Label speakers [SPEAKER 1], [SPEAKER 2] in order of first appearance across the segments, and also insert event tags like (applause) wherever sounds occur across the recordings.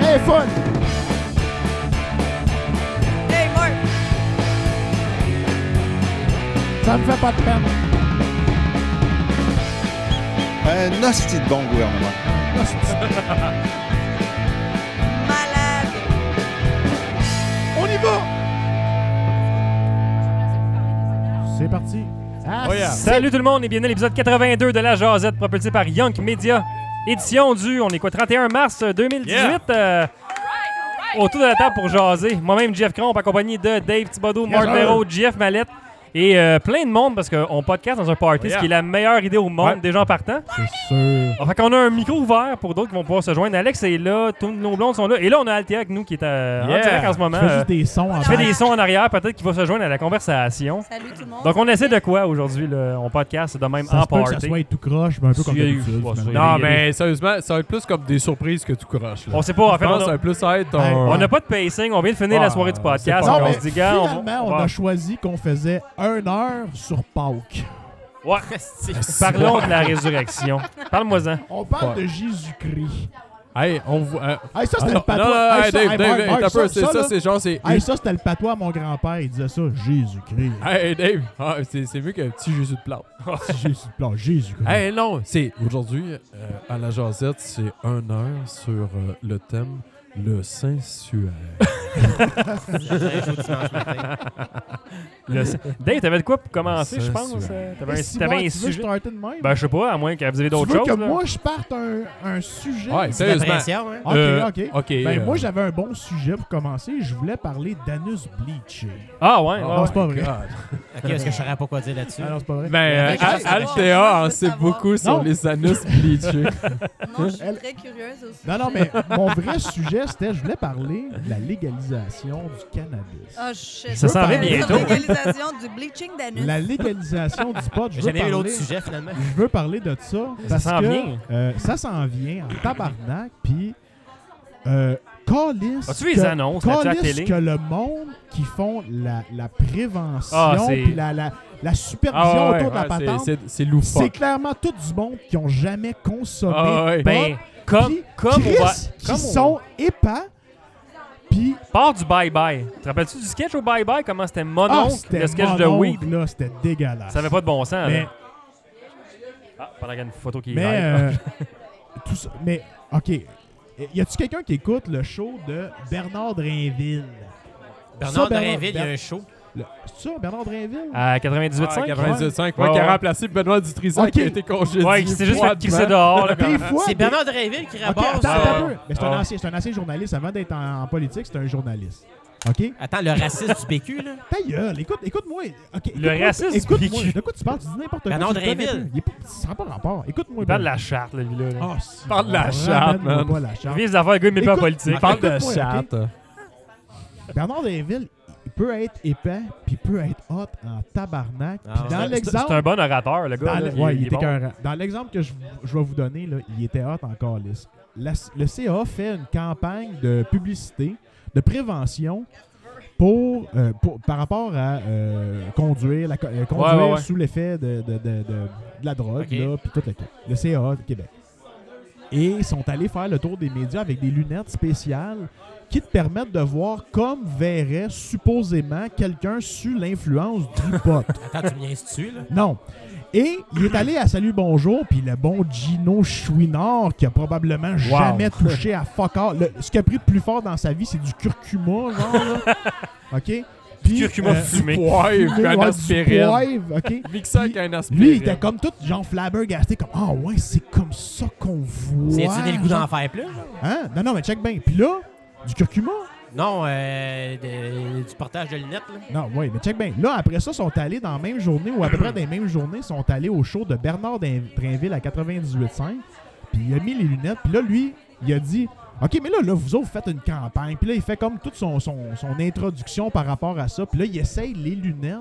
[SPEAKER 1] bien fun!
[SPEAKER 2] Hey, Mark!
[SPEAKER 1] Ça me fait pas de peine.
[SPEAKER 3] Un hostie de bon gouvernement.
[SPEAKER 2] Malade!
[SPEAKER 1] On y va! C'est parti. Ah,
[SPEAKER 4] Oh yeah.
[SPEAKER 1] c'est-
[SPEAKER 5] Salut tout le monde et bienvenue à l'épisode 82 de La Jazette, propulsé par Young Media. Édition du, on est quoi, 31 mars 2018.
[SPEAKER 4] Yeah.
[SPEAKER 5] euh, autour de la table pour jaser. Moi-même, Jeff Cromp, accompagné de Dave Thibodeau, Marc
[SPEAKER 1] sir.
[SPEAKER 5] Perrault, Jeff Mallette et euh, plein de monde parce qu'on podcast dans un party,
[SPEAKER 4] Oh yeah.
[SPEAKER 5] ce qui est la meilleure idée au monde
[SPEAKER 4] Ouais.
[SPEAKER 5] des gens partant.
[SPEAKER 1] C'est sûr.
[SPEAKER 5] Enfin, qu'on a un micro ouvert pour d'autres qui vont pouvoir se joindre. Alex est là, tous nos blondes sont là. Et là, on a Althea avec nous qui est euh, en
[SPEAKER 4] Yeah.
[SPEAKER 5] direct en ce moment.
[SPEAKER 1] Je fais
[SPEAKER 5] euh,
[SPEAKER 1] juste des sons en
[SPEAKER 5] qui fait
[SPEAKER 1] bas.
[SPEAKER 5] des sons en arrière, peut-être qu'il va se joindre à la conversation.
[SPEAKER 2] Salut tout
[SPEAKER 1] (laughs)
[SPEAKER 2] le monde!
[SPEAKER 5] Donc, on essaie de quoi aujourd'hui? là? On podcast de même
[SPEAKER 1] Ça
[SPEAKER 5] en
[SPEAKER 1] se peut que
[SPEAKER 5] party.
[SPEAKER 1] ça soit tout croche, mais un peu comme
[SPEAKER 5] Si,
[SPEAKER 1] d'habitude.
[SPEAKER 5] je vois ça.
[SPEAKER 1] finalement.
[SPEAKER 4] Non,
[SPEAKER 5] y
[SPEAKER 4] mais sérieusement, ça va être plus comme des surprises que tu croches. là.
[SPEAKER 5] On sait pas, en
[SPEAKER 4] Je
[SPEAKER 5] fait,
[SPEAKER 4] pense que ça
[SPEAKER 5] on
[SPEAKER 4] va
[SPEAKER 5] a-
[SPEAKER 4] plus être
[SPEAKER 1] Hey,
[SPEAKER 4] un... (laughs)
[SPEAKER 5] on n'a pas de pacing, on vient de finir
[SPEAKER 1] Ah,
[SPEAKER 4] Ouais,
[SPEAKER 5] la soirée du
[SPEAKER 4] c'est
[SPEAKER 5] podcast,
[SPEAKER 4] pas-
[SPEAKER 5] donc
[SPEAKER 1] Non,
[SPEAKER 5] on
[SPEAKER 1] mais
[SPEAKER 5] se dit, gars, on va-
[SPEAKER 1] finalement, on,
[SPEAKER 5] on va-
[SPEAKER 1] (laughs) a choisi qu'on faisait une heure sur Pâques.
[SPEAKER 5] Ouais. Parlons de la résurrection. Parle-moi-en.
[SPEAKER 1] On parle
[SPEAKER 4] Ouais.
[SPEAKER 1] de Jésus-Christ.
[SPEAKER 4] Hey, on vous... euh,
[SPEAKER 1] Hey, ça,
[SPEAKER 4] ah,
[SPEAKER 1] c'était
[SPEAKER 4] non,
[SPEAKER 1] le patois.
[SPEAKER 4] non, non,
[SPEAKER 1] Hey,
[SPEAKER 4] hey,
[SPEAKER 1] ça,
[SPEAKER 4] Dave,
[SPEAKER 1] hey,
[SPEAKER 4] Dave,
[SPEAKER 1] Mark,
[SPEAKER 4] hey,
[SPEAKER 1] Mark,
[SPEAKER 4] t'as peur, c'est
[SPEAKER 1] là-
[SPEAKER 4] ça, c'est genre, c'est...
[SPEAKER 1] Hey, ça, c'était le patois à mon grand-père. Il disait ça, Jésus-Christ.
[SPEAKER 4] Hey, Dave, ah, c'est c'est mieux qu'un petit Jésus de plante.
[SPEAKER 1] Jésus, non, Jésus-Christ.
[SPEAKER 4] Hey, non, c'est... Aujourd'hui, euh, à la Jazette, c'est un heure sur euh, le thème le sensuel.
[SPEAKER 5] Le- Dave, t'avais de quoi pour commencer,
[SPEAKER 4] Ça,
[SPEAKER 5] je pense?
[SPEAKER 4] c'est-
[SPEAKER 5] euh,
[SPEAKER 1] Mais
[SPEAKER 5] T'avais un,
[SPEAKER 1] si,
[SPEAKER 5] t'avais
[SPEAKER 1] moi,
[SPEAKER 5] un
[SPEAKER 1] tu veux que je
[SPEAKER 5] sujet?
[SPEAKER 1] parte de même?
[SPEAKER 5] Ben, je sais pas, à moins que vous avez d'autres
[SPEAKER 1] tu veux
[SPEAKER 5] choses.
[SPEAKER 1] que
[SPEAKER 5] là.
[SPEAKER 1] moi, je parte un, un sujet?
[SPEAKER 4] (laughs) Ouais, sérieusement.
[SPEAKER 6] pression, hein?
[SPEAKER 1] Ok,
[SPEAKER 4] Euh,
[SPEAKER 1] ok.
[SPEAKER 4] OK.
[SPEAKER 1] Ben,
[SPEAKER 4] euh,
[SPEAKER 1] moi, j'avais un bon sujet pour commencer. Je voulais parler d'anus bleaché.
[SPEAKER 5] Ah, ouais, ouais,
[SPEAKER 1] non, c'est pas
[SPEAKER 5] ouais.
[SPEAKER 1] vrai.
[SPEAKER 4] Oh God.
[SPEAKER 6] Ok, parce que je saurais pas quoi dire là-dessus.
[SPEAKER 1] Ah non, c'est pas vrai.
[SPEAKER 4] Ben, euh,
[SPEAKER 6] Quelque chose à
[SPEAKER 4] Al- Althea
[SPEAKER 6] voir.
[SPEAKER 4] en
[SPEAKER 2] Quelque chose à
[SPEAKER 4] sait
[SPEAKER 2] voir.
[SPEAKER 4] beaucoup sur
[SPEAKER 1] Non.
[SPEAKER 4] les anus bleachés.
[SPEAKER 2] Non, je suis
[SPEAKER 1] Elle-
[SPEAKER 2] très curieuse aussi.
[SPEAKER 1] Non, non, mais mon vrai sujet, c'était je voulais parler de la légalisation du cannabis.
[SPEAKER 2] Ah, shit.
[SPEAKER 5] Ça s'en
[SPEAKER 1] vient
[SPEAKER 2] Sur
[SPEAKER 5] bientôt.
[SPEAKER 2] l'égalisation du
[SPEAKER 1] (laughs)
[SPEAKER 2] bleaching d'anus.
[SPEAKER 1] La légalisation du pot, je veux
[SPEAKER 6] J'en ai eu l'autre
[SPEAKER 1] parler...
[SPEAKER 6] sujet finalement.
[SPEAKER 1] Je veux parler de ça
[SPEAKER 5] Ça
[SPEAKER 1] parce
[SPEAKER 5] s'en
[SPEAKER 1] que
[SPEAKER 5] vient.
[SPEAKER 1] euh, ça s'en vient en tabarnak, puis euh, calice
[SPEAKER 5] As-tu vu les
[SPEAKER 1] que-
[SPEAKER 5] annonces là-dessus à la
[SPEAKER 1] calice
[SPEAKER 5] télé?
[SPEAKER 1] que le monde qui font la, la
[SPEAKER 5] Ah,
[SPEAKER 1] prévention
[SPEAKER 5] c'est-
[SPEAKER 1] puis la, la, la supervision
[SPEAKER 5] Ah, ouais,
[SPEAKER 1] autour de la
[SPEAKER 4] Ouais, c'est-
[SPEAKER 1] patente,
[SPEAKER 4] c'est- C'est
[SPEAKER 1] c'est
[SPEAKER 4] loufoque.
[SPEAKER 1] clairement tout du monde qui ont jamais consommé
[SPEAKER 4] Ah, ouais.
[SPEAKER 1] de pot,
[SPEAKER 5] Ben, comme,
[SPEAKER 1] puis
[SPEAKER 5] comme
[SPEAKER 1] Chris,
[SPEAKER 5] on va.
[SPEAKER 1] qui
[SPEAKER 5] Comme on-
[SPEAKER 1] sont épais, puis
[SPEAKER 5] Part du bye-bye. Te rappelles-tu du sketch au bye-bye? Comment c'était mon
[SPEAKER 1] ah,
[SPEAKER 5] oncle,
[SPEAKER 1] c'était
[SPEAKER 5] le sketch
[SPEAKER 1] mon
[SPEAKER 5] de
[SPEAKER 1] oncle,
[SPEAKER 5] Weed?
[SPEAKER 1] là, c'était dégueulasse.
[SPEAKER 5] Ça avait pas de bon sens,
[SPEAKER 1] Mais
[SPEAKER 5] là. Ah, pendant qu'il hein. y a une photo qui est
[SPEAKER 1] Mais,
[SPEAKER 5] live.
[SPEAKER 1] euh, (laughs) tout ça- mais, OK. Y a-tu quelqu'un qui écoute le show de Bernard Drainville?
[SPEAKER 6] Bernard
[SPEAKER 1] Bernard-
[SPEAKER 6] Drainville, il y a
[SPEAKER 1] Ber-
[SPEAKER 6] un show.
[SPEAKER 1] Le- C'est ça, Bernard Drainville?
[SPEAKER 5] Ah, À
[SPEAKER 7] Ah,
[SPEAKER 5] 98.5?
[SPEAKER 4] 98,5.
[SPEAKER 5] Ouais,
[SPEAKER 4] Moi qui
[SPEAKER 5] ouais.
[SPEAKER 4] a remplacé Benoît Dutrisan
[SPEAKER 1] Ok.
[SPEAKER 4] qui a été congédié.
[SPEAKER 5] Ouais, qui s'est juste fait
[SPEAKER 4] froidement.
[SPEAKER 5] crisser dehors. là,
[SPEAKER 1] Des
[SPEAKER 5] comme-
[SPEAKER 1] fois,
[SPEAKER 6] C'est
[SPEAKER 1] des-
[SPEAKER 6] Bernard Drainville qui
[SPEAKER 1] OK,
[SPEAKER 6] rabasse.
[SPEAKER 1] attends, attends un
[SPEAKER 6] euh,
[SPEAKER 1] peu. Mais c'est un,
[SPEAKER 5] Ah.
[SPEAKER 1] ancien- c'est un ancien journaliste. Avant d'être en, en politique, c'est un journaliste. OK?
[SPEAKER 6] Attends, le raciste du PQ, là.
[SPEAKER 1] Ta gueule, écoute, écoute-moi. OK, écoute-moi-
[SPEAKER 5] racisme
[SPEAKER 1] Écoute-moi.
[SPEAKER 5] vécu.
[SPEAKER 1] De quoi tu parles? Tu dis n'importe quoi.
[SPEAKER 6] Bernard
[SPEAKER 1] tu le connais
[SPEAKER 6] Drainville.
[SPEAKER 1] plus. Il est pas- Ça n'a pas rapport. Écoute-moi.
[SPEAKER 5] Il parle de la charte, là, lui-là. là.
[SPEAKER 1] Ah, si,
[SPEAKER 4] Parle de la
[SPEAKER 1] on
[SPEAKER 4] chatte,
[SPEAKER 1] ramène-moi
[SPEAKER 4] man.
[SPEAKER 1] pas la chatte.
[SPEAKER 5] Vise d'affaires, le gars, mais pas en
[SPEAKER 1] Écoute-
[SPEAKER 5] politique.
[SPEAKER 1] Parle
[SPEAKER 4] de
[SPEAKER 1] Écoute-moi,
[SPEAKER 4] chat.
[SPEAKER 1] Bernard Dainville, il peut être épais, puis il peut être hot en tabarnak.
[SPEAKER 6] Ah
[SPEAKER 1] Puis dans
[SPEAKER 6] ouais. C'est-
[SPEAKER 5] C'est c'est un
[SPEAKER 1] l'exemple.
[SPEAKER 5] bon orateur, le
[SPEAKER 1] Dans,
[SPEAKER 5] gars. là.
[SPEAKER 1] le- ouais, il
[SPEAKER 5] est
[SPEAKER 1] était
[SPEAKER 5] bon.
[SPEAKER 1] écœurant. Dans l'exemple que je, je vais vous donner, là, il était hot encore lisse. le CA fait une campagne de publicité, de prévention pour, euh, pour- par rapport à euh, conduire, la co- euh, conduire
[SPEAKER 5] ouais, ouais.
[SPEAKER 1] sous l'effet de, de- de- de- de la drogue,
[SPEAKER 6] Ok.
[SPEAKER 1] là, puis tout le, le CA de Québec. Et ils sont allés faire le tour des médias avec des lunettes spéciales qui te permettent de voir comme verrait supposément quelqu'un sous l'influence du pot.
[SPEAKER 6] Attends, tu me niaises-tu, là?
[SPEAKER 1] Non. Et il est allé à Salut Bonjour, puis le bon Gino Chouinard, qui a probablement jamais touché à fuck all. Le- ce qu'il a pris de plus fort dans sa vie, c'est du curcuma, genre, là. OK? Puis,
[SPEAKER 5] Curcuma fumé.
[SPEAKER 4] Poivre,
[SPEAKER 1] ouais,
[SPEAKER 4] puis un
[SPEAKER 1] du
[SPEAKER 4] aspirine.
[SPEAKER 1] poivre, OK?
[SPEAKER 4] Mixé avec un aspirine.
[SPEAKER 1] Lui, il était comme tout, genre, flabbergasté, comme « Ah ouais, c'est comme ça qu'on voit! »
[SPEAKER 6] C'est tu né le goût d'en faire plus?
[SPEAKER 1] Hein? Non, non, mais check bien. Puis là, du curcuma?
[SPEAKER 6] Non, euh, de- du portage de lunettes, là.
[SPEAKER 1] Non, oui, mais check bien. Là, après ça, sont allés dans la même journée, ou à peu près dans les mêmes journées, sont allés au show de Bernard Dain- Drainville à 98.5. Puis il a mis les lunettes. Puis là, lui, il a dit OK, mais là, là, vous autres, vous faites une campagne. Puis là, il fait comme toute son, son, son introduction par rapport à ça. Puis là, il essaye les lunettes.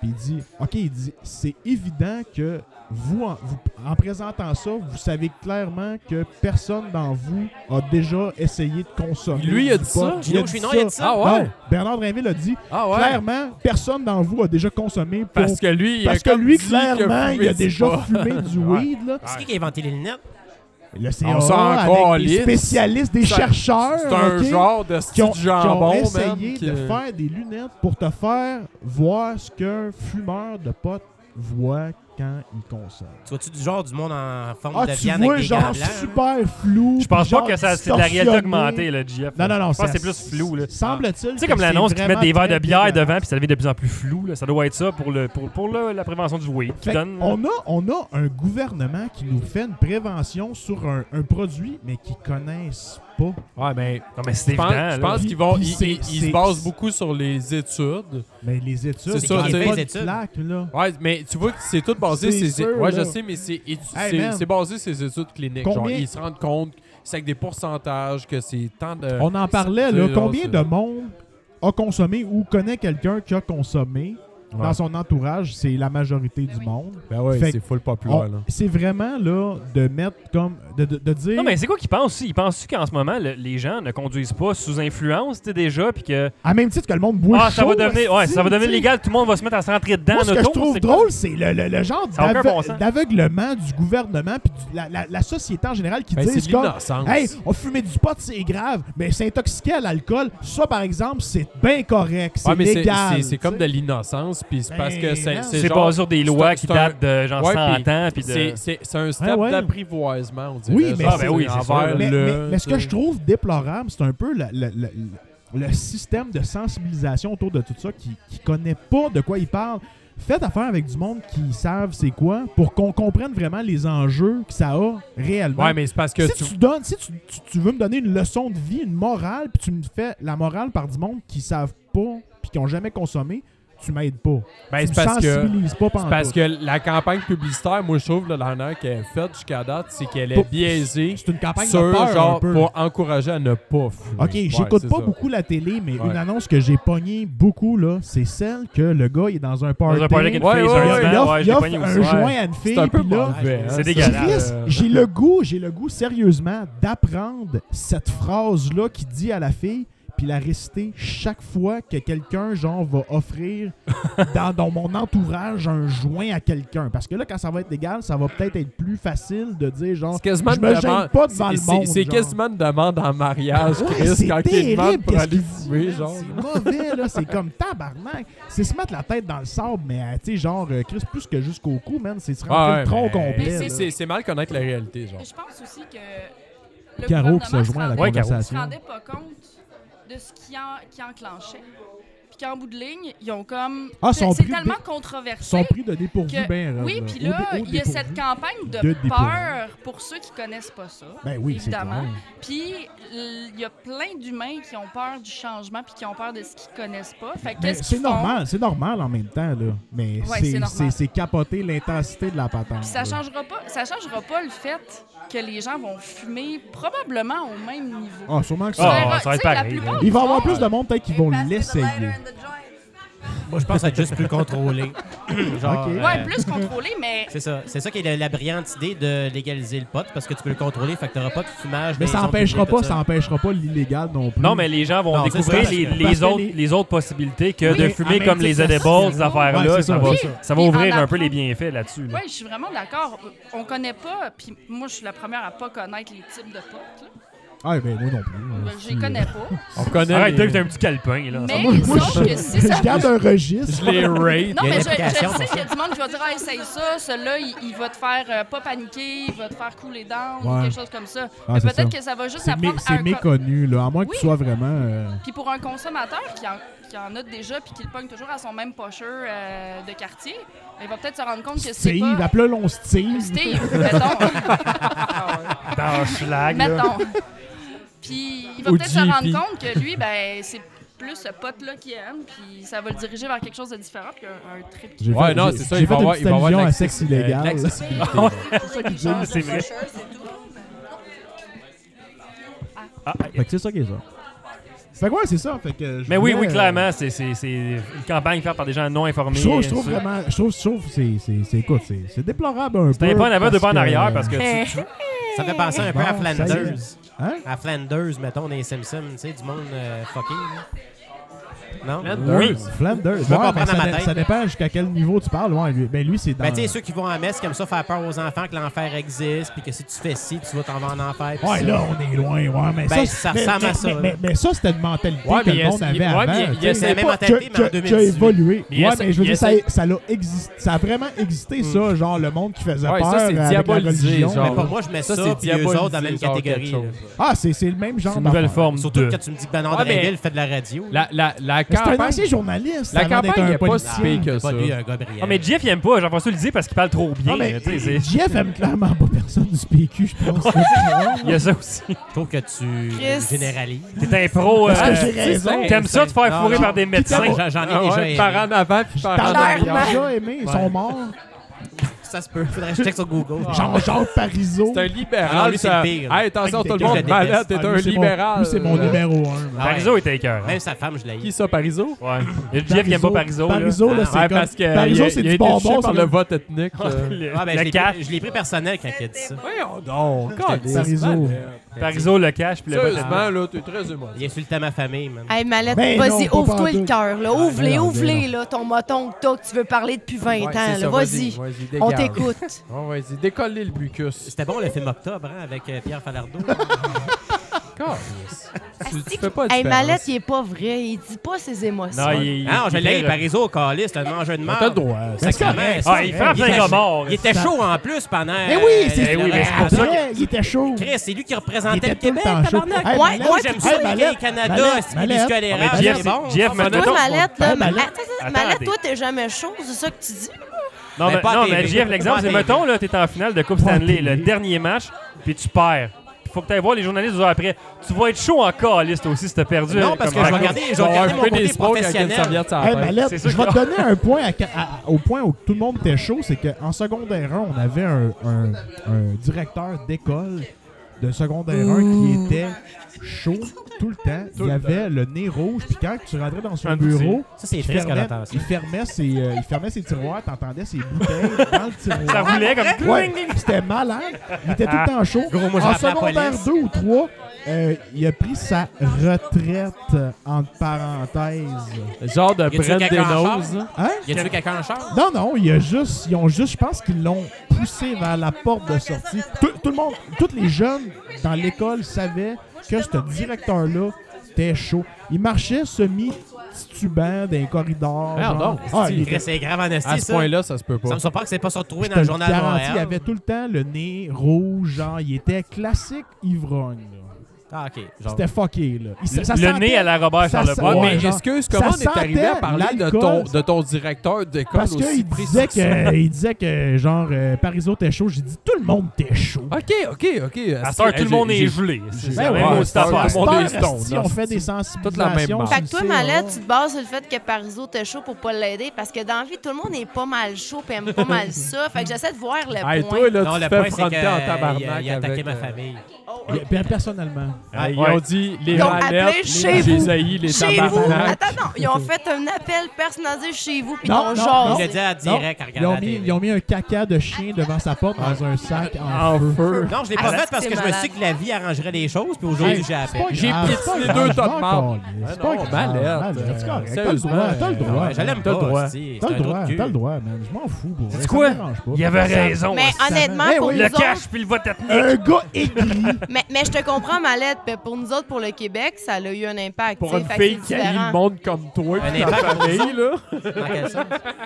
[SPEAKER 1] Puis il dit OK, il dit C'est évident que vous en, vous- en présentant ça, vous savez clairement que personne dans vous a déjà essayé de consommer.
[SPEAKER 4] Lui, il a
[SPEAKER 1] du
[SPEAKER 4] dit
[SPEAKER 1] pot.
[SPEAKER 4] ça?
[SPEAKER 6] Gino Chouinard, il a dit ça?
[SPEAKER 4] Ah
[SPEAKER 1] Non,
[SPEAKER 4] ouais?
[SPEAKER 1] Bernard Drainville a dit
[SPEAKER 4] Ah ouais?
[SPEAKER 1] Clairement, personne dans vous a déjà consommé. pour-
[SPEAKER 4] Parce que lui, il a
[SPEAKER 1] parce que
[SPEAKER 4] comme
[SPEAKER 1] lui,
[SPEAKER 4] dit
[SPEAKER 1] clairement,
[SPEAKER 4] que
[SPEAKER 1] il a
[SPEAKER 4] fumait du
[SPEAKER 1] déjà
[SPEAKER 5] (laughs)
[SPEAKER 4] pot.
[SPEAKER 1] fumé du
[SPEAKER 4] Ouais.
[SPEAKER 1] weed. Là.
[SPEAKER 6] C'est qui qui a inventé les lunettes?
[SPEAKER 1] Le CA
[SPEAKER 7] On s'en
[SPEAKER 1] avec
[SPEAKER 7] calisse.
[SPEAKER 1] des spécialistes, des
[SPEAKER 7] C'est un-
[SPEAKER 1] chercheurs
[SPEAKER 7] C'est un
[SPEAKER 1] ok,
[SPEAKER 7] genre de
[SPEAKER 1] qui ont,
[SPEAKER 7] style
[SPEAKER 1] qui ont
[SPEAKER 7] jambon,
[SPEAKER 1] essayé
[SPEAKER 7] man, qui-
[SPEAKER 1] de faire des lunettes pour te faire voir ce qu'un fumeur de potes voit quand il consomme.
[SPEAKER 6] Tu vois-tu du genre du monde en forme
[SPEAKER 1] Ah,
[SPEAKER 6] de
[SPEAKER 1] tu
[SPEAKER 6] viande
[SPEAKER 1] vois,
[SPEAKER 6] avec des gants
[SPEAKER 1] genre
[SPEAKER 6] blancs?
[SPEAKER 1] super flou.
[SPEAKER 5] Je pense
[SPEAKER 1] puis
[SPEAKER 5] pas
[SPEAKER 1] genre
[SPEAKER 5] que ça- c'est de la réalité
[SPEAKER 1] distorsionné.
[SPEAKER 5] augmentée, le GF.
[SPEAKER 1] Non, non, non.
[SPEAKER 5] Je pense que c'est plus flou. là.
[SPEAKER 1] Semble-t-il.
[SPEAKER 5] Tu sais,
[SPEAKER 1] que
[SPEAKER 5] comme l'annonce qu'ils mettent des verres
[SPEAKER 1] vraiment
[SPEAKER 5] de bière
[SPEAKER 1] très
[SPEAKER 5] devant,
[SPEAKER 1] dégueulasse.
[SPEAKER 5] puis ça devient de plus en plus flou. là. Ça doit être ça pour, le, pour, pour le- la prévention du weed. Tu
[SPEAKER 1] Fait
[SPEAKER 5] donnes-
[SPEAKER 1] on, a, on a un gouvernement qui nous fait une prévention sur un, un produit, mais qui connaissent pas.
[SPEAKER 7] Ouais, mais
[SPEAKER 5] Non, mais c'est
[SPEAKER 7] je pense,
[SPEAKER 5] évident. là.
[SPEAKER 7] je pense
[SPEAKER 1] Puis-
[SPEAKER 7] qu'ils vont.
[SPEAKER 1] puis
[SPEAKER 7] Ils,
[SPEAKER 1] c'est-
[SPEAKER 7] ils- ils
[SPEAKER 1] c'est-
[SPEAKER 7] se basent beaucoup sur les études.
[SPEAKER 1] Mais les études,
[SPEAKER 7] C'est ça,
[SPEAKER 1] il y a
[SPEAKER 7] tu sais.
[SPEAKER 1] pas de
[SPEAKER 6] Les études.
[SPEAKER 1] plaque, là.
[SPEAKER 7] Ouais, mais tu vois que c'est tout basé.
[SPEAKER 1] C'est
[SPEAKER 7] C'est
[SPEAKER 1] sûr,
[SPEAKER 7] ouais,
[SPEAKER 1] là.
[SPEAKER 7] je sais, mais c'est étu-
[SPEAKER 1] Hey,
[SPEAKER 7] c'est-
[SPEAKER 1] man.
[SPEAKER 7] c'est basé sur les études cliniques. Genre,
[SPEAKER 1] Combien-
[SPEAKER 7] ils se rendent compte, c'est avec des pourcentages, que c'est tant de.
[SPEAKER 1] On en parlait,
[SPEAKER 7] c'est-
[SPEAKER 1] là.
[SPEAKER 7] c'est-
[SPEAKER 1] Combien
[SPEAKER 7] c'est-
[SPEAKER 1] de monde a consommé ou connaît quelqu'un qui a consommé dans
[SPEAKER 7] Ouais.
[SPEAKER 1] son entourage? C'est la majorité du monde.
[SPEAKER 7] Ben ouais,
[SPEAKER 1] Fait
[SPEAKER 7] c'est full
[SPEAKER 1] On-
[SPEAKER 7] populaire, là.
[SPEAKER 1] C'est vraiment, là, de mettre comme. de, de- de dire.
[SPEAKER 5] Non, mais c'est quoi qu'ils pensent aussi? Ils pensent qu'en ce moment, le- les gens ne conduisent pas sous influence, tu sais, déjà, puis que.
[SPEAKER 1] À même titre que le monde boit
[SPEAKER 5] ah, ça va
[SPEAKER 1] chaud,
[SPEAKER 5] devenir, ouais,
[SPEAKER 1] hostie,
[SPEAKER 5] ça va devenir
[SPEAKER 1] tu sais.
[SPEAKER 5] légal, tout le monde va se mettre à se rentrer dedans
[SPEAKER 1] Moi,
[SPEAKER 5] en
[SPEAKER 1] ce que je
[SPEAKER 5] auto,
[SPEAKER 1] trouve
[SPEAKER 5] c'est-
[SPEAKER 1] drôle, c'est le, le- le genre
[SPEAKER 5] Ça a aucun
[SPEAKER 1] d'ave-
[SPEAKER 5] bon sens.
[SPEAKER 1] d'aveuglement du gouvernement puis du- la, la- la société en général qui
[SPEAKER 7] Ben, c'est
[SPEAKER 1] disent
[SPEAKER 7] de
[SPEAKER 1] comme
[SPEAKER 7] l'innocence.
[SPEAKER 1] Hey, on fumait du pot, c'est grave, mais s'intoxiquer à l'alcool, ça par exemple, c'est bien correct, c'est
[SPEAKER 7] Ouais, mais c'est-
[SPEAKER 1] légal.
[SPEAKER 7] c'est- c'est comme de
[SPEAKER 1] tu sais.
[SPEAKER 7] l'innocence, puis c'est parce
[SPEAKER 1] Ben,
[SPEAKER 7] que c'est.
[SPEAKER 1] non.
[SPEAKER 5] C'est
[SPEAKER 7] genre-
[SPEAKER 5] basé sur des
[SPEAKER 7] c'est
[SPEAKER 5] lois
[SPEAKER 7] un-
[SPEAKER 5] qui
[SPEAKER 7] c'est un-
[SPEAKER 5] datent de genre
[SPEAKER 7] Ouais,
[SPEAKER 5] 100
[SPEAKER 7] puis
[SPEAKER 5] ans. Puis de...
[SPEAKER 7] C'est- C'est c'est un step
[SPEAKER 1] Ah ouais.
[SPEAKER 7] d'apprivoisement, on dirait.
[SPEAKER 1] Oui,
[SPEAKER 7] genre,
[SPEAKER 1] mais Ah, ben
[SPEAKER 7] c'est
[SPEAKER 5] oui, c'est sûr.
[SPEAKER 7] envers
[SPEAKER 1] mais,
[SPEAKER 7] le-
[SPEAKER 1] mais- mais ce que
[SPEAKER 7] tu
[SPEAKER 1] je trouve déplorable, c'est un peu le, le- le- le- le système de sensibilisation autour de tout ça qui, qui connaît pas de quoi il parle. Faites affaire avec du monde qui savent c'est quoi pour qu'on comprenne vraiment les enjeux que ça a réellement.
[SPEAKER 7] Ouais, mais c'est parce que
[SPEAKER 1] si tu, donnes, si tu, tu- tu veux me donner une leçon de vie, une morale, puis tu me fais la morale par du monde qui savent pas, puis qui ont jamais consommé, tu m'aides pas.
[SPEAKER 7] Ben,
[SPEAKER 1] tu
[SPEAKER 7] c'est
[SPEAKER 1] me
[SPEAKER 7] parce que-
[SPEAKER 1] sensibilises pas
[SPEAKER 7] C'est
[SPEAKER 1] pendant
[SPEAKER 7] parce que la campagne publicitaire, moi, je trouve, là, l'honneur qu'elle est faite jusqu'à date, c'est qu'elle est biaisée
[SPEAKER 1] C'est une campagne
[SPEAKER 7] sur,
[SPEAKER 1] de peur
[SPEAKER 7] genre,
[SPEAKER 1] un peu.
[SPEAKER 7] pour encourager à ne pas fumer.
[SPEAKER 1] Ok,
[SPEAKER 7] Ouais,
[SPEAKER 1] j'écoute
[SPEAKER 7] c'est
[SPEAKER 1] pas
[SPEAKER 7] ça.
[SPEAKER 1] beaucoup la télé, mais
[SPEAKER 7] Ouais.
[SPEAKER 1] une annonce que j'ai pognée beaucoup, là, c'est celle que le gars, il est dans un party.
[SPEAKER 5] Dans un party avec une
[SPEAKER 7] Ouais,
[SPEAKER 5] fille,
[SPEAKER 7] ouais,
[SPEAKER 1] il
[SPEAKER 5] sérieusement,
[SPEAKER 1] offre, il offre-
[SPEAKER 5] ouais, je
[SPEAKER 1] il
[SPEAKER 5] l'ai
[SPEAKER 1] offre
[SPEAKER 5] poigné
[SPEAKER 1] un
[SPEAKER 5] aussi, ouais.
[SPEAKER 1] joint à une fille,
[SPEAKER 7] C'est un peu
[SPEAKER 1] puis là,
[SPEAKER 7] mauvais. hein,
[SPEAKER 5] C'est
[SPEAKER 7] ça.
[SPEAKER 5] dégueulasse.
[SPEAKER 1] Chris, j'ai le goût, j'ai le goût sérieusement d'apprendre cette phrase-là qui dit à la fille, puis la réciter chaque fois que quelqu'un, genre, va
[SPEAKER 7] (laughs)
[SPEAKER 1] offrir dans, dans mon entourage un joint à quelqu'un. Parce que là, quand ça va être légal, ça va peut-être être plus facile de dire, genre,
[SPEAKER 7] C'est quasiment
[SPEAKER 1] Je
[SPEAKER 7] une
[SPEAKER 1] me gêne
[SPEAKER 7] demande-
[SPEAKER 1] pas devant le
[SPEAKER 7] c'est-
[SPEAKER 1] monde,
[SPEAKER 7] C'est
[SPEAKER 1] genre.
[SPEAKER 7] quasiment une demande en mariage,
[SPEAKER 1] Ouais,
[SPEAKER 7] Chris,
[SPEAKER 1] (laughs) c'est
[SPEAKER 7] quand il
[SPEAKER 1] terrible,
[SPEAKER 7] demande pour
[SPEAKER 1] qu'est-ce
[SPEAKER 7] aller
[SPEAKER 1] qu'il dit,
[SPEAKER 7] fumer,
[SPEAKER 1] man,
[SPEAKER 7] genre.
[SPEAKER 1] C'est mauvais, là. C'est comme tabarnak. C'est se mettre la tête dans le sable, mais, euh, tu sais, genre, euh, Chris, plus que jusqu'au cou, man, c'est se rentrer
[SPEAKER 7] Ah ouais,
[SPEAKER 1] le tronc
[SPEAKER 7] mais-
[SPEAKER 1] complet.
[SPEAKER 7] c'est-
[SPEAKER 1] là.
[SPEAKER 7] C'est c'est mal connaître la réalité, genre.
[SPEAKER 8] Je pense aussi que le
[SPEAKER 1] Caro qui se
[SPEAKER 8] gouvernement
[SPEAKER 1] joint à la
[SPEAKER 8] rendait-
[SPEAKER 1] conversation.
[SPEAKER 8] se rendait pas compte de ce qui, en- qui enclenchait. Puis qu'en bout de ligne, ils ont comme...
[SPEAKER 1] Ah,
[SPEAKER 8] c'est
[SPEAKER 1] sont
[SPEAKER 8] c'est
[SPEAKER 1] pris
[SPEAKER 8] tellement
[SPEAKER 1] dé-
[SPEAKER 8] controversé.
[SPEAKER 1] Sont pris de dépourvu,
[SPEAKER 8] que-
[SPEAKER 1] ben, raide,
[SPEAKER 8] oui, puis
[SPEAKER 1] Au
[SPEAKER 8] là,
[SPEAKER 1] dé- au
[SPEAKER 8] il y a
[SPEAKER 1] dépourvu.
[SPEAKER 8] cette campagne de,
[SPEAKER 1] De dépourvu.
[SPEAKER 8] peur pour ceux qui connaissent pas ça,
[SPEAKER 1] Ben oui, c'est
[SPEAKER 8] évidemment.
[SPEAKER 1] clair.
[SPEAKER 8] Puis il y a plein d'humains qui ont peur du changement puis qui ont peur de ce qu'ils connaissent pas. Fait que
[SPEAKER 1] Mais
[SPEAKER 8] qu'est-ce
[SPEAKER 1] Ben, C'est
[SPEAKER 8] qu'ils font?
[SPEAKER 1] normal, c'est normal en même temps, là. Mais
[SPEAKER 8] Ouais,
[SPEAKER 1] c'est-
[SPEAKER 8] c'est normal.
[SPEAKER 1] c'est- c'est capoter l'intensité de la patente.
[SPEAKER 8] Puis ça
[SPEAKER 1] là.
[SPEAKER 8] changera pas, ça changera pas le fait que les gens vont fumer probablement au même niveau.
[SPEAKER 1] Ah, sûrement que
[SPEAKER 8] Tu
[SPEAKER 5] Ah,
[SPEAKER 1] ça.
[SPEAKER 8] verras,
[SPEAKER 5] ça va
[SPEAKER 8] tu
[SPEAKER 5] être
[SPEAKER 8] sais, la
[SPEAKER 5] pareil,
[SPEAKER 8] plupart
[SPEAKER 5] là.
[SPEAKER 8] du euh,
[SPEAKER 1] Il va y avoir
[SPEAKER 8] monde-
[SPEAKER 1] plus de monde peut-être qui vont l'essayer.
[SPEAKER 6] Moi, je pense être juste plus
[SPEAKER 1] (coughs)
[SPEAKER 6] contrôlé. genre,
[SPEAKER 1] Ok.
[SPEAKER 6] euh,
[SPEAKER 8] Ouais, plus contrôlé, mais
[SPEAKER 6] C'est ça. C'est ça qui est la, la brillante idée de légaliser le pot parce que tu peux le contrôler, fait que t'auras pas de fumage.
[SPEAKER 1] Mais
[SPEAKER 6] dans
[SPEAKER 1] ça
[SPEAKER 6] les zones
[SPEAKER 1] empêchera
[SPEAKER 6] publiques,
[SPEAKER 1] pas,
[SPEAKER 6] tout
[SPEAKER 1] ça empêchera pas l'illégal non plus.
[SPEAKER 5] Non, mais les gens vont
[SPEAKER 6] Non, c'est
[SPEAKER 5] découvrir
[SPEAKER 6] ça,
[SPEAKER 5] les,
[SPEAKER 6] parce
[SPEAKER 1] que-
[SPEAKER 5] les
[SPEAKER 1] parce que
[SPEAKER 5] autres,
[SPEAKER 1] les-
[SPEAKER 5] les autres possibilités que
[SPEAKER 8] Oui,
[SPEAKER 5] de
[SPEAKER 1] mais en
[SPEAKER 5] fumer
[SPEAKER 1] même
[SPEAKER 5] comme
[SPEAKER 1] titre,
[SPEAKER 5] les
[SPEAKER 1] ça-
[SPEAKER 5] edibles, ces
[SPEAKER 1] ça-
[SPEAKER 5] affaires-là.
[SPEAKER 1] Ouais, c'est
[SPEAKER 5] ça,
[SPEAKER 1] ça,
[SPEAKER 5] va,
[SPEAKER 1] oui.
[SPEAKER 5] ça va
[SPEAKER 8] Puis
[SPEAKER 5] ouvrir
[SPEAKER 8] en
[SPEAKER 5] un peu les
[SPEAKER 8] apprendre.
[SPEAKER 5] bienfaits là-dessus. là.
[SPEAKER 8] ouais, je suis vraiment d'accord. On connaît pas, puis moi, je suis la première à pas connaître les types de potes. là.
[SPEAKER 1] Ah, ben moi non plus. euh.
[SPEAKER 8] Ben, Je les connais pas.
[SPEAKER 7] On connaît.
[SPEAKER 5] Arrête,
[SPEAKER 7] les-
[SPEAKER 5] Dave, t'es un petit calepin. Là,
[SPEAKER 8] Mais
[SPEAKER 1] Ah, moi, moi,
[SPEAKER 8] sauf que si ça
[SPEAKER 1] Je garde un registre.
[SPEAKER 7] Je les rate.
[SPEAKER 8] Non,
[SPEAKER 6] Il y a
[SPEAKER 8] mais
[SPEAKER 6] une
[SPEAKER 8] je, je
[SPEAKER 6] application
[SPEAKER 8] sais
[SPEAKER 6] pour
[SPEAKER 8] qu'il y a du monde qui va dire Ah, essaye ça, celui-là, il, il va te faire euh, pas paniquer, il va te faire couler dents ou
[SPEAKER 1] Ouais.
[SPEAKER 8] quelque chose comme ça.
[SPEAKER 1] Ah,
[SPEAKER 8] Mais
[SPEAKER 1] c'est
[SPEAKER 8] peut-être
[SPEAKER 1] ça.
[SPEAKER 8] que ça va juste
[SPEAKER 1] C'est mé-
[SPEAKER 8] apprendre à
[SPEAKER 1] c'est
[SPEAKER 8] un co-
[SPEAKER 1] méconnu, là. À moins que
[SPEAKER 8] Oui.
[SPEAKER 1] tu sois vraiment. euh,
[SPEAKER 8] Puis pour un consommateur qui en, qui en a déjà puis qui le pogne toujours à son même pocheur euh, de quartier, il va peut-être se rendre compte que c'est
[SPEAKER 1] Steve,
[SPEAKER 8] pas...
[SPEAKER 1] appelons on Steve.
[SPEAKER 8] Steve, mettons.
[SPEAKER 5] Dans schlag. là.
[SPEAKER 8] mettons.
[SPEAKER 7] (laughs)
[SPEAKER 8] Puis il va
[SPEAKER 7] Ou
[SPEAKER 8] peut-être se rendre
[SPEAKER 7] GP.
[SPEAKER 8] compte que lui, ben c'est plus ce pote-là qu'il aime, puis ça va le diriger vers quelque chose de différent, puis un, un trip
[SPEAKER 1] J'ai
[SPEAKER 7] Ouais,
[SPEAKER 1] fait-
[SPEAKER 7] non,
[SPEAKER 1] j'ai-
[SPEAKER 7] c'est ça.
[SPEAKER 1] J'ai
[SPEAKER 7] Il
[SPEAKER 1] fait
[SPEAKER 7] va
[SPEAKER 1] une
[SPEAKER 7] avoir, il
[SPEAKER 1] petite
[SPEAKER 7] va avoir de
[SPEAKER 1] allusion à
[SPEAKER 7] l'accessi-
[SPEAKER 1] sexe
[SPEAKER 7] euh, de
[SPEAKER 5] (laughs)
[SPEAKER 1] illégal. là.
[SPEAKER 7] l'accessibilité.
[SPEAKER 5] Ah, C'est vrai.
[SPEAKER 1] Fait que c'est ça qui est ça. Fait que ouais, c'est ça. Fait que euh, je
[SPEAKER 5] Mais oui,
[SPEAKER 1] voulais,
[SPEAKER 5] oui,
[SPEAKER 1] euh,
[SPEAKER 5] clairement, c'est c'est- c'est une campagne faite par des gens non informés.
[SPEAKER 1] Je trouve, je trouve
[SPEAKER 5] sur-
[SPEAKER 1] vraiment, je trouve, je trouve, c'est, c'est, c'est, écoute, c'est, c'est déplorable un peu.
[SPEAKER 5] T'es un pas en avant, deux
[SPEAKER 1] parce
[SPEAKER 5] pas en
[SPEAKER 1] que-
[SPEAKER 5] arrière parce que tu- tu,
[SPEAKER 6] ça. Ça me fait penser un peu
[SPEAKER 1] Bon,
[SPEAKER 6] à
[SPEAKER 1] ça y est.
[SPEAKER 6] Flanders.
[SPEAKER 1] Hein?
[SPEAKER 6] À Flanders, mettons, dans les Simpsons, tu sais, du monde euh, fucking. là. Non?
[SPEAKER 5] Flanders. Oui.
[SPEAKER 1] Flanders.
[SPEAKER 6] Je veux
[SPEAKER 1] Ouais,
[SPEAKER 6] pas
[SPEAKER 1] mais
[SPEAKER 6] prendre
[SPEAKER 1] ça,
[SPEAKER 6] à ma
[SPEAKER 1] dé-
[SPEAKER 6] tête,
[SPEAKER 1] ça
[SPEAKER 6] mais-
[SPEAKER 1] dépend jusqu'à quel niveau tu parles. Ouais, lui, ben lui, c'est dans.
[SPEAKER 6] Ben, tu sais, ceux qui vont à messe comme ça, faire peur aux enfants que l'enfer existe, puis que si tu fais ci, tu vas t'en vas en enfer. puis
[SPEAKER 1] ouais,
[SPEAKER 6] ça.
[SPEAKER 1] là, on est loin. Ouais, mais
[SPEAKER 6] Ben,
[SPEAKER 1] ça,
[SPEAKER 6] ça
[SPEAKER 1] mais-
[SPEAKER 6] ressemble
[SPEAKER 1] mais-
[SPEAKER 6] à ça,
[SPEAKER 1] mais-
[SPEAKER 6] là.
[SPEAKER 1] Mais, mais ça, c'était une mentalité
[SPEAKER 5] Ouais,
[SPEAKER 1] que
[SPEAKER 5] mais il y
[SPEAKER 1] le
[SPEAKER 5] a-
[SPEAKER 1] monde avait
[SPEAKER 5] il- ouais,
[SPEAKER 1] avant.
[SPEAKER 5] mais il y a
[SPEAKER 1] tu sais.
[SPEAKER 5] essayé-
[SPEAKER 6] C'est la même
[SPEAKER 5] pas-
[SPEAKER 6] mentalité,
[SPEAKER 1] Qui-
[SPEAKER 6] mais en
[SPEAKER 1] qui-
[SPEAKER 6] 2018.
[SPEAKER 1] qui a évolué.
[SPEAKER 5] Il
[SPEAKER 1] ouais,
[SPEAKER 5] essa-
[SPEAKER 1] mais je veux
[SPEAKER 5] il
[SPEAKER 1] dire, ça,
[SPEAKER 5] essaie-
[SPEAKER 1] ça l'a existé. Ça a vraiment existé, ça, genre le monde qui faisait
[SPEAKER 4] Ouais,
[SPEAKER 1] peur.
[SPEAKER 4] ça, c'est
[SPEAKER 1] avec la
[SPEAKER 4] diabolisé,
[SPEAKER 1] religion.
[SPEAKER 4] genre.
[SPEAKER 6] Mais pour moi, je mets ça,
[SPEAKER 4] c'est
[SPEAKER 6] puis eux autres dans la
[SPEAKER 4] diabolisé,
[SPEAKER 6] même
[SPEAKER 4] genre,
[SPEAKER 6] catégorie.
[SPEAKER 4] quelque
[SPEAKER 6] là.
[SPEAKER 4] chose.
[SPEAKER 1] Ah, c'est c'est le même genre
[SPEAKER 5] C'est une nouvelle
[SPEAKER 1] d'affaire.
[SPEAKER 5] forme
[SPEAKER 6] Surtout
[SPEAKER 5] de...
[SPEAKER 6] quand tu me dis que Bernard
[SPEAKER 4] Ouais, mais-
[SPEAKER 6] Drinville fait de la radio.
[SPEAKER 4] La, la, la
[SPEAKER 1] Mais C'est un
[SPEAKER 4] campagne,
[SPEAKER 1] ancien journaliste.
[SPEAKER 4] la
[SPEAKER 1] avant d'être
[SPEAKER 4] campagne
[SPEAKER 1] un
[SPEAKER 4] est pas
[SPEAKER 1] policier.
[SPEAKER 4] si pire que
[SPEAKER 6] C'est
[SPEAKER 4] ça.
[SPEAKER 6] Ah, pas lui, un Gabriel.
[SPEAKER 5] Ah, mais Jeff, il aime pas Jean-François Lisée parce qu'il parle trop bien.
[SPEAKER 1] Ah, mais
[SPEAKER 5] tu sais, c'est-
[SPEAKER 1] Jeff aime clairement pas personne du PQ, je pense.
[SPEAKER 5] Il y a ça
[SPEAKER 6] (laughs)
[SPEAKER 5] aussi.
[SPEAKER 6] Je trouve que tu
[SPEAKER 9] Chris.
[SPEAKER 6] généralises.
[SPEAKER 5] T'es un pro.
[SPEAKER 1] Parce que
[SPEAKER 5] euh,
[SPEAKER 1] j'ai raison.
[SPEAKER 5] T'aimes ça te faire
[SPEAKER 6] Non,
[SPEAKER 5] fourrer
[SPEAKER 6] non.
[SPEAKER 5] par des médecins.
[SPEAKER 6] J'en j'en ai
[SPEAKER 4] Ah
[SPEAKER 6] déjà
[SPEAKER 4] ouais,
[SPEAKER 6] aimé.
[SPEAKER 4] par en avant, puis par en
[SPEAKER 1] T'en as
[SPEAKER 4] arrière.
[SPEAKER 1] déjà aimé, ils sont morts.
[SPEAKER 6] Ça se peut. Faudrait que je check sur Google.
[SPEAKER 1] Ah. Jean-Jacques Parizeau.
[SPEAKER 4] C'est un
[SPEAKER 6] Ah non,
[SPEAKER 4] libéral.
[SPEAKER 6] lui, Ah. c'est
[SPEAKER 4] ça.
[SPEAKER 6] le pire.
[SPEAKER 4] Hey, attention,
[SPEAKER 6] Ah,
[SPEAKER 4] tout le
[SPEAKER 6] je le
[SPEAKER 4] monde
[SPEAKER 6] déteste.
[SPEAKER 4] malade, t'es
[SPEAKER 1] Ah,
[SPEAKER 4] un
[SPEAKER 1] lui, c'est mon-
[SPEAKER 4] libéral.
[SPEAKER 1] lui, c'est mon
[SPEAKER 4] Euh,
[SPEAKER 1] numéro 1.
[SPEAKER 6] Ah ouais.
[SPEAKER 5] Parizeau était écœur.
[SPEAKER 6] Même sa femme, je l'ai.
[SPEAKER 4] Qui ça, Parizeau?
[SPEAKER 5] Ouais. Il y a Jeff qui aime pas Parizeau. là. Ah,
[SPEAKER 1] Parizeau, là, c'est
[SPEAKER 4] Ouais,
[SPEAKER 1] comme-
[SPEAKER 4] parce que.
[SPEAKER 1] Parizeau,
[SPEAKER 4] il a-
[SPEAKER 1] c'est
[SPEAKER 4] il a
[SPEAKER 1] du
[SPEAKER 4] été touché
[SPEAKER 1] bonbon.
[SPEAKER 4] par
[SPEAKER 1] ça,
[SPEAKER 4] le
[SPEAKER 1] là.
[SPEAKER 4] vote ethnique. euh.
[SPEAKER 5] Le,
[SPEAKER 6] (laughs) Ah, ben, je
[SPEAKER 5] le
[SPEAKER 6] l'ai
[SPEAKER 5] cash.
[SPEAKER 6] pris- je l'ai pris personnel quand il a dit ça.
[SPEAKER 4] Voyons donc,
[SPEAKER 5] Ah,
[SPEAKER 1] Je te dis, Parizeau.
[SPEAKER 5] euh, Parizeau, le cash, puis le vote.
[SPEAKER 4] Sérieusement, là, t'es très
[SPEAKER 6] Il
[SPEAKER 4] émotif.
[SPEAKER 6] insultait ma famille, man.
[SPEAKER 10] Hey, Mallette,
[SPEAKER 1] Ben non,
[SPEAKER 10] vas-y,
[SPEAKER 1] pas
[SPEAKER 10] ouvre-toi
[SPEAKER 1] pantoute.
[SPEAKER 10] le cœur, là. Ouvre-les,
[SPEAKER 1] non,
[SPEAKER 10] ouvre-les,
[SPEAKER 1] ben
[SPEAKER 10] là, ton moton que t'as, que tu veux parler depuis 20
[SPEAKER 4] Ouais,
[SPEAKER 10] ans,
[SPEAKER 4] c'est
[SPEAKER 10] là.
[SPEAKER 4] ça,
[SPEAKER 10] Vas-y,
[SPEAKER 4] vas-y,
[SPEAKER 10] on
[SPEAKER 4] dégage.
[SPEAKER 1] (laughs)
[SPEAKER 10] t'écoute.
[SPEAKER 4] Ouais, vas-y, décollez le bucus.
[SPEAKER 6] C'était bon le film Octobre hein, avec euh, Pierre Falardeau.
[SPEAKER 4] Câlisse. Tu- Tu
[SPEAKER 10] Asti-
[SPEAKER 4] fais pas de
[SPEAKER 10] Hey, Mallette,
[SPEAKER 4] différence.
[SPEAKER 10] il est pas vrai. Il dit pas ses émotions.
[SPEAKER 5] Non, il, il-
[SPEAKER 6] non, Ah,
[SPEAKER 5] euh,
[SPEAKER 6] je
[SPEAKER 5] il
[SPEAKER 6] l'ai,
[SPEAKER 5] était-
[SPEAKER 6] Parizeau au calice, le mangeur de
[SPEAKER 4] T'as le
[SPEAKER 6] marde.
[SPEAKER 4] droit.
[SPEAKER 1] Mais c'est correct.
[SPEAKER 5] Ah, il frappe un gars mort.
[SPEAKER 6] Il était chaud en plus pendant.
[SPEAKER 1] Mais oui,
[SPEAKER 6] euh,
[SPEAKER 1] c'est
[SPEAKER 5] Eh oui, mais c'est pour
[SPEAKER 1] c'est
[SPEAKER 5] ça
[SPEAKER 1] vrai, Il était chaud.
[SPEAKER 6] Chris, c'est lui qui
[SPEAKER 1] Il
[SPEAKER 6] représentait
[SPEAKER 1] était
[SPEAKER 6] le
[SPEAKER 1] tout le
[SPEAKER 6] Québec,
[SPEAKER 1] temps chaud. Hey,
[SPEAKER 6] tabarnak.
[SPEAKER 10] Ouais,
[SPEAKER 1] Mallette,
[SPEAKER 6] Moi,
[SPEAKER 10] ouais,
[SPEAKER 6] j'aime
[SPEAKER 10] tout
[SPEAKER 6] ça,
[SPEAKER 10] ça,
[SPEAKER 6] le
[SPEAKER 1] Mallette,
[SPEAKER 6] Canada,
[SPEAKER 1] Mallette,
[SPEAKER 6] c'est
[SPEAKER 1] Mallette.
[SPEAKER 6] biscuit à
[SPEAKER 5] Ah, mais
[SPEAKER 6] l'érable,
[SPEAKER 5] Jeff,
[SPEAKER 6] c'est bon.
[SPEAKER 5] Jeff, mais
[SPEAKER 10] Toi,
[SPEAKER 5] mettons-
[SPEAKER 10] Mallette, là,
[SPEAKER 1] Hey, Mallette.
[SPEAKER 10] attends, attends,
[SPEAKER 5] Attendez.
[SPEAKER 10] Mallette, toi, t'es jamais chaud, c'est ça que tu dis?
[SPEAKER 5] Non,
[SPEAKER 6] Mais
[SPEAKER 5] mais,
[SPEAKER 6] pas à
[SPEAKER 5] non,
[SPEAKER 6] TV,
[SPEAKER 5] mais Jeff, l'exemple,
[SPEAKER 6] pas à
[SPEAKER 5] c'est
[SPEAKER 6] TV.
[SPEAKER 5] mettons, là, t'es en finale de Coupe
[SPEAKER 1] Pas à
[SPEAKER 5] Stanley,
[SPEAKER 1] TV.
[SPEAKER 5] le dernier match, puis tu perds. Il faut que tu ailles voir les journalistes deux heures après. Tu vas être chaud encore, liste aussi, si t'as perdu.
[SPEAKER 6] Non,
[SPEAKER 5] euh,
[SPEAKER 6] parce
[SPEAKER 5] comme
[SPEAKER 6] que je
[SPEAKER 5] un-
[SPEAKER 6] vais regarder, je vais regarder mon côté professionnel.
[SPEAKER 1] Hey,
[SPEAKER 5] ah, ben, c'est
[SPEAKER 1] Mallette,
[SPEAKER 5] sûr
[SPEAKER 1] je vais
[SPEAKER 5] que-
[SPEAKER 1] te donner un point à- à- au point où tout le monde était chaud, c'est qu'en secondaire 1, on avait un, un- un directeur d'école de secondaire 1 qui était chaud tout le temps. Il avait le nez rouge, puis quand tu rentrais dans son
[SPEAKER 5] Un
[SPEAKER 1] bureau,
[SPEAKER 6] Ça, c'est
[SPEAKER 1] il
[SPEAKER 6] triste quand
[SPEAKER 1] fermait,
[SPEAKER 6] on entend ça.
[SPEAKER 1] il fermait ses, euh, il fermait ses tiroirs, t'entendais ses bouteilles dans
[SPEAKER 5] (laughs)
[SPEAKER 1] le
[SPEAKER 5] Ça
[SPEAKER 6] Ah,
[SPEAKER 1] tiroir.
[SPEAKER 5] roulait comme.
[SPEAKER 1] Ouais, c'était malade. Il était tout le temps chaud.
[SPEAKER 6] Gros, moi, je
[SPEAKER 1] en
[SPEAKER 6] rappelle la
[SPEAKER 1] secondaire
[SPEAKER 6] police.
[SPEAKER 1] 2 ou 3, euh, il a pris sa retraite euh, entre parenthèses.
[SPEAKER 4] Genre de
[SPEAKER 6] Y a-tu
[SPEAKER 4] Brent
[SPEAKER 6] quelqu'un en
[SPEAKER 4] Desnos. là.
[SPEAKER 1] Hein?
[SPEAKER 6] Y a-tu quelqu'un en charge?
[SPEAKER 1] Non, non, il a juste, ils ont juste, je pense qu'ils l'ont poussé vers la porte de sortie. Tout, tout le monde, tous les jeunes dans l'école savaient que ce directeur-là était chaud. Il marchait semi-titubant dans les corridors.
[SPEAKER 4] Merde,
[SPEAKER 1] genre.
[SPEAKER 4] donc,
[SPEAKER 1] Ah, il
[SPEAKER 4] c'est-
[SPEAKER 1] était-
[SPEAKER 6] Chris, C'est grave en
[SPEAKER 4] À
[SPEAKER 6] esti,
[SPEAKER 4] ce
[SPEAKER 6] ça.
[SPEAKER 4] point-là, ça se peut
[SPEAKER 6] Ça
[SPEAKER 4] pas.
[SPEAKER 6] me surprend que c'est pas se retrouvé
[SPEAKER 1] je
[SPEAKER 6] dans
[SPEAKER 1] te
[SPEAKER 6] le
[SPEAKER 1] le
[SPEAKER 6] journal de
[SPEAKER 1] garantis, il avait
[SPEAKER 6] Montréal.
[SPEAKER 1] tout le temps le nez rouge, genre, il était classique ivrogne. là.
[SPEAKER 6] Ah, OK. genre.
[SPEAKER 1] C'était fucké, là. Il- ça- ça
[SPEAKER 5] Le
[SPEAKER 1] sentait-
[SPEAKER 5] nez à la Robert
[SPEAKER 1] ça
[SPEAKER 5] Charlebois.
[SPEAKER 1] sent-
[SPEAKER 4] Ouais,
[SPEAKER 5] Mais
[SPEAKER 1] Ouais,
[SPEAKER 4] mais
[SPEAKER 1] genre,
[SPEAKER 4] excuse,
[SPEAKER 1] ça
[SPEAKER 4] comment on est arrivé à
[SPEAKER 1] sentait
[SPEAKER 4] parler de
[SPEAKER 1] l'alcool.
[SPEAKER 4] ton, de ton directeur d'école
[SPEAKER 1] Parce
[SPEAKER 4] aussi
[SPEAKER 1] qu'il
[SPEAKER 4] précis
[SPEAKER 1] disait
[SPEAKER 4] que ça?
[SPEAKER 1] que, il disait que, genre, euh, Parizeau, t'es chaud. J'ai dit, tout le monde, t'es chaud.
[SPEAKER 4] Ok, ok, ok.
[SPEAKER 5] à cette heure, tout le monde est
[SPEAKER 4] J'ai-
[SPEAKER 5] gelé. C'est
[SPEAKER 1] Ben
[SPEAKER 5] la même
[SPEAKER 1] ouais,
[SPEAKER 5] grosse
[SPEAKER 4] à cette heure,
[SPEAKER 5] affaire.
[SPEAKER 4] tout le monde est
[SPEAKER 1] Pasteur,
[SPEAKER 4] stone,
[SPEAKER 1] si
[SPEAKER 4] là.
[SPEAKER 1] on fait des
[SPEAKER 4] Toute la même
[SPEAKER 1] sensibilisations.
[SPEAKER 4] marque.
[SPEAKER 10] Fait
[SPEAKER 1] tu
[SPEAKER 10] que toi,
[SPEAKER 1] le sais,
[SPEAKER 10] Mallette,
[SPEAKER 1] là.
[SPEAKER 10] tu te bases sur le fait que Parizeau t'es chaud pour pas l'aider parce que dans la vie, tout le monde est pas mal chaud et aime pas mal ça. Fait que j'essaie de voir le
[SPEAKER 4] Hey,
[SPEAKER 10] point.
[SPEAKER 4] toi, là,
[SPEAKER 6] Non,
[SPEAKER 4] tu
[SPEAKER 6] le
[SPEAKER 4] te
[SPEAKER 6] point,
[SPEAKER 4] fais
[SPEAKER 6] c'est
[SPEAKER 4] fronter en
[SPEAKER 6] qu'il
[SPEAKER 4] tabarnak.
[SPEAKER 6] a, il a attaqué
[SPEAKER 4] avec,
[SPEAKER 6] ma
[SPEAKER 4] euh,
[SPEAKER 6] famille.
[SPEAKER 10] Oh,
[SPEAKER 1] Il- ben, Personnellement.
[SPEAKER 4] hey, Ils
[SPEAKER 5] Ouais.
[SPEAKER 4] ont dit les
[SPEAKER 10] Ils ont
[SPEAKER 4] mallettes,
[SPEAKER 10] appelé chez
[SPEAKER 4] j'ai
[SPEAKER 10] vous.
[SPEAKER 4] haï les
[SPEAKER 10] Chez vous,
[SPEAKER 4] tabarnak.
[SPEAKER 10] attends, non, ils ont fait un appel personnalisé chez vous, puis ils
[SPEAKER 1] Non,
[SPEAKER 10] t'ont
[SPEAKER 1] non,
[SPEAKER 10] jasé.
[SPEAKER 1] non.
[SPEAKER 6] Il a dit à direct en
[SPEAKER 1] Ils
[SPEAKER 6] regardant
[SPEAKER 1] ont,
[SPEAKER 6] la
[SPEAKER 1] mis,
[SPEAKER 6] télé.
[SPEAKER 1] ils ont mis un caca de chien devant sa porte dans un sac en
[SPEAKER 4] En
[SPEAKER 1] feu.
[SPEAKER 4] feu.
[SPEAKER 6] Non, je l'ai pas
[SPEAKER 10] Ah,
[SPEAKER 6] fait parce
[SPEAKER 10] c'est
[SPEAKER 6] que je me
[SPEAKER 10] malade.
[SPEAKER 6] suis dit que la vie arrangerait les choses, puis aujourd'hui, j'ai appelé.
[SPEAKER 4] J'ai piétiné deux tas de marde.
[SPEAKER 1] C'est
[SPEAKER 4] Ah
[SPEAKER 1] pas
[SPEAKER 4] non,
[SPEAKER 1] grave.
[SPEAKER 4] Mallette,
[SPEAKER 1] Mallette, c'est correct. T'as le
[SPEAKER 4] sérieusement,
[SPEAKER 1] droit, t'as le
[SPEAKER 4] euh,
[SPEAKER 1] droit.
[SPEAKER 6] euh, Ouais, je l'aime
[SPEAKER 4] T'as
[SPEAKER 6] pas.
[SPEAKER 4] le droit.
[SPEAKER 6] hostie.
[SPEAKER 1] T'as
[SPEAKER 6] C'est
[SPEAKER 1] le
[SPEAKER 6] un trou
[SPEAKER 1] droit,
[SPEAKER 6] de cul.
[SPEAKER 1] t'as le droit, man. Je m'en fous, pour vrai.
[SPEAKER 5] C'est
[SPEAKER 1] Ça
[SPEAKER 5] quoi?
[SPEAKER 1] me dérange pas.
[SPEAKER 5] Il avait raison.
[SPEAKER 10] Mais
[SPEAKER 5] ça.
[SPEAKER 10] honnêtement,
[SPEAKER 1] Ben
[SPEAKER 10] pour
[SPEAKER 1] oui.
[SPEAKER 10] nous
[SPEAKER 5] Le
[SPEAKER 10] autres,
[SPEAKER 5] cash, puis le vote ethnique.
[SPEAKER 1] Un gars aigri.
[SPEAKER 10] mais, mais je te comprends, Mallette, mais pour nous autres, pour le Québec, ça a eu un impact.
[SPEAKER 4] Pour
[SPEAKER 10] tu sais,
[SPEAKER 4] une
[SPEAKER 10] fait que
[SPEAKER 4] fille
[SPEAKER 10] c'est
[SPEAKER 4] qui haït
[SPEAKER 10] différent.
[SPEAKER 4] le monde comme toi
[SPEAKER 6] Un
[SPEAKER 4] et ta
[SPEAKER 6] impact.
[SPEAKER 4] famille, là.
[SPEAKER 6] Dans quel sens?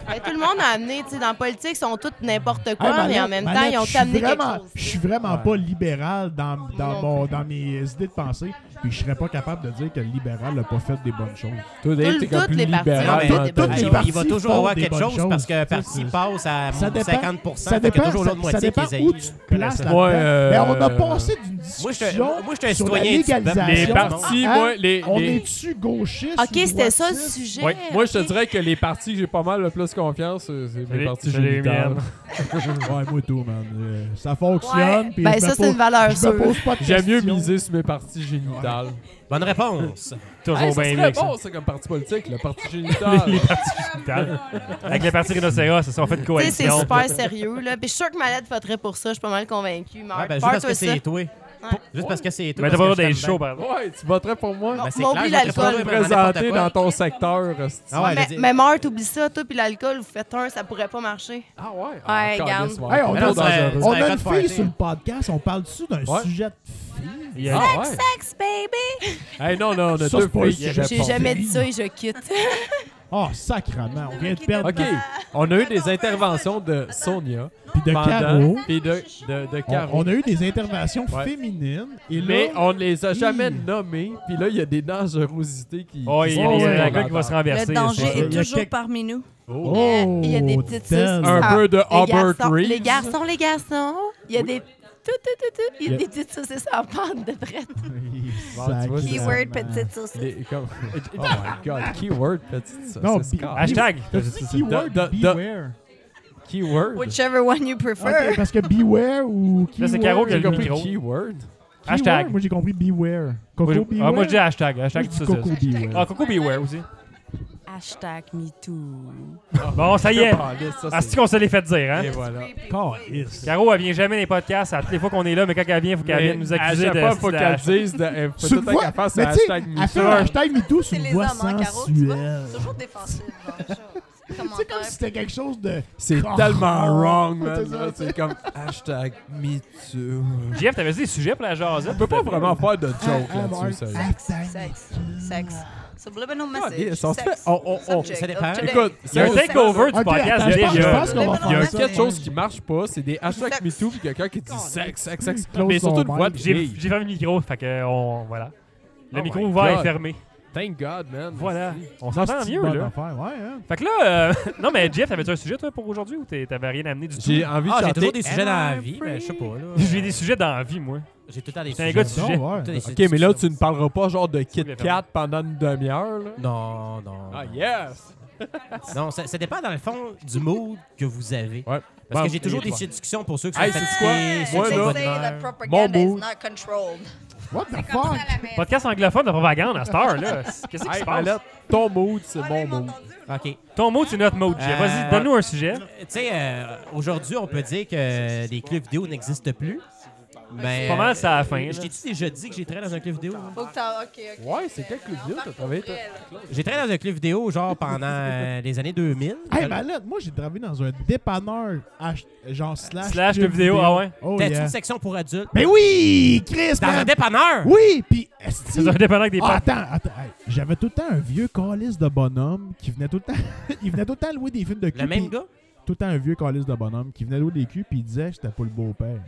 [SPEAKER 10] Mais tout le monde a amené, tu sais, dans la politique, ils sont tous n'importe
[SPEAKER 1] Hey,
[SPEAKER 10] quoi, mais en
[SPEAKER 1] Mallette,
[SPEAKER 10] même temps,
[SPEAKER 1] Mallette,
[SPEAKER 10] ils ont
[SPEAKER 1] Ah, je suis
[SPEAKER 10] amené quelque
[SPEAKER 1] vraiment-
[SPEAKER 10] chose.
[SPEAKER 1] Je suis vraiment pas libéral dans, dans,
[SPEAKER 10] Non
[SPEAKER 1] mon- dans mes idées de pensée, puis je serais pas capable de dire que le libéral n'a pas fait des bonnes choses. Ah,
[SPEAKER 4] Toi, Dave, t'es comme
[SPEAKER 10] toutes
[SPEAKER 4] plus
[SPEAKER 10] les parties.
[SPEAKER 6] Non,
[SPEAKER 4] libéral.
[SPEAKER 6] mais
[SPEAKER 1] tout-
[SPEAKER 4] dans
[SPEAKER 10] toutes
[SPEAKER 4] ton-
[SPEAKER 1] les
[SPEAKER 6] il-
[SPEAKER 1] partis
[SPEAKER 6] il va toujours avoir
[SPEAKER 1] font des
[SPEAKER 6] quelque
[SPEAKER 1] bonnes
[SPEAKER 6] chose parce que
[SPEAKER 1] choses.
[SPEAKER 6] le parti
[SPEAKER 1] Ça,
[SPEAKER 6] passe à
[SPEAKER 1] Ça dépend,
[SPEAKER 6] 50
[SPEAKER 1] ça
[SPEAKER 6] fait qu'il y
[SPEAKER 1] dépend,
[SPEAKER 6] a toujours
[SPEAKER 1] ça,
[SPEAKER 6] l'autre
[SPEAKER 1] ça
[SPEAKER 6] moitié qui
[SPEAKER 1] dépend
[SPEAKER 6] les haït.
[SPEAKER 1] où tu te places là-dedans.
[SPEAKER 4] Ouais, euh,
[SPEAKER 1] Ben, on a passé d'une
[SPEAKER 6] Moi, je te-
[SPEAKER 1] discussion
[SPEAKER 6] moi, je te un
[SPEAKER 1] sur la
[SPEAKER 6] citoyen qui se bat.
[SPEAKER 4] Les
[SPEAKER 1] légalisation.
[SPEAKER 4] partis,
[SPEAKER 1] Hein?
[SPEAKER 4] moi, les.
[SPEAKER 1] On
[SPEAKER 4] les-
[SPEAKER 1] est-tu gauchiste
[SPEAKER 10] OK,
[SPEAKER 1] ou
[SPEAKER 10] c'était ça le
[SPEAKER 1] droitiste?
[SPEAKER 10] sujet.
[SPEAKER 4] Ouais. Moi, je te
[SPEAKER 10] OK.
[SPEAKER 4] dirais que les parties que j'ai pas mal le plus confiance, euh, c'est
[SPEAKER 5] C'est
[SPEAKER 4] les
[SPEAKER 5] les-
[SPEAKER 4] parties
[SPEAKER 5] c'est les
[SPEAKER 4] génitales.
[SPEAKER 5] miennes.
[SPEAKER 1] ouais, moi tout, man. Euh, ça
[SPEAKER 10] Ouais.
[SPEAKER 1] fonctionne. puis
[SPEAKER 10] Ben,
[SPEAKER 1] je me
[SPEAKER 10] ça, c'est
[SPEAKER 1] pose-
[SPEAKER 10] une valeur
[SPEAKER 1] Je me
[SPEAKER 10] sûre.
[SPEAKER 1] pose pas de
[SPEAKER 4] (laughs) J'aime mieux
[SPEAKER 1] questions.
[SPEAKER 4] miser sur mes parties génitales.
[SPEAKER 6] Bonne réponse.
[SPEAKER 4] Hey,
[SPEAKER 5] Toujours
[SPEAKER 4] ça
[SPEAKER 5] bien mieux
[SPEAKER 4] serait
[SPEAKER 5] que ça. (laughs)
[SPEAKER 4] bon, ça, comme parti politique, le (laughs) parti génital.
[SPEAKER 10] (laughs)
[SPEAKER 5] Avec les parties rhinocéros, ça sont fait de
[SPEAKER 10] Tu sais, c'est
[SPEAKER 5] coalition.
[SPEAKER 10] super sérieux, là. Puis je suis sûre que Mallette voterait pour ça, je suis pas mal convaincue. Mais
[SPEAKER 6] Ah, ben,
[SPEAKER 10] Hart,
[SPEAKER 6] juste parce
[SPEAKER 10] toi,
[SPEAKER 6] que
[SPEAKER 10] ça.
[SPEAKER 6] c'est toi. Juste parce que c'est toi.
[SPEAKER 5] Mais t'as
[SPEAKER 6] parce
[SPEAKER 5] pas
[SPEAKER 6] que
[SPEAKER 5] le droit des
[SPEAKER 6] je t'aime
[SPEAKER 5] shows,
[SPEAKER 6] bien.
[SPEAKER 5] par exemple.
[SPEAKER 7] Ouais, tu voterais pour moi.
[SPEAKER 10] Non,
[SPEAKER 6] Ben, c'est
[SPEAKER 10] mais
[SPEAKER 6] clair,
[SPEAKER 10] oublie
[SPEAKER 6] je
[SPEAKER 7] Tu me
[SPEAKER 10] l'alcool.
[SPEAKER 6] voterais pour toi, mais n'importe
[SPEAKER 7] présenter
[SPEAKER 6] quoi.
[SPEAKER 7] dans ton secteur. hostie.
[SPEAKER 6] Ah ouais,
[SPEAKER 10] mais,
[SPEAKER 6] je veux dire-
[SPEAKER 10] mais mort, t'oublies ça, toi, puis l'alcool, vous faites un, ça pourrait pas marcher.
[SPEAKER 7] Ah ouais?
[SPEAKER 10] Ouais, garde.
[SPEAKER 1] Hey, on
[SPEAKER 7] on
[SPEAKER 1] Mais non,
[SPEAKER 7] est
[SPEAKER 1] tourne
[SPEAKER 6] c'est-
[SPEAKER 7] dangereux.
[SPEAKER 1] On
[SPEAKER 6] Ça va
[SPEAKER 1] a
[SPEAKER 6] pas
[SPEAKER 1] une
[SPEAKER 6] te
[SPEAKER 1] fille
[SPEAKER 6] faire,
[SPEAKER 1] sur
[SPEAKER 6] t'sais.
[SPEAKER 1] le podcast, on parle dessus d'un
[SPEAKER 7] Ouais.
[SPEAKER 1] sujet de fille?
[SPEAKER 5] Il y a-
[SPEAKER 7] Ah ouais?
[SPEAKER 10] Sex, baby!
[SPEAKER 7] Hey, non, non, on a
[SPEAKER 1] Ça,
[SPEAKER 7] deux
[SPEAKER 1] c'est pas le
[SPEAKER 7] filles. qui
[SPEAKER 1] sujet.
[SPEAKER 7] répondent.
[SPEAKER 10] J'ai jamais dit ça et je quitte.
[SPEAKER 1] Oh, sacrement, on vient de perdre
[SPEAKER 7] OK, on a eu des interventions de Sonia,
[SPEAKER 1] puis de
[SPEAKER 7] pendant-
[SPEAKER 1] Caro.
[SPEAKER 7] puis de, de, de
[SPEAKER 1] On,
[SPEAKER 7] Caro.
[SPEAKER 1] on a eu des interventions
[SPEAKER 7] Ouais.
[SPEAKER 1] féminines et là,
[SPEAKER 7] Mais on ne les a jamais
[SPEAKER 1] Hi.
[SPEAKER 7] nommées, puis là, il y a des dangerosités qui.
[SPEAKER 5] Oh, il y a
[SPEAKER 1] Oh,
[SPEAKER 5] il y
[SPEAKER 1] ouais.
[SPEAKER 5] a un gars qui va se renverser.
[SPEAKER 2] Le
[SPEAKER 5] c'est
[SPEAKER 2] danger
[SPEAKER 5] ça.
[SPEAKER 1] Il y a
[SPEAKER 2] est toujours
[SPEAKER 1] quelques-
[SPEAKER 2] parmi nous.
[SPEAKER 7] Oh.
[SPEAKER 1] oh,
[SPEAKER 10] Il y a des petites
[SPEAKER 1] tellement.
[SPEAKER 10] suces.
[SPEAKER 7] Un
[SPEAKER 10] Ah,
[SPEAKER 7] peu de
[SPEAKER 10] les
[SPEAKER 7] Robert
[SPEAKER 10] garçons,
[SPEAKER 7] Reeves.
[SPEAKER 10] Les garçons, les garçons. Il y a des. Tout, tout, tout, tout. Il y a
[SPEAKER 1] Le-
[SPEAKER 10] des petites saucisses en pâte de prête.
[SPEAKER 1] Sacrement.
[SPEAKER 2] Keyword petite saucisse.
[SPEAKER 7] Les- (laughs) comme- oh my god, keyword petite saucisse.
[SPEAKER 1] Non, bi-
[SPEAKER 7] carré.
[SPEAKER 5] Hashtag.
[SPEAKER 1] T'as-tu dit keyword
[SPEAKER 7] Da- da-
[SPEAKER 1] ou
[SPEAKER 7] da-
[SPEAKER 1] beware?
[SPEAKER 7] keyword.
[SPEAKER 2] Whichever one you prefer.
[SPEAKER 1] Ok, parce que beware ou keyword?
[SPEAKER 5] Là, c'est Caro qui a
[SPEAKER 7] J'ai
[SPEAKER 5] le
[SPEAKER 7] compris
[SPEAKER 5] micro.
[SPEAKER 7] keyword.
[SPEAKER 1] Keyword?
[SPEAKER 5] Hashtag.
[SPEAKER 1] Moi, j'ai compris beware. Coco
[SPEAKER 5] Moi, je-
[SPEAKER 1] beware.
[SPEAKER 5] ah, moi, je dis hashtag. Hashtag
[SPEAKER 1] Moi, je dis
[SPEAKER 5] tout
[SPEAKER 1] Coco
[SPEAKER 5] ça. Ah,
[SPEAKER 1] beware.
[SPEAKER 5] Coco Beware aussi.
[SPEAKER 10] Hashtag MeToo.
[SPEAKER 5] Bon, ça y est.
[SPEAKER 7] Ah, Eh là, ça,
[SPEAKER 5] Ah,
[SPEAKER 7] c'est-
[SPEAKER 5] c'est qu'on se l'est fait dire, hein?
[SPEAKER 7] Et voilà.
[SPEAKER 1] Calisse.
[SPEAKER 5] Caro, elle vient jamais dans les podcasts. À toutes les fois qu'on est là, mais quand elle vient, faut qu'elle
[SPEAKER 7] Mais
[SPEAKER 5] vienne nous accuser
[SPEAKER 7] à chaque
[SPEAKER 5] de.
[SPEAKER 7] fois, faut
[SPEAKER 5] de-
[SPEAKER 7] qu'elle dise. de- elle- Faut
[SPEAKER 1] Sur
[SPEAKER 7] tout
[SPEAKER 1] une
[SPEAKER 7] le temps
[SPEAKER 1] voix-
[SPEAKER 7] qu'elle fasse
[SPEAKER 1] mais
[SPEAKER 7] un
[SPEAKER 1] tu sais,
[SPEAKER 7] hashtag
[SPEAKER 1] elle fait un
[SPEAKER 7] MeToo.
[SPEAKER 1] hashtag MeToo sur
[SPEAKER 2] C'est
[SPEAKER 1] une
[SPEAKER 2] les
[SPEAKER 1] voix
[SPEAKER 2] hommes en carreau, tu vois.
[SPEAKER 1] sensuelle.
[SPEAKER 2] C'est toujours défensif. genre,
[SPEAKER 1] (laughs)
[SPEAKER 2] ça.
[SPEAKER 1] C'est comme si c'était quelque chose de...
[SPEAKER 7] (laughs) C'est
[SPEAKER 1] Oh.
[SPEAKER 7] tellement wrong,
[SPEAKER 1] C'est ça,
[SPEAKER 7] man. C'est (laughs) comme hashtag MeToo.
[SPEAKER 5] Jeff, t'avais dit des sujets pour la jasette.
[SPEAKER 7] On peut pas vraiment faire de
[SPEAKER 1] Ah,
[SPEAKER 7] joke
[SPEAKER 1] ah, bon,
[SPEAKER 7] là-dessus, sérieux.
[SPEAKER 1] hashtag
[SPEAKER 2] Sexe.
[SPEAKER 1] MeToo.
[SPEAKER 2] Sexe. Subliminal
[SPEAKER 7] Ah,
[SPEAKER 2] message.
[SPEAKER 7] yes, on se fait-
[SPEAKER 2] Sexe.
[SPEAKER 7] on- on- on-
[SPEAKER 2] Subject.
[SPEAKER 6] ça dépend.
[SPEAKER 2] Object.
[SPEAKER 7] Écoute,
[SPEAKER 5] Il y a un
[SPEAKER 7] sérieux,
[SPEAKER 5] takeover du
[SPEAKER 1] Ok,
[SPEAKER 5] podcast
[SPEAKER 1] attends, je
[SPEAKER 5] déjà.
[SPEAKER 1] pense- je pense qu'on va
[SPEAKER 2] Il
[SPEAKER 7] Il y a
[SPEAKER 1] faire ça.
[SPEAKER 7] quelque chose qui marche pas, c'est des hashtags
[SPEAKER 2] Sexe.
[SPEAKER 7] MeToo puis quelqu'un qui dit sexe, sexe, sexe.
[SPEAKER 1] Close
[SPEAKER 7] Mais surtout
[SPEAKER 1] son
[SPEAKER 7] une voix de
[SPEAKER 1] mic.
[SPEAKER 5] J'ai
[SPEAKER 7] fille.
[SPEAKER 5] j'ai fermé le micro, fait que on. Voilà. Le
[SPEAKER 7] Oh
[SPEAKER 5] micro
[SPEAKER 7] my
[SPEAKER 5] ouvert
[SPEAKER 7] God.
[SPEAKER 5] est fermé.
[SPEAKER 7] Thank God, man.
[SPEAKER 5] Voilà. On
[SPEAKER 1] Non,
[SPEAKER 5] s'entend
[SPEAKER 1] c'est
[SPEAKER 5] mieux,
[SPEAKER 1] une bonne
[SPEAKER 5] là.
[SPEAKER 1] affaire, ouais, hein.
[SPEAKER 5] Fait que là, euh, (laughs) non, mais Jeff, t'avais-tu un sujet, toi, pour aujourd'hui ou t'es- t'avais rien amené du tout?
[SPEAKER 7] J'ai envie de
[SPEAKER 6] Ah, j'ai
[SPEAKER 7] chanter.
[SPEAKER 6] toujours des sujets dans la
[SPEAKER 7] Am I
[SPEAKER 6] vie, mais je sais
[SPEAKER 7] free?
[SPEAKER 6] pas. là.
[SPEAKER 5] J'ai des sujets dans la vie, moi.
[SPEAKER 6] J'ai tout le temps des
[SPEAKER 5] J'étais
[SPEAKER 6] sujets.
[SPEAKER 5] un gars de sujet.
[SPEAKER 1] Non, ouais.
[SPEAKER 6] Tout le temps des
[SPEAKER 7] Ok,
[SPEAKER 6] sujets.
[SPEAKER 7] mais là, tu ne parleras pas genre de Kit
[SPEAKER 5] voulais faire
[SPEAKER 7] Kat pendant une demi-heure, là.
[SPEAKER 6] Non, non.
[SPEAKER 7] Ah, yes!
[SPEAKER 6] Non, ça, ça dépend dans le fond du mood que vous
[SPEAKER 7] Ouais.
[SPEAKER 6] avez. Parce
[SPEAKER 7] Bon,
[SPEAKER 6] que j'ai toujours
[SPEAKER 7] et
[SPEAKER 6] des
[SPEAKER 7] toi.
[SPEAKER 6] discussions pour ceux qui sont
[SPEAKER 7] Hey, c'est quoi?
[SPEAKER 6] fatigués, ceux
[SPEAKER 7] Moi,
[SPEAKER 6] qui sont
[SPEAKER 7] là,
[SPEAKER 6] de
[SPEAKER 2] They
[SPEAKER 6] bonne
[SPEAKER 2] say that
[SPEAKER 6] humeur.
[SPEAKER 2] propaganda
[SPEAKER 7] Mon
[SPEAKER 2] is
[SPEAKER 7] mot.
[SPEAKER 2] not controlled.
[SPEAKER 1] What the fuck?
[SPEAKER 5] Podcast anglophone de propagande à cette
[SPEAKER 7] (laughs)
[SPEAKER 5] heure, là. Qu'est-ce qui
[SPEAKER 7] Hey,
[SPEAKER 5] se passe?
[SPEAKER 7] Palette, ton mood, c'est
[SPEAKER 2] Ah,
[SPEAKER 7] mon
[SPEAKER 2] l'avez
[SPEAKER 7] mood.
[SPEAKER 2] entendu?
[SPEAKER 6] OK.
[SPEAKER 5] Ton mot, c'est notre mot, Jeff. Vas-y,
[SPEAKER 6] Euh,
[SPEAKER 5] donne-nous un sujet.
[SPEAKER 6] Tu sais, euh, aujourd'hui, on peut dire que les clubs vidéo n'existent plus. Mais,
[SPEAKER 5] Pas mal, ça à la fin,
[SPEAKER 6] euh,
[SPEAKER 5] là.
[SPEAKER 6] Je t'ai-tu déjà dit que j'ai travaillé dans un club vidéo? là?
[SPEAKER 2] Faut que t'en- OK, OK.
[SPEAKER 7] Ouais, c'est quelques vidéos, t'as travaillé. toi.
[SPEAKER 6] J'ai travaillé dans un club vidéo, genre, pendant euh, les années 2000.
[SPEAKER 1] Hey, malade, moi j'ai travaillé dans un dépanneur, H- genre slash.
[SPEAKER 5] Slash
[SPEAKER 1] jeux
[SPEAKER 5] jeux vidéo, ah ouais?
[SPEAKER 1] Oh,
[SPEAKER 6] T'as-tu
[SPEAKER 1] yeah.
[SPEAKER 6] une section pour adultes?
[SPEAKER 1] Ben oui, Chris,
[SPEAKER 6] Dans un
[SPEAKER 1] man.
[SPEAKER 6] dépanneur!
[SPEAKER 1] Oui, pis esti.
[SPEAKER 5] C'est un dépendant avec des
[SPEAKER 1] Ah,
[SPEAKER 5] pattes.
[SPEAKER 1] attends, attends. hey, J'avais tout le temps un vieux calice de bonhomme qui venait tout le temps. (laughs) il venait tout le temps louer des films de cul.
[SPEAKER 6] Le même
[SPEAKER 1] pis-
[SPEAKER 6] gars?
[SPEAKER 1] Tout le temps un vieux calice de bonhomme qui venait louer des culs puis il disait que j'étais pas le beau-père.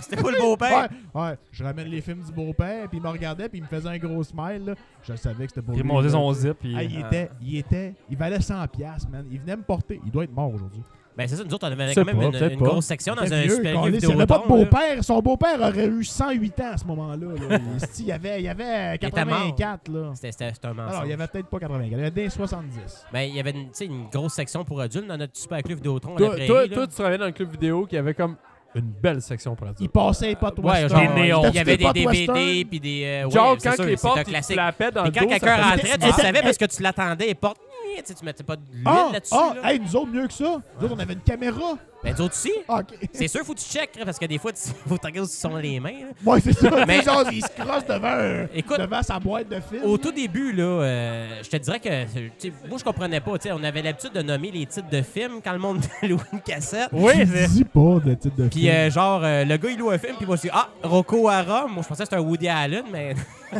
[SPEAKER 6] C'était pas le beau-père!
[SPEAKER 1] Ouais, ouais. Je ramène les films du beau-père puis il me regardait puis il me faisait un gros smile. Là. Je savais que c'était pour
[SPEAKER 5] Il
[SPEAKER 1] lui,
[SPEAKER 5] montait
[SPEAKER 1] là.
[SPEAKER 5] son hein. zip. puis- euh,
[SPEAKER 1] Hey, il était, il était, il valait 100 piastres, man. Il venait me porter. Il doit être mort aujourd'hui.
[SPEAKER 6] Ben c'est ça, nous autres, on avait
[SPEAKER 7] Je sais
[SPEAKER 6] quand même
[SPEAKER 7] pas,
[SPEAKER 6] une,
[SPEAKER 7] peut-être
[SPEAKER 6] une
[SPEAKER 7] pas.
[SPEAKER 6] grosse section dans
[SPEAKER 1] C'était
[SPEAKER 6] un
[SPEAKER 1] vieux,
[SPEAKER 6] super
[SPEAKER 1] câlisse.
[SPEAKER 6] club
[SPEAKER 1] Il n'y avait
[SPEAKER 6] vidéo.
[SPEAKER 1] pas de
[SPEAKER 6] ton, là.
[SPEAKER 1] beau-père. Son beau-père aurait eu 108 ans à ce moment-là.
[SPEAKER 6] (laughs)
[SPEAKER 1] là. Esti, il y avait, il y avait
[SPEAKER 6] Il était mort.
[SPEAKER 1] 84. Là.
[SPEAKER 6] C'était- C'était c'était un mensonge.
[SPEAKER 1] Alors, il n'y avait peut-être pas 84. Il y avait des 70.
[SPEAKER 6] Ben, il y avait une, tu sais, une grosse section pour adultes dans notre super club Vidéotron. à la
[SPEAKER 7] Toi,
[SPEAKER 6] Prairie,
[SPEAKER 7] toi,
[SPEAKER 6] là.
[SPEAKER 7] toi, tu travaillais dans le club vidéo qui avait comme une belle section pour
[SPEAKER 1] Il
[SPEAKER 7] adultes.
[SPEAKER 1] passait les potes
[SPEAKER 6] ouais,
[SPEAKER 1] western.
[SPEAKER 6] genre,
[SPEAKER 5] Des néons.
[SPEAKER 1] C'était-tu
[SPEAKER 6] il y avait des
[SPEAKER 1] potes
[SPEAKER 6] DVD
[SPEAKER 1] western?
[SPEAKER 6] puis des. euh,
[SPEAKER 7] Genre,
[SPEAKER 6] ouais, c'est
[SPEAKER 7] quand
[SPEAKER 6] sûr,
[SPEAKER 7] les
[SPEAKER 6] c'est
[SPEAKER 7] portes,
[SPEAKER 6] un
[SPEAKER 7] ils te
[SPEAKER 6] classique.
[SPEAKER 7] flappaient dans
[SPEAKER 6] Puis
[SPEAKER 7] le
[SPEAKER 6] quand
[SPEAKER 7] dos, ça
[SPEAKER 6] quelqu'un
[SPEAKER 7] faisait-
[SPEAKER 6] rentrait, tu le
[SPEAKER 1] Attends,
[SPEAKER 7] (laughs)
[SPEAKER 6] savais
[SPEAKER 1] hey.
[SPEAKER 6] parce que tu l'attendais, les portes. eh, tu sais, Tu mettais pas de lunettes
[SPEAKER 1] Ah,
[SPEAKER 6] là-dessus.
[SPEAKER 1] ah,
[SPEAKER 6] là.
[SPEAKER 1] hey, nous autres, mieux que ça. Nous autres, on avait une caméra.
[SPEAKER 6] Ben, d'autres aussi.
[SPEAKER 1] Ah, OK.
[SPEAKER 6] (laughs) C'est sûr, faut que tu checkes, parce que des fois, tu- (laughs) faut que tu regardes où sont les mains. là.
[SPEAKER 1] Ouais, c'est ça.
[SPEAKER 6] Mais-
[SPEAKER 1] Mais genre, il se crosse devant, euh,
[SPEAKER 6] Écoute,
[SPEAKER 1] devant sa boîte de film.
[SPEAKER 6] Au tout début, là, euh, je te dirais que euh, tu sais, moi, je comprenais pas. tu sais, On avait l'habitude de nommer les titres de films quand le monde (laughs) louait une cassette.
[SPEAKER 5] Oui, c'est.
[SPEAKER 1] Dis pas de titre de
[SPEAKER 6] Puis
[SPEAKER 1] film.
[SPEAKER 6] euh, genre, euh, le gars, il loue un film, puis moi, je dis « Ah, Rocco à Rome! » Moi, je pensais que c'était un Woody Allen, mais (laughs)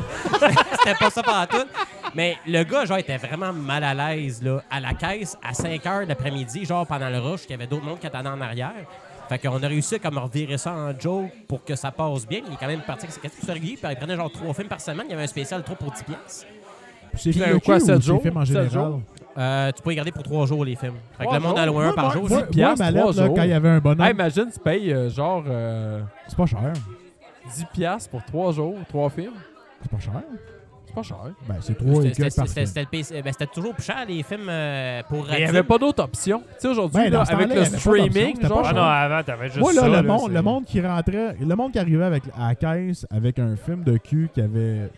[SPEAKER 6] c'était pas ça pas tout. Mais le gars, genre, était vraiment mal à l'aise, là, à la caisse, à 5 h l'après-midi, genre, pendant le rush, qu'il y avait d'autres monde qui attendaient en arrière. Fait qu'on a réussi à comme revirer ça en joke pour que ça passe bien. Il est quand même parti avec ses casquettes réguliers, puis il prenait genre trois films par semaine. Il y avait un spécial 3 pour 10 piastres.
[SPEAKER 1] c'est
[SPEAKER 7] puis,
[SPEAKER 1] fait
[SPEAKER 7] euh, quoi,
[SPEAKER 1] quoi,
[SPEAKER 7] sept
[SPEAKER 1] ça
[SPEAKER 7] jours?
[SPEAKER 1] jours? film en
[SPEAKER 7] Sept
[SPEAKER 1] général.
[SPEAKER 7] jours?
[SPEAKER 6] Euh, tu peux y garder pour trois jours, les films. Fait que
[SPEAKER 7] Trois
[SPEAKER 6] le monde
[SPEAKER 7] jours?
[SPEAKER 6] allait loin un par jour.
[SPEAKER 1] Moi,
[SPEAKER 6] c'est-
[SPEAKER 1] moi,
[SPEAKER 7] piastres,
[SPEAKER 1] ma lettre,
[SPEAKER 7] trois
[SPEAKER 1] là,
[SPEAKER 7] jours.
[SPEAKER 1] quand il y avait un bonhomme,
[SPEAKER 7] Hey, imagine, tu payes euh, genre euh,
[SPEAKER 1] c'est pas cher.
[SPEAKER 7] 10 piastres pour 3 jours, 3 films.
[SPEAKER 1] C'est pas cher.
[SPEAKER 7] C'est pas cher.
[SPEAKER 1] Ben, c'est trois
[SPEAKER 6] C'était-
[SPEAKER 1] écueils
[SPEAKER 6] C'était
[SPEAKER 1] par film.
[SPEAKER 6] c'était- c'était le PC- ben, c'était toujours plus cher, les films euh, pour
[SPEAKER 7] Mais il n'y
[SPEAKER 6] adultes.
[SPEAKER 7] avait pas d'autre option. Tu sais, aujourd'hui,
[SPEAKER 1] Ben,
[SPEAKER 7] là,
[SPEAKER 1] dans ce
[SPEAKER 7] avec
[SPEAKER 1] temps-là,
[SPEAKER 7] le
[SPEAKER 1] il y avait pas d'option,
[SPEAKER 7] streaming,
[SPEAKER 1] c'était pas
[SPEAKER 7] genre.
[SPEAKER 5] Ah non, avant, t'avais juste
[SPEAKER 1] Moi, là,
[SPEAKER 5] ça,
[SPEAKER 1] le, monde,
[SPEAKER 5] c'est-
[SPEAKER 1] le monde qui rentrait, le monde qui arrivait avec, à la caisse avec un film de cul qui avait,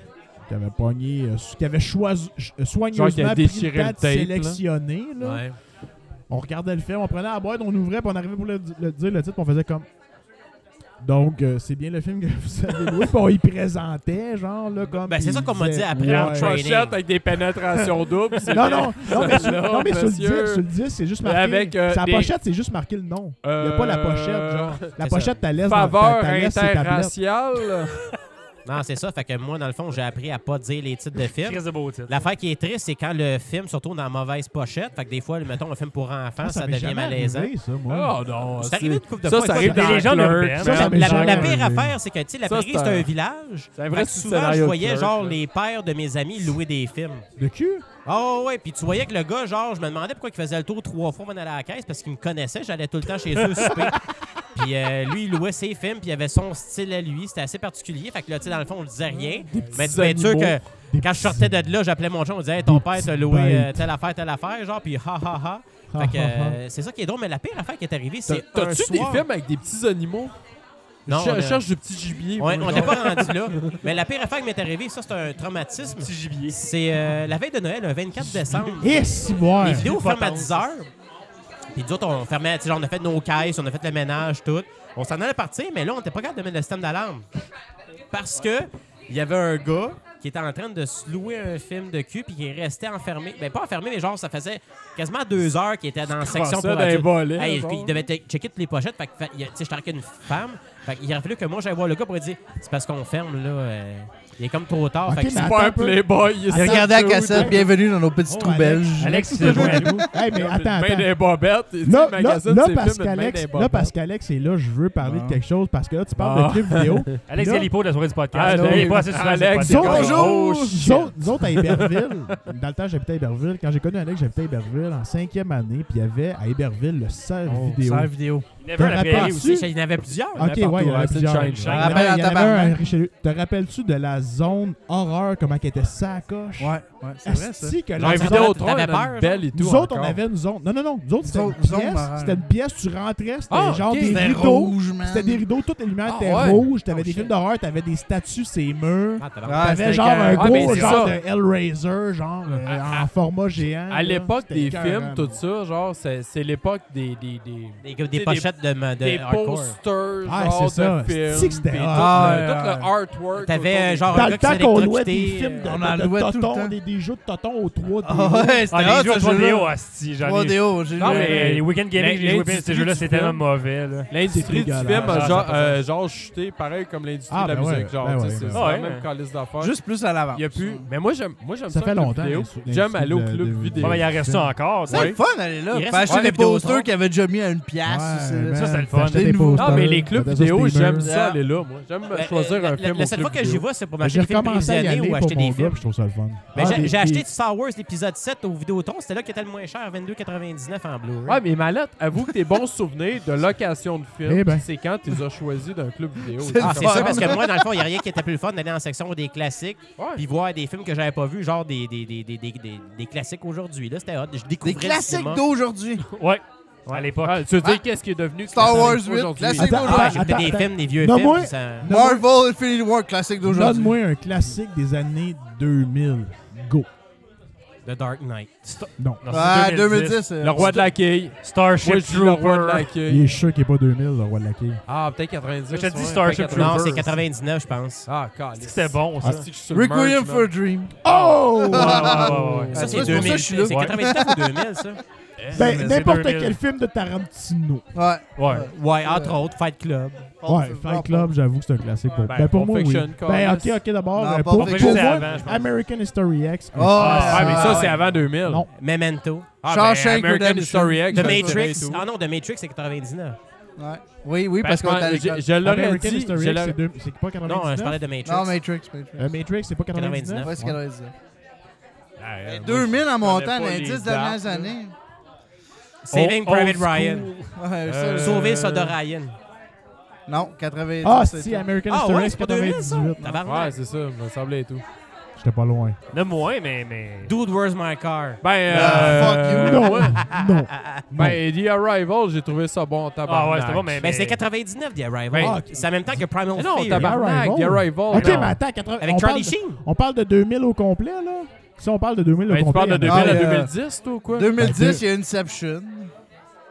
[SPEAKER 1] qui avait pogné, euh, qui avait choisi, ch- euh, soigneusement
[SPEAKER 7] Genre qui a
[SPEAKER 1] pris
[SPEAKER 7] déchiré
[SPEAKER 1] le temps
[SPEAKER 7] le
[SPEAKER 1] de
[SPEAKER 7] tape, là.
[SPEAKER 1] sélectionner. là.
[SPEAKER 6] Ouais.
[SPEAKER 1] On regardait le film, on prenait la boîte, on ouvrait, puis on arrivait pour le, le dire le titre, puis on faisait comme Donc, euh, c'est bien le film que (laughs) vous avez loué. Puis on y présentait, genre, là, comme.
[SPEAKER 6] Ben, c'est
[SPEAKER 1] il
[SPEAKER 6] ça qu'on m'a dit
[SPEAKER 1] disait,
[SPEAKER 6] après en
[SPEAKER 1] ouais.
[SPEAKER 6] training.
[SPEAKER 7] Pochette avec des pénétrations doubles. c'est
[SPEAKER 1] Non,
[SPEAKER 7] bien.
[SPEAKER 1] non, non, mais, sur,
[SPEAKER 7] (laughs) Celle-là,
[SPEAKER 1] non, mais sur le
[SPEAKER 7] monsieur.
[SPEAKER 1] 10, sur le 10, c'est juste marqué.
[SPEAKER 7] Avec, euh,
[SPEAKER 1] sa
[SPEAKER 7] des-
[SPEAKER 1] pochette, c'est juste marqué le nom. Il n'y a pas la pochette, genre. La
[SPEAKER 6] ça.
[SPEAKER 1] pochette, t'as laisse dans ta,
[SPEAKER 7] Faveur
[SPEAKER 1] ta laisse, c'est tablette.
[SPEAKER 7] interraciale.
[SPEAKER 6] Non, c'est ça. Fait que moi, dans le fond, j'ai appris à pas dire les titres de films.
[SPEAKER 5] Crise de beau titre.
[SPEAKER 6] L'affaire qui est triste, c'est quand le film se retrouve dans la mauvaise pochette. Fait que des fois, mettons un film pour enfants,
[SPEAKER 1] Ah,
[SPEAKER 6] ça,
[SPEAKER 1] m'est
[SPEAKER 6] devient
[SPEAKER 1] jamais
[SPEAKER 6] malaisant.
[SPEAKER 1] arrivé, ça, moi.
[SPEAKER 7] Oh non.
[SPEAKER 6] C'est arrivé une couple de
[SPEAKER 7] Ça,
[SPEAKER 6] fois.
[SPEAKER 7] ça arrive
[SPEAKER 5] Des
[SPEAKER 7] dans
[SPEAKER 5] légendes
[SPEAKER 7] Clerks.
[SPEAKER 5] urbaines.
[SPEAKER 1] Ça, ça m'est
[SPEAKER 6] La,
[SPEAKER 1] jamais
[SPEAKER 6] la
[SPEAKER 1] arrivé.
[SPEAKER 6] pire affaire, c'est que, tu sais, la
[SPEAKER 7] Ça,
[SPEAKER 6] prairie,
[SPEAKER 7] c'est
[SPEAKER 6] c'est un
[SPEAKER 7] un-
[SPEAKER 6] village.
[SPEAKER 7] c'est un vrai
[SPEAKER 6] Fait que
[SPEAKER 7] petit
[SPEAKER 6] souvent, je
[SPEAKER 7] scénario
[SPEAKER 6] voyais,
[SPEAKER 7] Clerks,
[SPEAKER 6] genre,
[SPEAKER 7] là.
[SPEAKER 6] les pères de mes amis louer des films.
[SPEAKER 1] De cul?
[SPEAKER 6] Oh ouais, puis tu voyais que le gars, genre, je me demandais pourquoi il faisait le tour trois fois avant d'aller à la caisse, parce qu'il me connaissait, j'allais tout le temps chez eux souper.
[SPEAKER 7] (laughs)
[SPEAKER 6] Puis euh, lui, il louait ses films, puis il avait son style à lui, c'était assez particulier. Fait que là, tu sais, dans le fond, on le disait rien. Mais tu es sûr
[SPEAKER 7] animaux.
[SPEAKER 6] que
[SPEAKER 1] Des
[SPEAKER 6] quand je
[SPEAKER 1] petits-
[SPEAKER 6] sortais de là, j'appelais mon chum, on disait hey, ton père t'a loué euh,
[SPEAKER 1] bêtes.
[SPEAKER 6] telle affaire, telle affaire, genre, puis ha ha ha.
[SPEAKER 1] Ah,
[SPEAKER 6] Fait que
[SPEAKER 1] ah, ah.
[SPEAKER 6] euh, c'est ça qui est drôle, mais la pire affaire qui est arrivée,
[SPEAKER 7] T'as-
[SPEAKER 6] c'est. un
[SPEAKER 7] T'as-tu des
[SPEAKER 6] soir-
[SPEAKER 7] films avec des petits animaux?
[SPEAKER 6] Non,
[SPEAKER 7] je
[SPEAKER 6] on a-
[SPEAKER 7] cherche du petit gibier. moi,
[SPEAKER 6] Ouais, on
[SPEAKER 7] genre.
[SPEAKER 6] n'est pas rendu là. Mais la pire affaire qui m'est arrivée, ça, c'est un traumatisme.
[SPEAKER 5] Petit gibier.
[SPEAKER 6] C'est euh, la veille de Noël, le 24 décembre.
[SPEAKER 1] Eh, si, moi!
[SPEAKER 6] Les vidéos ferment à 10 h. Puis nous autres, on fermait, tu sais, genre, on a fait nos caisses, on a fait le ménage, tout. On s'en allait partir, mais là, on n'était pas capable de mettre le système d'alarme. Parce que il y avait un gars qui était en train de se louer un film de cul, puis qui restait enfermé. Ben, pas enfermé, mais genre, ça faisait quasiment deux heures qu'il était dans la section
[SPEAKER 7] crossait dans
[SPEAKER 6] pour
[SPEAKER 7] les
[SPEAKER 6] adultes.
[SPEAKER 7] volets,
[SPEAKER 6] Hey,
[SPEAKER 7] genre.
[SPEAKER 6] puis il devait te- checker toutes les pochettes. Fait que, fait- il y a- tu sais, j'étais avec une femme. Fait qu'il aurait fallu que moi, j'aille voir le gars pour lui dire C'est parce qu'on ferme, là. euh, il est comme trop tard.
[SPEAKER 1] Ok,
[SPEAKER 6] fait que
[SPEAKER 1] mais
[SPEAKER 6] c'est-
[SPEAKER 1] attends
[SPEAKER 7] Pas
[SPEAKER 1] un
[SPEAKER 7] un
[SPEAKER 1] peu.
[SPEAKER 7] playboy.
[SPEAKER 1] Attends,
[SPEAKER 7] ici.
[SPEAKER 1] Regardez
[SPEAKER 11] Regardez la cassette, bienvenue dans nos petits
[SPEAKER 1] Oh,
[SPEAKER 11] trous belges.
[SPEAKER 5] Alex,
[SPEAKER 1] Alex,
[SPEAKER 5] c'est
[SPEAKER 1] toujours
[SPEAKER 5] le
[SPEAKER 1] à nous. Hey, mais attends,
[SPEAKER 7] Une main
[SPEAKER 1] attends.
[SPEAKER 7] des bobettes. et tu
[SPEAKER 1] Là,
[SPEAKER 7] sais,
[SPEAKER 1] là,
[SPEAKER 7] ma cassette,
[SPEAKER 1] là,
[SPEAKER 7] c'est le
[SPEAKER 1] parce
[SPEAKER 7] film, une main
[SPEAKER 1] qu'Alex,
[SPEAKER 7] des hein.
[SPEAKER 1] là,
[SPEAKER 7] bobettes.
[SPEAKER 1] parce qu'Alex est là, je veux parler
[SPEAKER 11] Ah.
[SPEAKER 1] de quelque chose parce que là, tu parles de clips vidéo.
[SPEAKER 5] Alex
[SPEAKER 1] Là-
[SPEAKER 5] Galipo de la soirée du
[SPEAKER 7] Ah,
[SPEAKER 5] podcast.
[SPEAKER 7] Alex,
[SPEAKER 5] Il est pas assez souvent sur le
[SPEAKER 7] Alex,
[SPEAKER 5] podcast.
[SPEAKER 1] Nous autres,
[SPEAKER 7] Oh,
[SPEAKER 1] nous
[SPEAKER 7] shit.
[SPEAKER 1] autres- nous autres, à Héberville, dans le temps, j'habitais à Héberville. Quand j'ai connu Alex, j'habitais à Héberville en cinquième année. Puis il y avait à Héberville le serve
[SPEAKER 7] Oh,
[SPEAKER 6] Oh,
[SPEAKER 1] vidéo.
[SPEAKER 11] Serve vidéo.
[SPEAKER 5] Never la
[SPEAKER 1] Rappelle-
[SPEAKER 5] prairie aussi.
[SPEAKER 6] il y en avait plusieurs.
[SPEAKER 1] Ok,
[SPEAKER 7] partout,
[SPEAKER 1] ouais, il y en
[SPEAKER 7] hein,
[SPEAKER 1] avait
[SPEAKER 7] c'est
[SPEAKER 1] plusieurs.
[SPEAKER 7] une chaîne.
[SPEAKER 1] Il y en
[SPEAKER 11] Je me rappelle
[SPEAKER 1] avait- il y en
[SPEAKER 11] Ah, ben, en
[SPEAKER 1] avait un à
[SPEAKER 11] tabarnak.
[SPEAKER 1] Richelieu. Te rappelles-tu de la zone horreur, comment elle était sacoche?
[SPEAKER 11] Ouais, ouais, c'est vrai ça.
[SPEAKER 1] Asti que la
[SPEAKER 7] Dans les
[SPEAKER 1] zone-
[SPEAKER 7] vidéos,
[SPEAKER 6] t'avais
[SPEAKER 7] t'avais
[SPEAKER 6] peur, genre?
[SPEAKER 7] peur. Belle et tout.
[SPEAKER 1] Nous autres, on
[SPEAKER 7] encore.
[SPEAKER 1] avait une zone. Non, non, non. Nous autres, c'était
[SPEAKER 11] Zone-
[SPEAKER 1] une
[SPEAKER 11] zone
[SPEAKER 1] pièce.
[SPEAKER 11] horreur.
[SPEAKER 1] C'était une pièce, tu rentrais, c'était
[SPEAKER 7] Ah,
[SPEAKER 1] genre
[SPEAKER 7] ok,
[SPEAKER 1] des
[SPEAKER 11] C'était
[SPEAKER 1] rideaux.
[SPEAKER 11] rouge, man.
[SPEAKER 1] C'était des rideaux, toutes les lumières
[SPEAKER 7] Ah,
[SPEAKER 1] étaient
[SPEAKER 7] ouais.
[SPEAKER 1] rouges. T'avais
[SPEAKER 11] Oh,
[SPEAKER 1] des
[SPEAKER 11] shit.
[SPEAKER 1] films d'horreur, t'avais des statues, ces murs.
[SPEAKER 6] Ah, tabarnak.
[SPEAKER 11] Ah,
[SPEAKER 1] T'avais
[SPEAKER 11] c'était
[SPEAKER 1] genre un
[SPEAKER 11] écœurant.
[SPEAKER 7] Ah, mais
[SPEAKER 1] gros
[SPEAKER 7] c'est
[SPEAKER 1] genre de
[SPEAKER 7] ça.
[SPEAKER 1] Hellraiser, genre
[SPEAKER 11] Ah,
[SPEAKER 1] euh,
[SPEAKER 7] À-
[SPEAKER 1] en format géant.
[SPEAKER 7] À
[SPEAKER 1] là.
[SPEAKER 7] l'époque
[SPEAKER 1] C'était
[SPEAKER 7] des
[SPEAKER 1] écœurant,
[SPEAKER 7] films, tout
[SPEAKER 1] là.
[SPEAKER 7] ça, genre, c'est c'est l'époque des. des, des...
[SPEAKER 6] Des, des
[SPEAKER 7] des-
[SPEAKER 6] pochettes de, de
[SPEAKER 7] des
[SPEAKER 6] hardcore.
[SPEAKER 7] posters,
[SPEAKER 1] Ah,
[SPEAKER 7] genre,
[SPEAKER 1] c'est ça.
[SPEAKER 7] de films.
[SPEAKER 1] C'est que c'était
[SPEAKER 7] puis tout
[SPEAKER 1] hot.
[SPEAKER 7] le-
[SPEAKER 11] Ah,
[SPEAKER 7] tout le artwork.
[SPEAKER 6] T'avais,
[SPEAKER 7] autour des-
[SPEAKER 6] genre,
[SPEAKER 1] Dans
[SPEAKER 6] un
[SPEAKER 1] le
[SPEAKER 6] gars
[SPEAKER 1] temps
[SPEAKER 6] qui
[SPEAKER 1] qu'on
[SPEAKER 6] s'est
[SPEAKER 1] louait des
[SPEAKER 6] électrocuté,
[SPEAKER 1] films de,
[SPEAKER 11] euh, on
[SPEAKER 1] de-
[SPEAKER 11] en
[SPEAKER 1] de
[SPEAKER 11] louait tout le
[SPEAKER 1] totons,
[SPEAKER 11] temps.
[SPEAKER 1] des, des jeux de totons au 3D.
[SPEAKER 11] Ah ouais, c'était
[SPEAKER 5] Ah,
[SPEAKER 11] hot
[SPEAKER 5] les jeux
[SPEAKER 11] ce
[SPEAKER 5] 3
[SPEAKER 11] jeu-là.
[SPEAKER 5] vidéo, hostie, j'en
[SPEAKER 11] 3
[SPEAKER 5] ai.
[SPEAKER 11] DO, j'ai
[SPEAKER 7] Non,
[SPEAKER 5] Non,
[SPEAKER 11] joué.
[SPEAKER 5] mais les weekend gaming, j'ai joué bien
[SPEAKER 7] l'industrie
[SPEAKER 5] ces jeux-là,
[SPEAKER 7] du
[SPEAKER 5] c'est tellement
[SPEAKER 7] film.
[SPEAKER 5] mauvais. là.
[SPEAKER 7] L'industrie du
[SPEAKER 1] dégueulasse.
[SPEAKER 7] film a
[SPEAKER 5] Ah,
[SPEAKER 7] genre,
[SPEAKER 5] ça, ça,
[SPEAKER 7] euh, genre chuté pareil comme l'industrie
[SPEAKER 1] Ah,
[SPEAKER 7] de la
[SPEAKER 1] ben ouais,
[SPEAKER 7] musique. Genre,
[SPEAKER 1] ben
[SPEAKER 7] tu sais,
[SPEAKER 1] ouais,
[SPEAKER 7] c'est
[SPEAKER 1] ben
[SPEAKER 7] c'est
[SPEAKER 5] ouais.
[SPEAKER 7] la même calice d'affaires.
[SPEAKER 11] Juste plus à l'avant.
[SPEAKER 7] Il y a plus. Mais moi, j'aime moi, j'aime
[SPEAKER 1] Ça
[SPEAKER 7] ça.
[SPEAKER 1] fait
[SPEAKER 7] le club
[SPEAKER 1] longtemps,
[SPEAKER 7] vidéo.
[SPEAKER 1] les- les
[SPEAKER 7] J'aime
[SPEAKER 1] films
[SPEAKER 7] aller au
[SPEAKER 1] de- de
[SPEAKER 7] club vidéo.
[SPEAKER 5] Bon, ben, il en
[SPEAKER 1] Ouais.
[SPEAKER 5] reste ça encore.
[SPEAKER 11] C'est
[SPEAKER 5] ça.
[SPEAKER 11] le fun d'aller là.
[SPEAKER 6] Il reste
[SPEAKER 11] Pas acheter
[SPEAKER 6] encore
[SPEAKER 11] des
[SPEAKER 6] des posters.
[SPEAKER 11] posters qu'il avait déjà mis à une pièce.
[SPEAKER 1] Ouais,
[SPEAKER 11] c'est-
[SPEAKER 1] man,
[SPEAKER 5] ça, c'est le fun.
[SPEAKER 1] t'achetais
[SPEAKER 11] Des
[SPEAKER 1] des
[SPEAKER 11] nouveaux.
[SPEAKER 1] posters,
[SPEAKER 7] Non, mais les clubs
[SPEAKER 1] t'achetais
[SPEAKER 7] vidéo,
[SPEAKER 1] des
[SPEAKER 7] j'aime
[SPEAKER 1] streamers.
[SPEAKER 7] ça aller là, moi. J'aime
[SPEAKER 6] Euh,
[SPEAKER 7] choisir
[SPEAKER 6] la-
[SPEAKER 7] un
[SPEAKER 6] la-
[SPEAKER 7] film.
[SPEAKER 6] La
[SPEAKER 7] au Ben,
[SPEAKER 6] seule
[SPEAKER 7] club
[SPEAKER 6] fois que j'y
[SPEAKER 7] vidéo.
[SPEAKER 6] vais, c'est pour
[SPEAKER 1] J'ai
[SPEAKER 6] m'acheter des films
[SPEAKER 1] recommencé à y
[SPEAKER 6] prévisionnés
[SPEAKER 1] aller
[SPEAKER 6] ou
[SPEAKER 1] pour
[SPEAKER 6] acheter
[SPEAKER 1] mon
[SPEAKER 6] des
[SPEAKER 1] gars,
[SPEAKER 6] films.
[SPEAKER 1] puis je trouve ça le fun.
[SPEAKER 6] Mais
[SPEAKER 1] Ah,
[SPEAKER 6] j'ai-
[SPEAKER 1] des-
[SPEAKER 6] j'ai acheté
[SPEAKER 1] des-
[SPEAKER 6] du Star Wars l'épisode 7 au Vidéotron, c'était là qui était le moins cher, 22,99 en Blu-ray.
[SPEAKER 7] Ouais, mais Malette, avoue que tes bons souvenirs de location de films,
[SPEAKER 1] Eh ben.
[SPEAKER 7] c'est quand tu les as choisis d'un club vidéo.
[SPEAKER 6] ah, c'est
[SPEAKER 11] fun.
[SPEAKER 6] ça, parce que moi, dans le fond, il n'y a rien qui était plus le fun d'aller en section des classiques,
[SPEAKER 7] Ouais.
[SPEAKER 6] puis voir des films que j'avais pas vus, genre des, des, des, des, des, des- des classiques aujourd'hui. Là, c'était hot. Je
[SPEAKER 11] Des
[SPEAKER 6] découvrais le
[SPEAKER 11] classiques
[SPEAKER 6] cinéma.
[SPEAKER 11] d'aujourd'hui.
[SPEAKER 5] Ouais, à l'époque.
[SPEAKER 7] Ah, tu veux dire
[SPEAKER 11] Ah.
[SPEAKER 7] qu'est-ce qui est devenu
[SPEAKER 11] Star
[SPEAKER 7] classique
[SPEAKER 11] Wars 8,
[SPEAKER 7] aujourd'hui?
[SPEAKER 11] classique
[SPEAKER 1] Attends,
[SPEAKER 6] Ouais,
[SPEAKER 11] d'aujourd'hui.
[SPEAKER 1] attends,
[SPEAKER 6] j'écoutais Ah, des
[SPEAKER 1] attends.
[SPEAKER 6] films, des vieux
[SPEAKER 1] Non,
[SPEAKER 6] films.
[SPEAKER 1] moi-
[SPEAKER 6] puis ça-
[SPEAKER 1] Nomme-
[SPEAKER 11] Marvel Infinity War, classique d'aujourd'hui.
[SPEAKER 1] Donne-moi un classique des années 2000. Go.
[SPEAKER 6] The Dark Knight.
[SPEAKER 1] Non.
[SPEAKER 5] Non, c'est
[SPEAKER 11] Ah, 2010. euh,
[SPEAKER 7] Le roi de la quille. Moi,
[SPEAKER 5] Starship
[SPEAKER 7] je dis le roi de
[SPEAKER 5] Trooper.
[SPEAKER 7] la
[SPEAKER 1] Il est
[SPEAKER 7] quille.
[SPEAKER 1] sûr qu'il n'est pas 2000, le roi de la quille.
[SPEAKER 7] Ah, peut-être 90.
[SPEAKER 5] Je te dis
[SPEAKER 7] ouais,
[SPEAKER 5] Starship
[SPEAKER 7] peut-être
[SPEAKER 5] Troopers.
[SPEAKER 6] Non,
[SPEAKER 7] 90.
[SPEAKER 6] c'est 99, je pense.
[SPEAKER 7] Ah, calme.
[SPEAKER 5] C'était bon, ça.
[SPEAKER 11] Rick William for a Dream.
[SPEAKER 1] Oh!
[SPEAKER 5] Ouais, ouais, ouais, ouais.
[SPEAKER 6] Ça,
[SPEAKER 11] Ça,
[SPEAKER 6] c'est
[SPEAKER 11] c'est pour ça
[SPEAKER 6] 2000.
[SPEAKER 11] que je suis là.
[SPEAKER 6] C'est 99 ou 2000, ça?
[SPEAKER 1] ben,
[SPEAKER 5] C'est
[SPEAKER 1] n'importe
[SPEAKER 5] 2000.
[SPEAKER 1] quel film de Tarantino.
[SPEAKER 11] Ouais.
[SPEAKER 5] Ouais.
[SPEAKER 6] Ouais, entre autres, Fight Club.
[SPEAKER 1] Ouais, Fight Club, j'avoue que c'est un classique pour,
[SPEAKER 7] Ben,
[SPEAKER 1] ben, pour
[SPEAKER 7] Pulp
[SPEAKER 1] moi, oui.
[SPEAKER 7] Fiction,
[SPEAKER 1] Ben, ok,
[SPEAKER 7] Columbus.
[SPEAKER 1] ok, d'abord.
[SPEAKER 11] Non,
[SPEAKER 1] euh,
[SPEAKER 11] Pulp
[SPEAKER 1] pour,
[SPEAKER 11] Fiction.
[SPEAKER 1] pour
[SPEAKER 5] C'est
[SPEAKER 1] moi,
[SPEAKER 5] avant, je pense.
[SPEAKER 1] American History X. euh,
[SPEAKER 11] Oh,
[SPEAKER 7] Ah, mais ça,
[SPEAKER 11] ouais.
[SPEAKER 7] c'est avant 2000.
[SPEAKER 1] Non.
[SPEAKER 6] Memento.
[SPEAKER 7] Ah, ben,
[SPEAKER 11] Shawshank
[SPEAKER 7] American
[SPEAKER 11] Redemption.
[SPEAKER 7] Story X. je
[SPEAKER 6] The
[SPEAKER 7] le savais
[SPEAKER 6] Matrix.
[SPEAKER 7] et tout.
[SPEAKER 6] Ah non, The Matrix, c'est 99.
[SPEAKER 11] Ouais. Oui, oui, parce qu'on est à
[SPEAKER 7] Franchement,
[SPEAKER 11] l'école.
[SPEAKER 7] je je l'aurais
[SPEAKER 1] American
[SPEAKER 7] dit.
[SPEAKER 1] History
[SPEAKER 7] je
[SPEAKER 1] X,
[SPEAKER 7] l'aurais-
[SPEAKER 1] c'est deux- c'est pas 99?
[SPEAKER 6] Non, euh, je parlais de Matrix.
[SPEAKER 11] Non, Matrix, Matrix.
[SPEAKER 1] Euh, Matrix, c'est pas 99?
[SPEAKER 11] Ouais, c'est
[SPEAKER 1] Ouais.
[SPEAKER 11] 99.
[SPEAKER 7] Ah, euh,
[SPEAKER 11] Et
[SPEAKER 7] moi,
[SPEAKER 11] 2000 en montant dans
[SPEAKER 7] connais pas
[SPEAKER 11] les 10
[SPEAKER 7] les
[SPEAKER 11] dernières
[SPEAKER 7] dates, là.
[SPEAKER 11] années.
[SPEAKER 6] Saving
[SPEAKER 5] Old-
[SPEAKER 6] Private
[SPEAKER 5] old school.
[SPEAKER 6] Ryan.
[SPEAKER 11] Ouais, ça,
[SPEAKER 7] Euh,
[SPEAKER 11] ça-
[SPEAKER 6] Sauver Soda Ryan.
[SPEAKER 11] Non, 90.
[SPEAKER 1] Ah,
[SPEAKER 11] c'est
[SPEAKER 1] si,
[SPEAKER 11] ça.
[SPEAKER 1] American
[SPEAKER 6] Ah
[SPEAKER 1] History
[SPEAKER 6] ouais,
[SPEAKER 1] X,
[SPEAKER 6] c'est pas 2000, ça?
[SPEAKER 1] 98.
[SPEAKER 7] Ouais,
[SPEAKER 6] Tabarnak.
[SPEAKER 7] c'est ça, me semblait et tout.
[SPEAKER 1] J'étais pas loin.
[SPEAKER 5] Le moins, mais. mais...
[SPEAKER 6] Dude, where's my car?
[SPEAKER 7] Ben,
[SPEAKER 11] Ah,
[SPEAKER 7] euh,
[SPEAKER 1] non,
[SPEAKER 7] ouais.
[SPEAKER 1] non.
[SPEAKER 7] (laughs) Ben, The Arrival, j'ai trouvé ça bon, tabarnak.
[SPEAKER 5] Ah ouais, c'était bon, mais.
[SPEAKER 6] Ben, c'est 99, The Arrival.
[SPEAKER 7] Ben,
[SPEAKER 1] ah, ok.
[SPEAKER 6] C'est en même temps que Primal
[SPEAKER 7] Mais Non,
[SPEAKER 6] Fear.
[SPEAKER 7] tabarnak, The Arrival.
[SPEAKER 1] Ok,
[SPEAKER 7] non.
[SPEAKER 1] mais attends, 80
[SPEAKER 6] Avec
[SPEAKER 1] on
[SPEAKER 6] Charlie
[SPEAKER 1] parle,
[SPEAKER 6] Sheen.
[SPEAKER 1] on parle de 2000 au complet, là? Si on parle de 2000 au
[SPEAKER 7] Ben, tu
[SPEAKER 1] complet...
[SPEAKER 7] parles de
[SPEAKER 1] il y en a-
[SPEAKER 7] 2000 à
[SPEAKER 11] Ah, euh,
[SPEAKER 7] 2010, toi, ou quoi?
[SPEAKER 11] 2010,
[SPEAKER 1] Ben,
[SPEAKER 11] il y a Inception.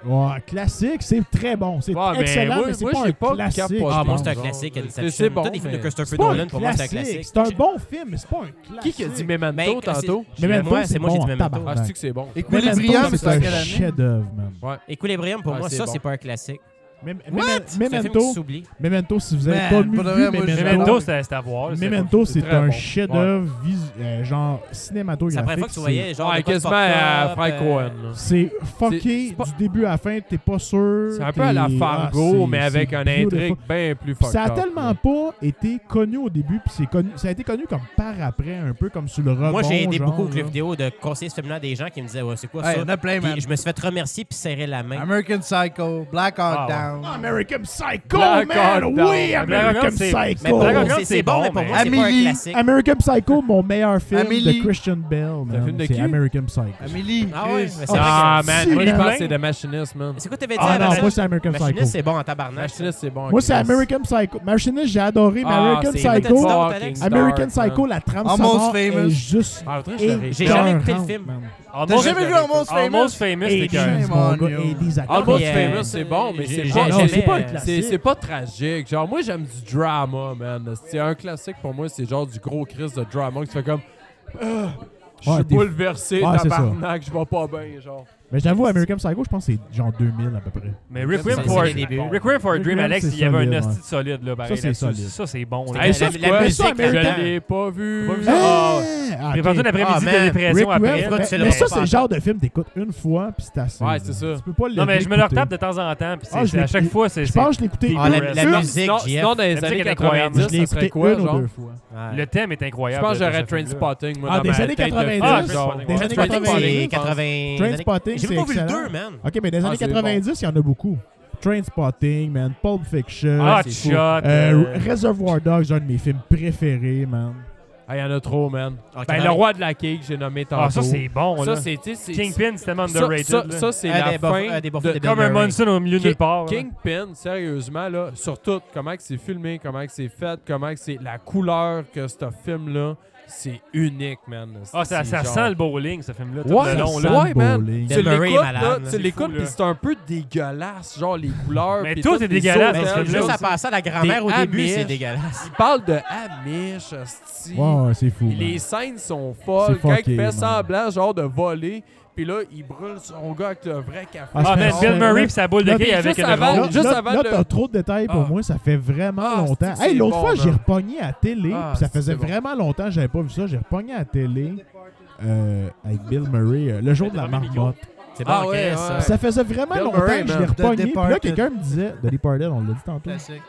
[SPEAKER 1] Ouais, classique, c'est très bon. C'est
[SPEAKER 7] Ouais, mais
[SPEAKER 1] excellent,
[SPEAKER 7] moi-
[SPEAKER 1] mais c'est
[SPEAKER 7] moi,
[SPEAKER 1] pas
[SPEAKER 7] j'ai
[SPEAKER 1] un
[SPEAKER 7] pas
[SPEAKER 1] classique.
[SPEAKER 7] capoté.
[SPEAKER 1] je
[SPEAKER 6] Ah, moi,
[SPEAKER 1] pense.
[SPEAKER 6] c'est un
[SPEAKER 7] genre,
[SPEAKER 6] classique,
[SPEAKER 7] c'est-
[SPEAKER 6] Inception.
[SPEAKER 7] c'est bon,
[SPEAKER 6] Tous les films de
[SPEAKER 7] mais-
[SPEAKER 6] Christopher
[SPEAKER 1] C'est pas
[SPEAKER 6] Nolan,
[SPEAKER 1] un
[SPEAKER 6] pour moi, c'est un
[SPEAKER 1] classique.
[SPEAKER 6] classique.
[SPEAKER 1] C'est un bon film, mais c'est pas un classique.
[SPEAKER 7] Qui qui a dit Memento
[SPEAKER 6] Mais
[SPEAKER 7] tantôt?
[SPEAKER 6] c'est-
[SPEAKER 1] Memento,
[SPEAKER 6] moi, c'est
[SPEAKER 1] c'est
[SPEAKER 6] moi qui
[SPEAKER 1] bon
[SPEAKER 6] dis
[SPEAKER 1] en
[SPEAKER 6] Memento.
[SPEAKER 1] tabarnak.
[SPEAKER 7] Ah, c'est que c'est bon.
[SPEAKER 11] Equilibrium,
[SPEAKER 1] Memento,
[SPEAKER 11] c'est en
[SPEAKER 1] c'est
[SPEAKER 11] quelle
[SPEAKER 1] un
[SPEAKER 11] année?
[SPEAKER 1] chef-d'œuvre, man.
[SPEAKER 6] Equilibrium, pour
[SPEAKER 7] Ah,
[SPEAKER 6] moi,
[SPEAKER 7] c'est
[SPEAKER 6] ça,
[SPEAKER 7] bon.
[SPEAKER 6] c'est pas un classique.
[SPEAKER 1] Mem- Mem-
[SPEAKER 6] C'est un film qui
[SPEAKER 1] Memento,
[SPEAKER 6] s'oublie.
[SPEAKER 1] Memento, si vous
[SPEAKER 11] Man,
[SPEAKER 1] avez pas
[SPEAKER 11] pour de vrai,
[SPEAKER 1] vu
[SPEAKER 11] moi, je-
[SPEAKER 5] Memento,
[SPEAKER 1] Memento,
[SPEAKER 5] c'était c'était à
[SPEAKER 7] Oh,
[SPEAKER 5] voir. là, c'est-
[SPEAKER 1] Memento,
[SPEAKER 7] c'est
[SPEAKER 1] c'est
[SPEAKER 7] très
[SPEAKER 1] un
[SPEAKER 7] bon.
[SPEAKER 1] chef-d'œuvre visu- euh, genre
[SPEAKER 6] C'est
[SPEAKER 1] cinématographique.
[SPEAKER 6] la première fois que tu voyais, genre.
[SPEAKER 7] Ouais,
[SPEAKER 6] de quoi de
[SPEAKER 7] quasiment à
[SPEAKER 6] pop-up,
[SPEAKER 7] Frank
[SPEAKER 6] euh,
[SPEAKER 7] Cohen. là.
[SPEAKER 1] C'est
[SPEAKER 7] C'est-
[SPEAKER 1] fucké
[SPEAKER 7] c'est pas-
[SPEAKER 1] du début à la fin, t'es pas sûr.
[SPEAKER 7] C'est un peu à la
[SPEAKER 1] t'es- ah,
[SPEAKER 7] Fargo,
[SPEAKER 1] c'est-
[SPEAKER 7] mais avec
[SPEAKER 1] c'est
[SPEAKER 7] un
[SPEAKER 1] beautiful.
[SPEAKER 7] intrigue bien
[SPEAKER 1] Puis
[SPEAKER 7] plus forte.
[SPEAKER 1] ça a tellement pas été connu au début, puis c'est connu, ça a été connu comme par après, un peu comme sur le rebond.
[SPEAKER 6] Moi, j'ai aidé
[SPEAKER 1] genre,
[SPEAKER 6] beaucoup aux jeux
[SPEAKER 1] là.
[SPEAKER 6] vidéo de conseillers féminins des gens qui me disaient, ouais, c'est quoi
[SPEAKER 11] Hey,
[SPEAKER 6] ça?
[SPEAKER 11] on a plein, man.
[SPEAKER 6] Puis je me suis fait remercier puis serrer la main.
[SPEAKER 11] American Psycho, Black
[SPEAKER 5] Ah,
[SPEAKER 11] Hawk
[SPEAKER 5] ouais.
[SPEAKER 11] Down.
[SPEAKER 1] American Psycho,
[SPEAKER 7] Black
[SPEAKER 1] man!
[SPEAKER 7] Hawk Down.
[SPEAKER 1] Oui, American
[SPEAKER 5] Hawk, c'est-
[SPEAKER 6] Mais
[SPEAKER 1] Psycho!
[SPEAKER 6] pour
[SPEAKER 5] Black Hawk,
[SPEAKER 6] moi, c'est- c'est bon, mais pour moi, c'est pas un
[SPEAKER 11] Amélie,
[SPEAKER 6] classique.
[SPEAKER 1] American Psycho, mon meilleur film
[SPEAKER 11] Amélie.
[SPEAKER 1] de Christian Bell,
[SPEAKER 7] C'est un film
[SPEAKER 1] man.
[SPEAKER 7] de
[SPEAKER 1] C'est
[SPEAKER 7] qui?
[SPEAKER 1] American Psycho.
[SPEAKER 11] Amélie,
[SPEAKER 6] Ah ouais, mais
[SPEAKER 11] Chris.
[SPEAKER 6] c'est vrai
[SPEAKER 7] Ah,
[SPEAKER 6] que-
[SPEAKER 7] man, moi, je
[SPEAKER 5] Plein.
[SPEAKER 7] pense que c'est The Machinist, man.
[SPEAKER 6] C'est quoi t'avais dit
[SPEAKER 1] Ah
[SPEAKER 6] à la
[SPEAKER 1] non,
[SPEAKER 6] machine-
[SPEAKER 1] moi, c'est American
[SPEAKER 6] Machiniste,
[SPEAKER 1] Psycho.
[SPEAKER 6] c'est bon en tabarnak.
[SPEAKER 7] Machinist, c'est bon.
[SPEAKER 1] Moi, c'est
[SPEAKER 7] Chris.
[SPEAKER 1] American Psycho. Machinist, j'ai adoré, mais
[SPEAKER 7] Ah,
[SPEAKER 1] American
[SPEAKER 7] c'est
[SPEAKER 6] T'as dit
[SPEAKER 1] Psycho...
[SPEAKER 6] donc,
[SPEAKER 7] fucking
[SPEAKER 6] Alex?
[SPEAKER 7] star,
[SPEAKER 1] American
[SPEAKER 7] man.
[SPEAKER 1] Psycho, la trame
[SPEAKER 11] Almost
[SPEAKER 1] sonore
[SPEAKER 11] famous.
[SPEAKER 1] est juste...
[SPEAKER 7] Ah, faudrait que je le réécoute.
[SPEAKER 6] J'ai jamais écouté le
[SPEAKER 1] écœurante,
[SPEAKER 6] film.
[SPEAKER 1] man.
[SPEAKER 5] Almost-
[SPEAKER 11] jamais vu Almost Famous?
[SPEAKER 5] Almost Famous, c'est que.
[SPEAKER 1] 80s, mon gars, 80s à
[SPEAKER 7] Almost
[SPEAKER 6] Mais, euh,
[SPEAKER 7] Famous, c'est bon, mais
[SPEAKER 6] j'ai-
[SPEAKER 7] c'est
[SPEAKER 6] j'ai-
[SPEAKER 7] pas,
[SPEAKER 1] non,
[SPEAKER 6] j'ai-
[SPEAKER 1] c'est pas un
[SPEAKER 6] euh,
[SPEAKER 1] classique.
[SPEAKER 7] c'est- c'est pas tragique. Genre, moi, j'aime du drama, man. C'est un classique pour moi, c'est genre du gros Chris de drama que tu fais comme. Ah, Je
[SPEAKER 1] Ouais,
[SPEAKER 7] suis
[SPEAKER 1] t'es-
[SPEAKER 7] bouleversé,
[SPEAKER 1] Ouais, c'est ça.
[SPEAKER 7] tabarnak, je vais pas bien, genre.
[SPEAKER 1] Mais j'avoue, American Psycho, je pense que c'est genre 2000 à peu près.
[SPEAKER 5] Mais Requiem
[SPEAKER 6] Ça,
[SPEAKER 5] for,
[SPEAKER 6] c'est les débuts.
[SPEAKER 5] Requiem for a Dream,
[SPEAKER 1] Requiem,
[SPEAKER 5] Alex,
[SPEAKER 1] c'est
[SPEAKER 5] il y avait un
[SPEAKER 1] solide,
[SPEAKER 5] hostie de solide, là,
[SPEAKER 1] Ça,
[SPEAKER 5] pareil.
[SPEAKER 1] c'est
[SPEAKER 5] là-dessus.
[SPEAKER 1] solide.
[SPEAKER 5] Ça, c'est bon,
[SPEAKER 6] C'est
[SPEAKER 5] là.
[SPEAKER 7] Hey,
[SPEAKER 6] la-
[SPEAKER 7] ça, c'est
[SPEAKER 6] la
[SPEAKER 7] quoi?
[SPEAKER 6] musique,
[SPEAKER 1] Ça,
[SPEAKER 6] la-
[SPEAKER 1] American-
[SPEAKER 7] Je l'ai pas vu.
[SPEAKER 5] Pas vu ça?
[SPEAKER 7] Ah,
[SPEAKER 1] Ah,
[SPEAKER 5] J'ai perdu
[SPEAKER 1] ok.
[SPEAKER 5] l'après-midi
[SPEAKER 6] Ah,
[SPEAKER 5] de
[SPEAKER 6] man.
[SPEAKER 5] dépression
[SPEAKER 1] Requiem,
[SPEAKER 5] après.
[SPEAKER 6] Pourquoi
[SPEAKER 1] mais-
[SPEAKER 6] tu le
[SPEAKER 1] mais ça,
[SPEAKER 6] refais
[SPEAKER 1] c'est le
[SPEAKER 6] encore?
[SPEAKER 1] genre de film t'écoutes une fois, puis c'est assez.
[SPEAKER 7] Ouais,
[SPEAKER 1] là.
[SPEAKER 7] c'est ça.
[SPEAKER 1] Tu peux pas
[SPEAKER 5] Non, mais je me le
[SPEAKER 1] l'écouter.
[SPEAKER 5] retape de temps en temps, puis
[SPEAKER 1] Ah,
[SPEAKER 5] c'est-
[SPEAKER 1] je
[SPEAKER 5] c'est à
[SPEAKER 1] l'ai-
[SPEAKER 5] chaque fois, c'est.
[SPEAKER 1] Je
[SPEAKER 5] c'est-
[SPEAKER 1] pense que je l'ai écouté.
[SPEAKER 6] Ah,
[SPEAKER 1] une-
[SPEAKER 6] la, la
[SPEAKER 1] une-
[SPEAKER 6] musique,
[SPEAKER 7] Sinon,
[SPEAKER 6] Jeff.
[SPEAKER 7] sinon, dans les
[SPEAKER 5] musique
[SPEAKER 7] années
[SPEAKER 5] est incroyable.
[SPEAKER 7] 90,
[SPEAKER 1] Je l'ai
[SPEAKER 7] ça serait
[SPEAKER 1] écouté
[SPEAKER 7] quoi,
[SPEAKER 1] une ou
[SPEAKER 7] genre?
[SPEAKER 1] deux fois.
[SPEAKER 6] Ouais.
[SPEAKER 5] Le thème est
[SPEAKER 7] Je
[SPEAKER 5] incroyable.
[SPEAKER 7] pense que
[SPEAKER 5] là, de
[SPEAKER 7] j'aurais
[SPEAKER 5] ce film-là.
[SPEAKER 7] Trainspotting, moi,
[SPEAKER 1] Ah,
[SPEAKER 7] dans
[SPEAKER 1] des
[SPEAKER 7] ma
[SPEAKER 1] années
[SPEAKER 7] tête de Ah,
[SPEAKER 1] 90,
[SPEAKER 7] jeune,
[SPEAKER 5] des
[SPEAKER 7] genre.
[SPEAKER 5] années
[SPEAKER 1] 90, Trainspotting,
[SPEAKER 7] Ouais.
[SPEAKER 6] Trainspotting, c'est 80.
[SPEAKER 1] Trainspotting,
[SPEAKER 6] J'ai
[SPEAKER 1] c'est
[SPEAKER 6] même pas vu le
[SPEAKER 1] excellent.
[SPEAKER 6] 2, man.
[SPEAKER 1] Ok, mais des
[SPEAKER 7] Ah,
[SPEAKER 1] années
[SPEAKER 7] c'est
[SPEAKER 1] 90, il y en a beaucoup. Trainspotting, man. Pulp Fiction.
[SPEAKER 5] Hot
[SPEAKER 7] c'est fou.
[SPEAKER 1] euh,
[SPEAKER 5] Shot. euh,
[SPEAKER 1] Reservoir Dogs, un de mes films préférés, man.
[SPEAKER 7] Ah, il y en a trop, man.
[SPEAKER 6] Ok.
[SPEAKER 7] Ben, le roi de la cake, j'ai nommé tantôt.
[SPEAKER 5] Ah, ça, c'est bon,
[SPEAKER 7] Ça,
[SPEAKER 5] là.
[SPEAKER 7] c'est, tu sais, c'est-
[SPEAKER 5] Kingpin, c'est tellement
[SPEAKER 7] ça-
[SPEAKER 5] underrated.
[SPEAKER 7] Ça,
[SPEAKER 5] là.
[SPEAKER 7] ça, c'est
[SPEAKER 6] Ah,
[SPEAKER 7] la
[SPEAKER 6] des bof-
[SPEAKER 7] fin
[SPEAKER 6] ah, des bofs
[SPEAKER 7] de-
[SPEAKER 6] de Bill
[SPEAKER 5] Comme un
[SPEAKER 6] Murray.
[SPEAKER 5] Monson au milieu de
[SPEAKER 7] King-
[SPEAKER 5] nulle part. là.
[SPEAKER 7] Kingpin, sérieusement, là, sur tout, comment que c'est filmé, comment que c'est fait, comment que c'est la couleur que ce film-là, c'est unique, man.
[SPEAKER 5] Ah, ça, ça sent le bowling, ce film-là. tout
[SPEAKER 7] Ouais,
[SPEAKER 5] le long, là.
[SPEAKER 1] sent
[SPEAKER 7] ouais, man.
[SPEAKER 1] bowling.
[SPEAKER 7] Tu
[SPEAKER 6] Bill Murray est
[SPEAKER 7] l'écoutes,
[SPEAKER 6] malade,
[SPEAKER 7] là,
[SPEAKER 6] là,
[SPEAKER 7] tu
[SPEAKER 6] c'est
[SPEAKER 7] l'écoutes,
[SPEAKER 5] fou,
[SPEAKER 7] pis
[SPEAKER 5] là.
[SPEAKER 7] c'est un peu dégueulasse, genre les couleurs.
[SPEAKER 5] Mais
[SPEAKER 7] pis
[SPEAKER 5] tout
[SPEAKER 7] les
[SPEAKER 5] est dégueulasse,
[SPEAKER 7] sauterelles,
[SPEAKER 5] dans ce
[SPEAKER 6] Mais
[SPEAKER 5] film-là
[SPEAKER 6] juste
[SPEAKER 7] genre,
[SPEAKER 6] à
[SPEAKER 5] aussi.
[SPEAKER 6] passer à la grand-mère au
[SPEAKER 7] Des
[SPEAKER 6] début,
[SPEAKER 7] Amish.
[SPEAKER 6] c'est dégueulasse.
[SPEAKER 7] Il parle de Amish, hostie.
[SPEAKER 1] Ouais, ouais, c'est fou.
[SPEAKER 7] Puis les
[SPEAKER 1] man.
[SPEAKER 7] scènes sont folles.
[SPEAKER 1] C'est
[SPEAKER 7] Quand
[SPEAKER 1] fucké,
[SPEAKER 7] il fait
[SPEAKER 1] man.
[SPEAKER 7] semblant, genre, de voler, puis là, il brûle son gars avec le vrai café.
[SPEAKER 1] Ah,
[SPEAKER 5] Ah,
[SPEAKER 1] c'est
[SPEAKER 5] man,
[SPEAKER 1] bon.
[SPEAKER 5] Bill Murray pis sa boule de
[SPEAKER 1] Là,
[SPEAKER 5] quille
[SPEAKER 7] juste
[SPEAKER 5] avec une
[SPEAKER 7] avant-
[SPEAKER 5] ronde.
[SPEAKER 1] Là,
[SPEAKER 7] juste
[SPEAKER 1] là-
[SPEAKER 7] avant
[SPEAKER 1] là,
[SPEAKER 7] le-
[SPEAKER 1] t'as trop de détails pour
[SPEAKER 7] Ah.
[SPEAKER 1] moi, ça fait vraiment
[SPEAKER 7] Ah, c'est
[SPEAKER 1] longtemps.
[SPEAKER 7] que c'est
[SPEAKER 1] Hey, l'autre
[SPEAKER 7] bon,
[SPEAKER 1] fois,
[SPEAKER 7] man.
[SPEAKER 1] j'ai repogné à la télé,
[SPEAKER 7] Ah,
[SPEAKER 1] puis ça
[SPEAKER 7] c'est
[SPEAKER 1] faisait
[SPEAKER 7] que c'est bon.
[SPEAKER 1] vraiment longtemps que j'avais pas vu ça. J'ai repogné à la télé euh, avec Bill Murray, euh, le jour de la
[SPEAKER 5] t'as pas mis le micro.
[SPEAKER 1] marmotte.
[SPEAKER 6] C'est
[SPEAKER 7] Ah
[SPEAKER 6] bon,
[SPEAKER 7] ouais,
[SPEAKER 6] Chris,
[SPEAKER 7] ouais.
[SPEAKER 6] ça.
[SPEAKER 1] Puis Ça faisait vraiment
[SPEAKER 7] Bill
[SPEAKER 1] longtemps
[SPEAKER 7] Murray,
[SPEAKER 1] que je l'ai
[SPEAKER 7] man.
[SPEAKER 1] repogné.
[SPEAKER 11] The
[SPEAKER 1] Puis là,
[SPEAKER 11] Departed.
[SPEAKER 1] quelqu'un me disait The Departed, on l'a dit tantôt.
[SPEAKER 11] Classique.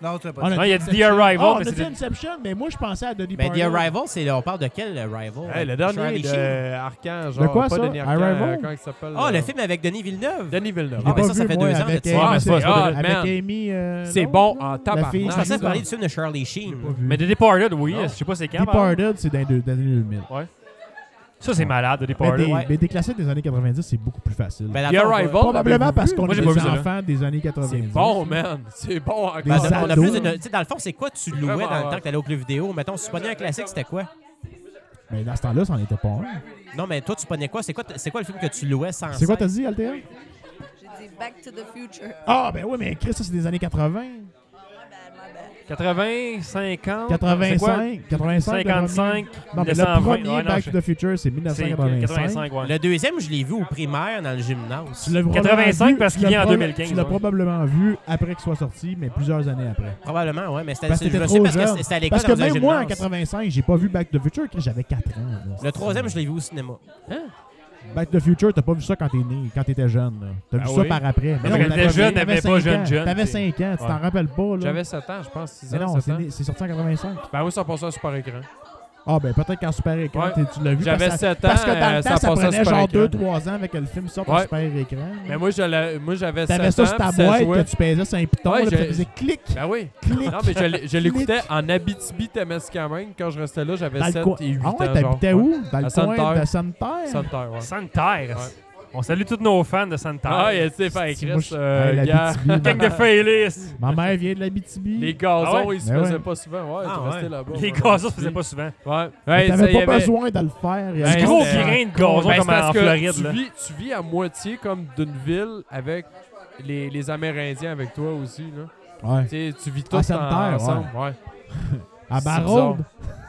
[SPEAKER 11] Non, tu l'as
[SPEAKER 1] On
[SPEAKER 11] pas
[SPEAKER 1] a-
[SPEAKER 11] dit.
[SPEAKER 5] Non, il y a dit The
[SPEAKER 1] Ah,
[SPEAKER 5] Arrival,
[SPEAKER 1] on
[SPEAKER 5] mais
[SPEAKER 1] a dit
[SPEAKER 5] c'était
[SPEAKER 1] Inception, mais moi, je pensais à The Departed.
[SPEAKER 6] Mais The Arrival, c'est là, on parle de quel Arrival?
[SPEAKER 7] Hey, le dernier
[SPEAKER 6] Charlie
[SPEAKER 7] de
[SPEAKER 6] Sheen?
[SPEAKER 7] euh, Arcan, genre.
[SPEAKER 1] quoi,
[SPEAKER 7] pas
[SPEAKER 1] ça?
[SPEAKER 7] Denis Arcan,
[SPEAKER 1] Arrival?
[SPEAKER 7] euh, comment il s'appelle?
[SPEAKER 6] Ah,
[SPEAKER 7] euh,
[SPEAKER 6] le film avec Denis Villeneuve.
[SPEAKER 7] Denis Villeneuve.
[SPEAKER 1] J'ai
[SPEAKER 6] Ah,
[SPEAKER 1] pas
[SPEAKER 6] ben ça, ça
[SPEAKER 1] vu,
[SPEAKER 6] fait
[SPEAKER 1] moi,
[SPEAKER 6] deux ans de
[SPEAKER 1] avec
[SPEAKER 6] ça.
[SPEAKER 1] Amy-
[SPEAKER 7] Ah, c'est pas- ah,
[SPEAKER 1] avec
[SPEAKER 7] man.
[SPEAKER 1] Amy. euh,
[SPEAKER 7] C'est
[SPEAKER 1] l'autre,
[SPEAKER 7] bon
[SPEAKER 1] là. fille-
[SPEAKER 7] en
[SPEAKER 6] Je
[SPEAKER 7] tabarnak.
[SPEAKER 6] pensais
[SPEAKER 1] Ah,
[SPEAKER 6] parler du film de Charlie Sheen.
[SPEAKER 1] Pas vu.
[SPEAKER 5] Mais The Departed, oui,
[SPEAKER 7] Non.
[SPEAKER 5] je sais pas c'est quand. par exemple.
[SPEAKER 1] Departed, c'est dans les deux- dans les années 2000.
[SPEAKER 5] Ça, c'est malade, The
[SPEAKER 1] Mais
[SPEAKER 5] Departed.
[SPEAKER 1] des,
[SPEAKER 6] ouais.
[SPEAKER 1] mais des classiques des années 90, c'est beaucoup plus facile.
[SPEAKER 6] Ben, dans
[SPEAKER 7] The
[SPEAKER 6] le fond, on va-
[SPEAKER 7] Arrival.
[SPEAKER 1] Probablement parce qu'on
[SPEAKER 5] Moi,
[SPEAKER 1] est
[SPEAKER 5] j'ai
[SPEAKER 1] des
[SPEAKER 5] pas Oh, vu ça, là.
[SPEAKER 1] enfants des années 90.
[SPEAKER 7] C'est bon, man. C'est bon encore.
[SPEAKER 1] Des
[SPEAKER 6] Ben, on a plus de-
[SPEAKER 1] ados.
[SPEAKER 6] tu sais, dans le fond, c'est quoi tu louais
[SPEAKER 7] Vraiment,
[SPEAKER 6] dans le
[SPEAKER 7] ouais.
[SPEAKER 6] temps que t'allais au club vidéo? Mettons, si tu prenais un classique, c'était quoi?
[SPEAKER 1] Mais dans ce temps-là, ça n'en était pas un.
[SPEAKER 5] Ah,
[SPEAKER 6] Non, mais toi, tu prenais quoi? C'est quoi, c'est quoi le film que tu louais sans
[SPEAKER 1] C'est quoi
[SPEAKER 6] scène?
[SPEAKER 1] t'as dit, Althea?
[SPEAKER 2] J'ai dit Back to the Future.
[SPEAKER 1] Ah, ben oui, mais Chris, ça, c'est des années 80.
[SPEAKER 2] Ben, ben, ben.
[SPEAKER 5] 80, 50. c'est quoi?
[SPEAKER 1] 85, 85. le premier.
[SPEAKER 5] 55,
[SPEAKER 1] Non, mais
[SPEAKER 5] 920,
[SPEAKER 1] le premier
[SPEAKER 5] ouais, non,
[SPEAKER 1] Back
[SPEAKER 5] je-
[SPEAKER 1] to the Future, c'est 1985.
[SPEAKER 5] 85, ouais.
[SPEAKER 6] Le deuxième, je l'ai vu au primaire dans le gymnase.
[SPEAKER 1] Tu l'as probablement
[SPEAKER 5] 85
[SPEAKER 1] vu-
[SPEAKER 5] parce
[SPEAKER 1] tu
[SPEAKER 5] qu'il
[SPEAKER 1] l'as
[SPEAKER 5] vient en
[SPEAKER 1] proba-
[SPEAKER 5] 2015,
[SPEAKER 1] Tu l'as
[SPEAKER 5] ouais.
[SPEAKER 1] probablement vu après qu'il soit sorti, mais plusieurs années après.
[SPEAKER 6] Probablement, ouais, mais c'était
[SPEAKER 1] Parce que
[SPEAKER 6] je
[SPEAKER 1] t'étais
[SPEAKER 6] me souviens
[SPEAKER 1] trop
[SPEAKER 6] Euh, parce que
[SPEAKER 1] jeune.
[SPEAKER 6] c'était à l'école
[SPEAKER 1] Parce que
[SPEAKER 6] dans un
[SPEAKER 1] même moi, en
[SPEAKER 6] gymnase.
[SPEAKER 1] 85, j'ai pas vu Back to the Future, Chris, j'avais 4 ans. là. Hein?
[SPEAKER 6] Le troisième, je l'ai vu au cinéma.
[SPEAKER 1] Back to the Future, t'as pas vu ça quand t'es né, quand t'étais jeune. là. T'as
[SPEAKER 5] Ah
[SPEAKER 1] vu
[SPEAKER 5] oui.
[SPEAKER 1] ça par après.
[SPEAKER 5] quand t'étais
[SPEAKER 1] t'avais-
[SPEAKER 5] jeune,
[SPEAKER 1] t'avais
[SPEAKER 5] t'avais pas
[SPEAKER 1] 5
[SPEAKER 5] jeune,
[SPEAKER 1] ans.
[SPEAKER 5] jeune,
[SPEAKER 1] T'avais
[SPEAKER 5] t'sais.
[SPEAKER 1] 5 ans, tu
[SPEAKER 5] Ouais.
[SPEAKER 1] t'en rappelles pas. là.
[SPEAKER 7] J'avais 7 ans, je pense. 6
[SPEAKER 1] Mais
[SPEAKER 7] ans,
[SPEAKER 1] non,
[SPEAKER 7] 7
[SPEAKER 1] c'est
[SPEAKER 7] ans.
[SPEAKER 1] né- c'est sorti en 85.
[SPEAKER 7] Ben oui, ça passait à super écran.
[SPEAKER 1] Ah, ben peut-être qu'en super écran,
[SPEAKER 7] Ouais.
[SPEAKER 1] t'es- tu l'as vu.
[SPEAKER 7] J'avais
[SPEAKER 1] parce que-
[SPEAKER 7] 7
[SPEAKER 1] Parce que dans
[SPEAKER 7] ans, euh,
[SPEAKER 1] le
[SPEAKER 7] ça
[SPEAKER 1] temps, ça
[SPEAKER 7] passait
[SPEAKER 1] prenait
[SPEAKER 7] super
[SPEAKER 1] genre
[SPEAKER 7] écran.
[SPEAKER 1] 2-3 ans avec le film sort en
[SPEAKER 7] Ouais.
[SPEAKER 1] super écran.
[SPEAKER 7] Mais moi, je l'ai- moi, j'avais 7 ans.
[SPEAKER 1] T'avais ça sur ta
[SPEAKER 7] puis ça
[SPEAKER 1] boîte
[SPEAKER 7] jouait-
[SPEAKER 1] que tu pesais sur un piton,
[SPEAKER 7] Ouais,
[SPEAKER 1] là, puis ça
[SPEAKER 7] j'ai-
[SPEAKER 1] faisait clic,
[SPEAKER 7] Ben oui.
[SPEAKER 1] clic.
[SPEAKER 7] Non, mais je l'ai- je l'écoutais en Abitibi-Témiscamingue. Quand je restais là, j'avais
[SPEAKER 1] Dans le
[SPEAKER 7] 7
[SPEAKER 1] coin.
[SPEAKER 7] et 8
[SPEAKER 1] Ah
[SPEAKER 7] ans.
[SPEAKER 1] ouais,
[SPEAKER 7] genre.
[SPEAKER 1] t'habitais où? Dans
[SPEAKER 7] À
[SPEAKER 1] le
[SPEAKER 7] Sainte-Terre.
[SPEAKER 1] coin de Sainte-Terre?
[SPEAKER 7] Sainte-Terre, ouais.
[SPEAKER 5] Sans terre.
[SPEAKER 7] Ouais.
[SPEAKER 5] On salue tous nos fans de Santa.
[SPEAKER 7] Ah, il s'est fait
[SPEAKER 1] Si, moi, je-
[SPEAKER 7] Chris, euh,
[SPEAKER 1] Hey, la
[SPEAKER 7] gars.
[SPEAKER 1] BTB, ma-
[SPEAKER 5] Gang de Failis.
[SPEAKER 1] Ma mère vient de la BTB.
[SPEAKER 7] Les gazons,
[SPEAKER 5] Ah ouais?
[SPEAKER 7] ils se
[SPEAKER 1] Ben
[SPEAKER 7] faisaient
[SPEAKER 1] ouais.
[SPEAKER 7] pas souvent. Ouais,
[SPEAKER 6] Ah
[SPEAKER 7] tu
[SPEAKER 6] ouais.
[SPEAKER 7] restais là-bas.
[SPEAKER 5] Les
[SPEAKER 7] ouais.
[SPEAKER 5] gazons, ça faisait pas souvent.
[SPEAKER 7] Ouais.
[SPEAKER 1] Mais
[SPEAKER 7] Ouais, ça,
[SPEAKER 1] T'avais
[SPEAKER 7] il y
[SPEAKER 1] pas
[SPEAKER 7] avait-
[SPEAKER 1] besoin de le faire. Il y
[SPEAKER 7] Ben,
[SPEAKER 5] Du
[SPEAKER 1] avait-
[SPEAKER 5] gros
[SPEAKER 7] c'était-
[SPEAKER 5] grain de gazon
[SPEAKER 7] Ben, c'est
[SPEAKER 5] comme en
[SPEAKER 7] parce que
[SPEAKER 5] Floride.
[SPEAKER 7] tu
[SPEAKER 5] là.
[SPEAKER 7] vis, tu vis à moitié comme d'une ville avec les, les Amérindiens avec toi aussi. Là.
[SPEAKER 1] Ouais.
[SPEAKER 7] Tu sais, tu vis tout
[SPEAKER 1] Ah, ça me
[SPEAKER 7] en-
[SPEAKER 1] terre,
[SPEAKER 7] ensemble. Ouais.
[SPEAKER 1] À
[SPEAKER 7] c'est
[SPEAKER 1] Barode.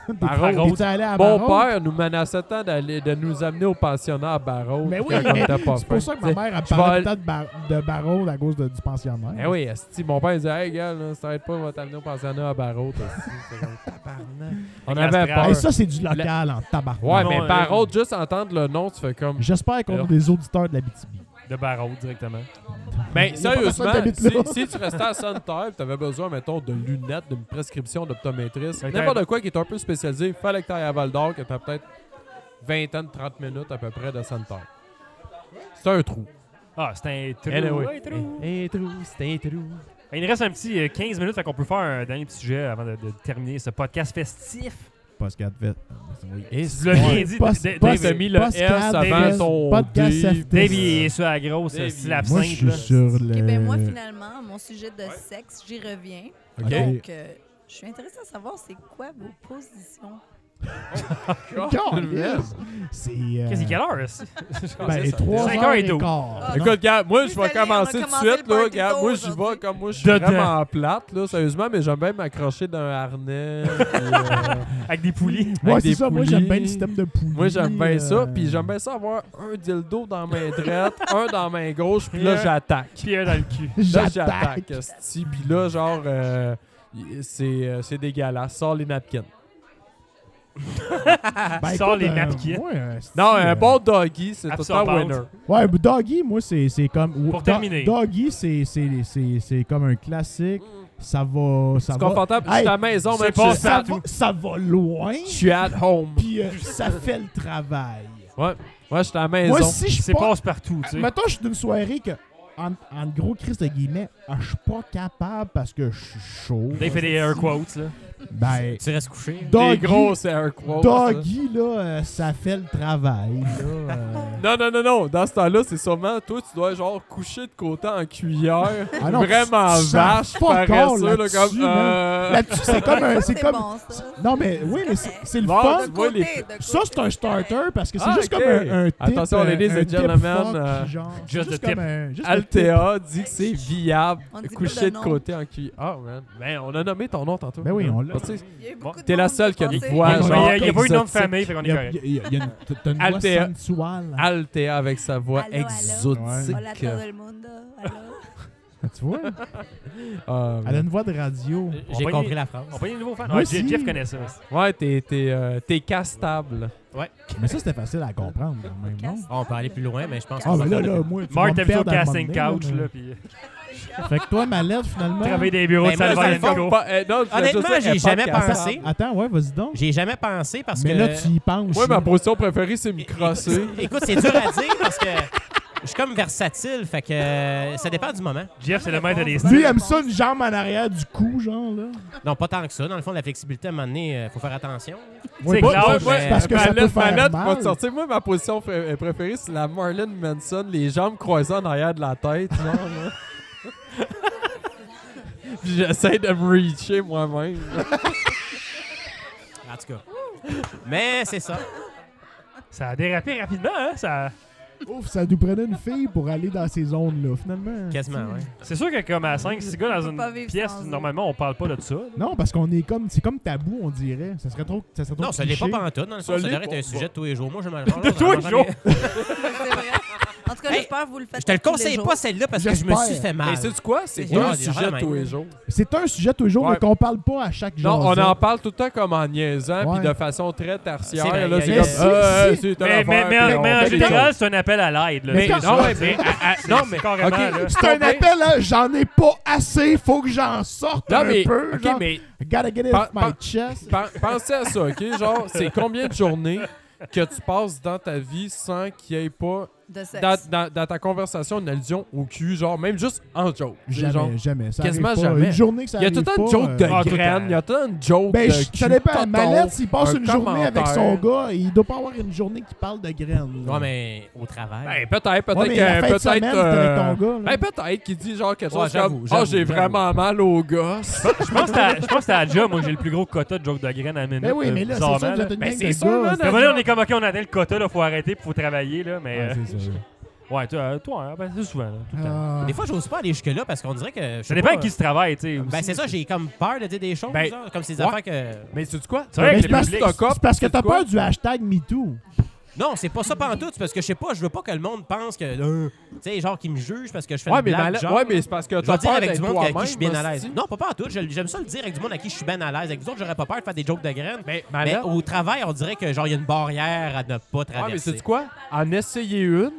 [SPEAKER 7] Barraud.
[SPEAKER 1] T'es allé à
[SPEAKER 7] Mon
[SPEAKER 1] Barraud?
[SPEAKER 7] père nous menaçait tant d'aller, de nous amener au pensionnat à Barreau.
[SPEAKER 1] Mais oui,
[SPEAKER 7] quand on
[SPEAKER 1] mais
[SPEAKER 7] était pas
[SPEAKER 1] c'est pour
[SPEAKER 7] fin.
[SPEAKER 1] ça que
[SPEAKER 7] Tu
[SPEAKER 1] ma
[SPEAKER 7] sais,
[SPEAKER 1] mère a
[SPEAKER 7] je vais
[SPEAKER 1] parlé
[SPEAKER 7] aller-
[SPEAKER 1] peut-être de, bar- de Barreau à cause de- du pensionnaire.
[SPEAKER 7] Eh oui, esti, mon père disait, hey, gars, là, ça arrête pas, on va t'amener au pensionnat à Barreau. t'as esti.
[SPEAKER 1] (laughs)
[SPEAKER 7] C'est comme, tabarnak. On
[SPEAKER 5] Avec
[SPEAKER 7] avait
[SPEAKER 5] l'astral.
[SPEAKER 7] peur.
[SPEAKER 1] Hey, ça, c'est du local en tabac.
[SPEAKER 7] Ouais,
[SPEAKER 5] Non,
[SPEAKER 7] mais
[SPEAKER 5] euh,
[SPEAKER 7] Barreau, juste entendre le nom, tu fais comme.
[SPEAKER 1] J'espère qu'on a
[SPEAKER 7] Alors.
[SPEAKER 1] des auditeurs de la BTB.
[SPEAKER 5] De Barreau directement.
[SPEAKER 7] Mais
[SPEAKER 1] Il y a pas personne
[SPEAKER 7] sérieusement,
[SPEAKER 1] qui habite
[SPEAKER 7] si,
[SPEAKER 1] là.
[SPEAKER 7] si tu restais à Sunterre et tu avais besoin, mettons, de lunettes, d'une prescription d'optométriste,
[SPEAKER 5] Ben,
[SPEAKER 7] n'importe quoi qui est un peu spécialisé, fallait que tu ailles à Val d'Or, que tu as peut-être 20 ans, 30 minutes à peu près de Sunterre. C'est un trou.
[SPEAKER 5] Ah, c'est un trou. un trou.
[SPEAKER 7] Un trou, c'est un trou.
[SPEAKER 5] Il nous reste un petit euh, 15 minutes, fait qu'on peut faire un dernier petit sujet avant de, de terminer ce podcast festif.
[SPEAKER 1] Postcard fait. Oui.
[SPEAKER 7] Et
[SPEAKER 5] Tu l'as bien dit,
[SPEAKER 1] Post-
[SPEAKER 5] Dave-
[SPEAKER 1] post-
[SPEAKER 7] t'as
[SPEAKER 5] Dave.
[SPEAKER 7] mis le
[SPEAKER 1] Postcard
[SPEAKER 7] S avant
[SPEAKER 1] Fest,
[SPEAKER 7] ton
[SPEAKER 1] Podcast
[SPEAKER 7] D.
[SPEAKER 1] FT.
[SPEAKER 5] Dave, il est sur la grosse,
[SPEAKER 7] Dave,
[SPEAKER 5] c'est
[SPEAKER 1] Moi, je
[SPEAKER 5] l'absinthe.
[SPEAKER 1] suis
[SPEAKER 5] là.
[SPEAKER 1] sur le.
[SPEAKER 2] Ok, ben moi, finalement, mon sujet de sexe, j'y reviens.
[SPEAKER 7] OK.
[SPEAKER 1] Ok.
[SPEAKER 2] Donc, euh, je suis intéressée à savoir c'est quoi vos positions.
[SPEAKER 1] Calisse. C'est. euh,
[SPEAKER 5] Qu'est-ce qu'il est quelle heure? ici?
[SPEAKER 1] Ben,
[SPEAKER 7] C'est ça.
[SPEAKER 1] 3
[SPEAKER 5] Cinq
[SPEAKER 1] heures
[SPEAKER 5] heures et
[SPEAKER 1] et
[SPEAKER 5] douze. Ah,
[SPEAKER 1] quart.
[SPEAKER 7] Écoute, regarde, moi,
[SPEAKER 2] Vous
[SPEAKER 7] je vais
[SPEAKER 2] allez, on a
[SPEAKER 7] commencer tout de
[SPEAKER 2] commencé le
[SPEAKER 7] suite, là.
[SPEAKER 2] party
[SPEAKER 7] Regarde,
[SPEAKER 2] tôt
[SPEAKER 7] moi, j'y vais
[SPEAKER 2] aujourd'hui.
[SPEAKER 7] comme moi, je suis
[SPEAKER 5] Dedans.
[SPEAKER 7] vraiment plate, là, sérieusement, mais j'aime bien m'accrocher
[SPEAKER 1] (laughs)
[SPEAKER 7] d'un harnais. puis, euh,
[SPEAKER 5] Avec des poulies.
[SPEAKER 1] Ouais,
[SPEAKER 7] avec
[SPEAKER 1] c'est
[SPEAKER 7] des
[SPEAKER 1] ça. Moi, j'aime bien le
[SPEAKER 7] poulies.
[SPEAKER 1] système de poulies.
[SPEAKER 7] Moi, j'aime bien ça,
[SPEAKER 1] euh,
[SPEAKER 7] puis j'aime bien ça avoir un dildo dans ma main
[SPEAKER 1] (laughs)
[SPEAKER 7] droite, un dans ma main gauche, puis là,
[SPEAKER 5] Yeah.
[SPEAKER 7] j'attaque.
[SPEAKER 5] (laughs) Puis un dans le cul.
[SPEAKER 7] Là,
[SPEAKER 1] J'attaque.
[SPEAKER 7] j'attaque, esti, puis là, genre, euh, y- c'est euh, c'est dégueulasse. Sors les napkins.
[SPEAKER 1] Ben,
[SPEAKER 5] Ah, Sors
[SPEAKER 1] écoute,
[SPEAKER 5] les
[SPEAKER 1] euh,
[SPEAKER 5] napkins.
[SPEAKER 1] moi, euh, c'est-
[SPEAKER 7] Non,
[SPEAKER 1] euh,
[SPEAKER 7] un bon doggy, c'est tout le temps
[SPEAKER 5] Absorbante.
[SPEAKER 7] winner.
[SPEAKER 1] Ouais, mais Doggy, moi, c'est c'est comme.
[SPEAKER 5] Pour
[SPEAKER 1] Do-
[SPEAKER 5] terminer.
[SPEAKER 1] Doggy, c'est- c'est c'est- c'est comme un classique. Ça va. ça
[SPEAKER 7] C'est
[SPEAKER 1] va-
[SPEAKER 7] confortable, je
[SPEAKER 1] Hey,
[SPEAKER 7] suis à la maison,
[SPEAKER 5] c'est
[SPEAKER 7] même
[SPEAKER 5] pas
[SPEAKER 7] je suis-
[SPEAKER 1] ça
[SPEAKER 5] ça,
[SPEAKER 1] va,
[SPEAKER 5] tout.
[SPEAKER 1] ça va loin,
[SPEAKER 7] je suis at home.
[SPEAKER 1] puis euh, ça fait le travail.
[SPEAKER 7] Ouais, ouais, je suis à la
[SPEAKER 1] Moi,
[SPEAKER 7] maison.
[SPEAKER 1] si je suis
[SPEAKER 5] C'est
[SPEAKER 1] pas...
[SPEAKER 5] passe-partout, tu sais.
[SPEAKER 1] Mettons, je suis d'une soirée que, en, en gros, Chris de guillemets, ah, je suis pas capable parce que je suis chaud.
[SPEAKER 5] Dave fait des air quotes, là.
[SPEAKER 1] Ben,
[SPEAKER 6] Tu restes couché.
[SPEAKER 7] Des
[SPEAKER 1] Doggy,
[SPEAKER 7] gros, c'est un quote. ça.
[SPEAKER 1] Doggy, là, euh, ça fait le travail. Là,
[SPEAKER 7] (laughs)
[SPEAKER 1] euh.
[SPEAKER 7] Non, non, non, non. Dans ce temps-là, c'est sûrement toi, tu dois genre coucher de côté en cuillère.
[SPEAKER 1] Ah non,
[SPEAKER 7] vraiment
[SPEAKER 1] tu- tu
[SPEAKER 7] vache,
[SPEAKER 1] sens pas
[SPEAKER 7] paresseux, là,
[SPEAKER 1] là-dessus,
[SPEAKER 7] comme.
[SPEAKER 1] man.
[SPEAKER 7] euh,
[SPEAKER 1] Là-dessus, c'est comme un. C'est
[SPEAKER 2] (laughs) C'est
[SPEAKER 1] comme...
[SPEAKER 2] bon, ça.
[SPEAKER 1] Non, mais oui, mais c'est c'est le
[SPEAKER 7] Bon,
[SPEAKER 1] fun.
[SPEAKER 7] tu vois les-
[SPEAKER 1] Ça, c'est un starter parce que c'est
[SPEAKER 7] Ah,
[SPEAKER 1] juste
[SPEAKER 7] ok.
[SPEAKER 1] comme un, un tip.
[SPEAKER 7] Attention,
[SPEAKER 1] euh,
[SPEAKER 7] ladies
[SPEAKER 1] un
[SPEAKER 7] and
[SPEAKER 1] tip
[SPEAKER 7] gentlemen,
[SPEAKER 1] fuck,
[SPEAKER 7] euh,
[SPEAKER 1] genre. C'est
[SPEAKER 5] just
[SPEAKER 1] juste
[SPEAKER 5] a tip.
[SPEAKER 1] comme un- juste le tip.
[SPEAKER 7] Altea dit que c'est viable de
[SPEAKER 2] On dit pas
[SPEAKER 7] coucher
[SPEAKER 2] de
[SPEAKER 7] de
[SPEAKER 2] nom.
[SPEAKER 7] côté en cuillère. Ah, man. Ben, on a nommé ton nom tantôt.
[SPEAKER 1] Ben oui, on l'a.
[SPEAKER 7] Parce que
[SPEAKER 2] T'es la seule qui a
[SPEAKER 7] des
[SPEAKER 5] Il
[SPEAKER 7] voix,
[SPEAKER 5] n'y
[SPEAKER 7] genre
[SPEAKER 5] a, il y a pas eu de nom de
[SPEAKER 7] exotique.
[SPEAKER 5] famille, fait qu'on
[SPEAKER 1] Il
[SPEAKER 5] est
[SPEAKER 1] y a-
[SPEAKER 5] correct.
[SPEAKER 1] il y a- il y a une- T'as une voix
[SPEAKER 7] Altea.
[SPEAKER 1] sensuelle. hein.
[SPEAKER 7] Altea avec sa voix
[SPEAKER 2] Allô, allô.
[SPEAKER 7] exotique.
[SPEAKER 2] Hola todo el mundo. Allô?
[SPEAKER 1] Tu vois?
[SPEAKER 7] Ah,
[SPEAKER 1] Elle a une voix de radio.
[SPEAKER 5] On
[SPEAKER 6] J'ai
[SPEAKER 5] va y-
[SPEAKER 6] compris la phrase.
[SPEAKER 5] On paye les nouveaux fans.
[SPEAKER 1] Moi
[SPEAKER 5] Ouais, Je-
[SPEAKER 1] aussi.
[SPEAKER 5] Jeff connaît ça.
[SPEAKER 7] Ouais, t'es- t'es euh, t'es castable.
[SPEAKER 1] Mais ça, c'était facile à comprendre quand même, non?
[SPEAKER 2] Casse-
[SPEAKER 6] On peut aller plus loin, mais je pense
[SPEAKER 1] Ah,
[SPEAKER 6] qu'on
[SPEAKER 1] mais là, là, moi, tu vas
[SPEAKER 5] Marc,
[SPEAKER 1] me
[SPEAKER 5] t'as vu au
[SPEAKER 1] perdre à un
[SPEAKER 5] casting
[SPEAKER 1] moment
[SPEAKER 5] couch,
[SPEAKER 1] donné,
[SPEAKER 5] là, puis euh,
[SPEAKER 1] Fait que toi, ma lettre, finalement...
[SPEAKER 5] travailler des bureaux de
[SPEAKER 6] Ben, moi, dans le
[SPEAKER 5] Salvatore
[SPEAKER 6] fond,
[SPEAKER 5] Nico.
[SPEAKER 7] Pas- eh, non, je voulais
[SPEAKER 6] Honnêtement,
[SPEAKER 7] juste dire,
[SPEAKER 6] j'ai
[SPEAKER 7] eh,
[SPEAKER 6] jamais
[SPEAKER 7] podcast.
[SPEAKER 6] pensé.
[SPEAKER 1] Attends, attends, ouais, vas-y donc.
[SPEAKER 6] J'ai jamais pensé parce
[SPEAKER 1] Mais
[SPEAKER 6] que.
[SPEAKER 1] là, tu y penses.
[SPEAKER 7] Moi, ma
[SPEAKER 1] là.
[SPEAKER 7] position préférée, c'est me crosser.
[SPEAKER 6] Écoute, écoute, c'est dur à dire parce que je suis comme versatile, fait que euh, ça dépend du moment.
[SPEAKER 5] Jeff, c'est le maître des
[SPEAKER 1] Lui, il aime ça, une jambe en arrière du cou, genre, là.
[SPEAKER 6] Non, pas tant que ça. Dans le fond, la flexibilité, à un moment donné, euh, faut faire attention.
[SPEAKER 1] Ouais,
[SPEAKER 5] clair,
[SPEAKER 1] pas-
[SPEAKER 5] ouais,
[SPEAKER 1] pas-
[SPEAKER 6] ouais.
[SPEAKER 1] parce que ça peut
[SPEAKER 7] Palette,
[SPEAKER 1] faire
[SPEAKER 7] palette, va
[SPEAKER 1] mal.
[SPEAKER 7] te sortir. Moi, ma position fr- préférée, c'est la Marlon Manson, les jambes croisées en arrière de la tête. genre, là. (laughs) Puis j'essaie de me reacher moi-même.
[SPEAKER 6] En tout cas. Mais c'est ça.
[SPEAKER 5] Ça a dérapé rapidement, hein? Ça...
[SPEAKER 1] Ouf, ça nous prenait une fille pour aller dans ces zones-là, finalement.
[SPEAKER 6] Quasiment, ouais.
[SPEAKER 5] C'est sûr que comme à 5-6 gars dans
[SPEAKER 2] peut pas
[SPEAKER 5] une
[SPEAKER 2] vivre
[SPEAKER 5] pièce,
[SPEAKER 2] sans eux.
[SPEAKER 5] normalement, on parle pas de ça.
[SPEAKER 1] Non, parce qu'on est comme... C'est comme tabou, on dirait. Ça serait trop... Ça serait trop
[SPEAKER 6] Non, ça l'est pas
[SPEAKER 1] cliché.
[SPEAKER 6] pantoute. Dans le fond,
[SPEAKER 7] Ça
[SPEAKER 6] ça
[SPEAKER 7] l'est
[SPEAKER 6] devrait être
[SPEAKER 7] pas.
[SPEAKER 6] un sujet de tous les jours. Moi, je me De
[SPEAKER 5] tous les jours.
[SPEAKER 2] C'est vrai. En tout cas,
[SPEAKER 6] Hey,
[SPEAKER 2] j'espère que vous le faites.
[SPEAKER 6] Je te le
[SPEAKER 2] tous les
[SPEAKER 6] conseille
[SPEAKER 2] jours.
[SPEAKER 6] pas celle-là parce que je me
[SPEAKER 1] J'espère.
[SPEAKER 6] suis fait mal.
[SPEAKER 7] Mais sais-tu quoi? C'est
[SPEAKER 6] Ouais.
[SPEAKER 7] un
[SPEAKER 6] Ouais,
[SPEAKER 7] sujet
[SPEAKER 6] vraiment.
[SPEAKER 7] tous les jours.
[SPEAKER 1] C'est un sujet toujours,
[SPEAKER 7] Ouais.
[SPEAKER 1] mais qu'on parle pas à chaque
[SPEAKER 7] Non,
[SPEAKER 1] jour.
[SPEAKER 7] on en parle tout le temps comme en niaisant, puis
[SPEAKER 1] Ouais.
[SPEAKER 7] de façon très
[SPEAKER 6] C'est vrai,
[SPEAKER 7] tertiaire. Là,
[SPEAKER 6] il
[SPEAKER 7] c'est
[SPEAKER 6] y a-
[SPEAKER 7] comme,
[SPEAKER 1] si,
[SPEAKER 7] euh,
[SPEAKER 1] si.
[SPEAKER 7] c'est une
[SPEAKER 5] Mais, mais,
[SPEAKER 7] affaire,
[SPEAKER 5] mais,
[SPEAKER 7] puis
[SPEAKER 5] mais en
[SPEAKER 7] on fait des
[SPEAKER 5] général, c'est un appel à l'aide. là.
[SPEAKER 7] Mais
[SPEAKER 5] C'est
[SPEAKER 1] quand-
[SPEAKER 5] ça,
[SPEAKER 7] non, ouais,
[SPEAKER 5] tu sais.
[SPEAKER 7] mais-
[SPEAKER 5] Ah, ah,
[SPEAKER 7] non,
[SPEAKER 5] c'est
[SPEAKER 7] mais-
[SPEAKER 5] carrément,
[SPEAKER 7] ok.
[SPEAKER 5] là.
[SPEAKER 1] C'est un appel, hein, j'en ai pas assez, faut que j'en sorte
[SPEAKER 7] Non,
[SPEAKER 1] un
[SPEAKER 7] mais,
[SPEAKER 1] peu.
[SPEAKER 7] ok,
[SPEAKER 1] genre.
[SPEAKER 7] mais
[SPEAKER 1] Gotta get it
[SPEAKER 7] Par-
[SPEAKER 1] off my
[SPEAKER 7] par-
[SPEAKER 1] chest.
[SPEAKER 7] Pen- pensez à ça, OK? Genre, c'est combien de journées que tu passes dans ta vie sans qu'il n'y ait pas
[SPEAKER 2] de sexe.
[SPEAKER 7] dans, dans- dans ta conversation, une allusion au cul, genre, même juste en joke.
[SPEAKER 1] Jamais,
[SPEAKER 7] Genre,
[SPEAKER 1] jamais. Ça
[SPEAKER 7] quasiment
[SPEAKER 1] arrive pas.
[SPEAKER 7] jamais.
[SPEAKER 1] Une journée que ça
[SPEAKER 7] il y a tout
[SPEAKER 1] arrive
[SPEAKER 7] le temps
[SPEAKER 1] pas,
[SPEAKER 7] une joke de
[SPEAKER 1] euh,
[SPEAKER 5] Ah, tout le
[SPEAKER 7] graine,
[SPEAKER 5] temps.
[SPEAKER 7] il y a tout le temps une joke
[SPEAKER 1] Ben,
[SPEAKER 7] de
[SPEAKER 1] je-
[SPEAKER 7] cul,
[SPEAKER 1] ça dépend.
[SPEAKER 7] tonton,
[SPEAKER 1] Malette, s'il passe
[SPEAKER 7] un
[SPEAKER 1] une journée avec son
[SPEAKER 7] commentaire.
[SPEAKER 1] gars, il doit pas avoir une journée qui parle de graines. là.
[SPEAKER 6] Ouais, mais au travail.
[SPEAKER 7] Ben, peut-être, peut-être
[SPEAKER 1] Ouais, mais la
[SPEAKER 7] que-
[SPEAKER 1] fin de
[SPEAKER 7] peut-être,
[SPEAKER 1] semaine,
[SPEAKER 7] euh,
[SPEAKER 1] t'es avec ton gars. là.
[SPEAKER 7] Ben, peut-être qu'il dit genre quelque
[SPEAKER 6] Ouais,
[SPEAKER 7] chose
[SPEAKER 6] j'avoue,
[SPEAKER 7] comme « Oh,
[SPEAKER 6] j'avoue,
[SPEAKER 7] j'ai
[SPEAKER 6] j'avoue.
[SPEAKER 7] vraiment mal au gosse.
[SPEAKER 5] Je pense que c'est à- je pense que c'est à la job, moi, j'ai le plus gros quota de jokes de graines à la minute.
[SPEAKER 1] Ben oui,
[SPEAKER 5] euh,
[SPEAKER 1] mais là, c'est
[SPEAKER 5] bizarrement,
[SPEAKER 1] sûr que vous
[SPEAKER 5] là.
[SPEAKER 1] êtes une
[SPEAKER 7] Ben,
[SPEAKER 1] gang
[SPEAKER 7] c'est
[SPEAKER 1] de
[SPEAKER 7] sûr, là,
[SPEAKER 1] gars,
[SPEAKER 5] À un moment donné, on est comme, OK, on atteint le quota, là, faut arrêter, puis faut travailler, là, mais... euh,
[SPEAKER 1] Ouais, c'est sûr.
[SPEAKER 5] Ouais, toi, euh, toi, hein, ben, c'est souvent, là, tout le temps.
[SPEAKER 1] Ah.
[SPEAKER 6] Des fois, j'ose pas aller jusque-là parce qu'on dirait que. je
[SPEAKER 5] Ça
[SPEAKER 6] sais
[SPEAKER 5] dépend
[SPEAKER 6] pas,
[SPEAKER 5] avec qui se travaille, tu sais.
[SPEAKER 6] Ben,
[SPEAKER 5] aussi.
[SPEAKER 6] c'est ça, j'ai comme peur de dire des choses,
[SPEAKER 5] Ben,
[SPEAKER 6] genre, comme ces
[SPEAKER 7] ouais.
[SPEAKER 6] affaires que.
[SPEAKER 7] Mais c'est quoi?
[SPEAKER 5] C'est vrai
[SPEAKER 1] Ben,
[SPEAKER 5] que
[SPEAKER 1] c'est
[SPEAKER 5] le
[SPEAKER 1] parce-
[SPEAKER 5] public-
[SPEAKER 1] c'est parce que t'as peur du hashtag MeToo.
[SPEAKER 6] Non, c'est pas ça pantoute, c'est parce que je sais pas, je veux pas que le monde pense que. euh, tu sais, genre, qui me juge parce que je fais
[SPEAKER 7] Ouais,
[SPEAKER 6] une
[SPEAKER 7] mais,
[SPEAKER 6] blague,
[SPEAKER 7] Malette-
[SPEAKER 6] genre.
[SPEAKER 7] ouais, mais c'est parce que
[SPEAKER 6] Je vais
[SPEAKER 7] t'as
[SPEAKER 6] dire
[SPEAKER 7] peur
[SPEAKER 6] avec
[SPEAKER 7] d'être
[SPEAKER 6] du monde avec
[SPEAKER 7] toi-même.
[SPEAKER 6] qui je suis bien à l'aise.
[SPEAKER 7] hostie.
[SPEAKER 6] Non, pas pantoute. je- J'aime ça le dire avec du monde à qui je suis bien à l'aise. Avec vous autres, j'aurais pas peur de faire des jokes de graines.
[SPEAKER 7] Mais oh,
[SPEAKER 6] Mais
[SPEAKER 7] Malette-
[SPEAKER 6] au travail, on dirait que genre il y a une barrière à ne pas
[SPEAKER 7] Ben, Ouais, mais
[SPEAKER 6] traverser.
[SPEAKER 7] c'est quoi? En essayer une,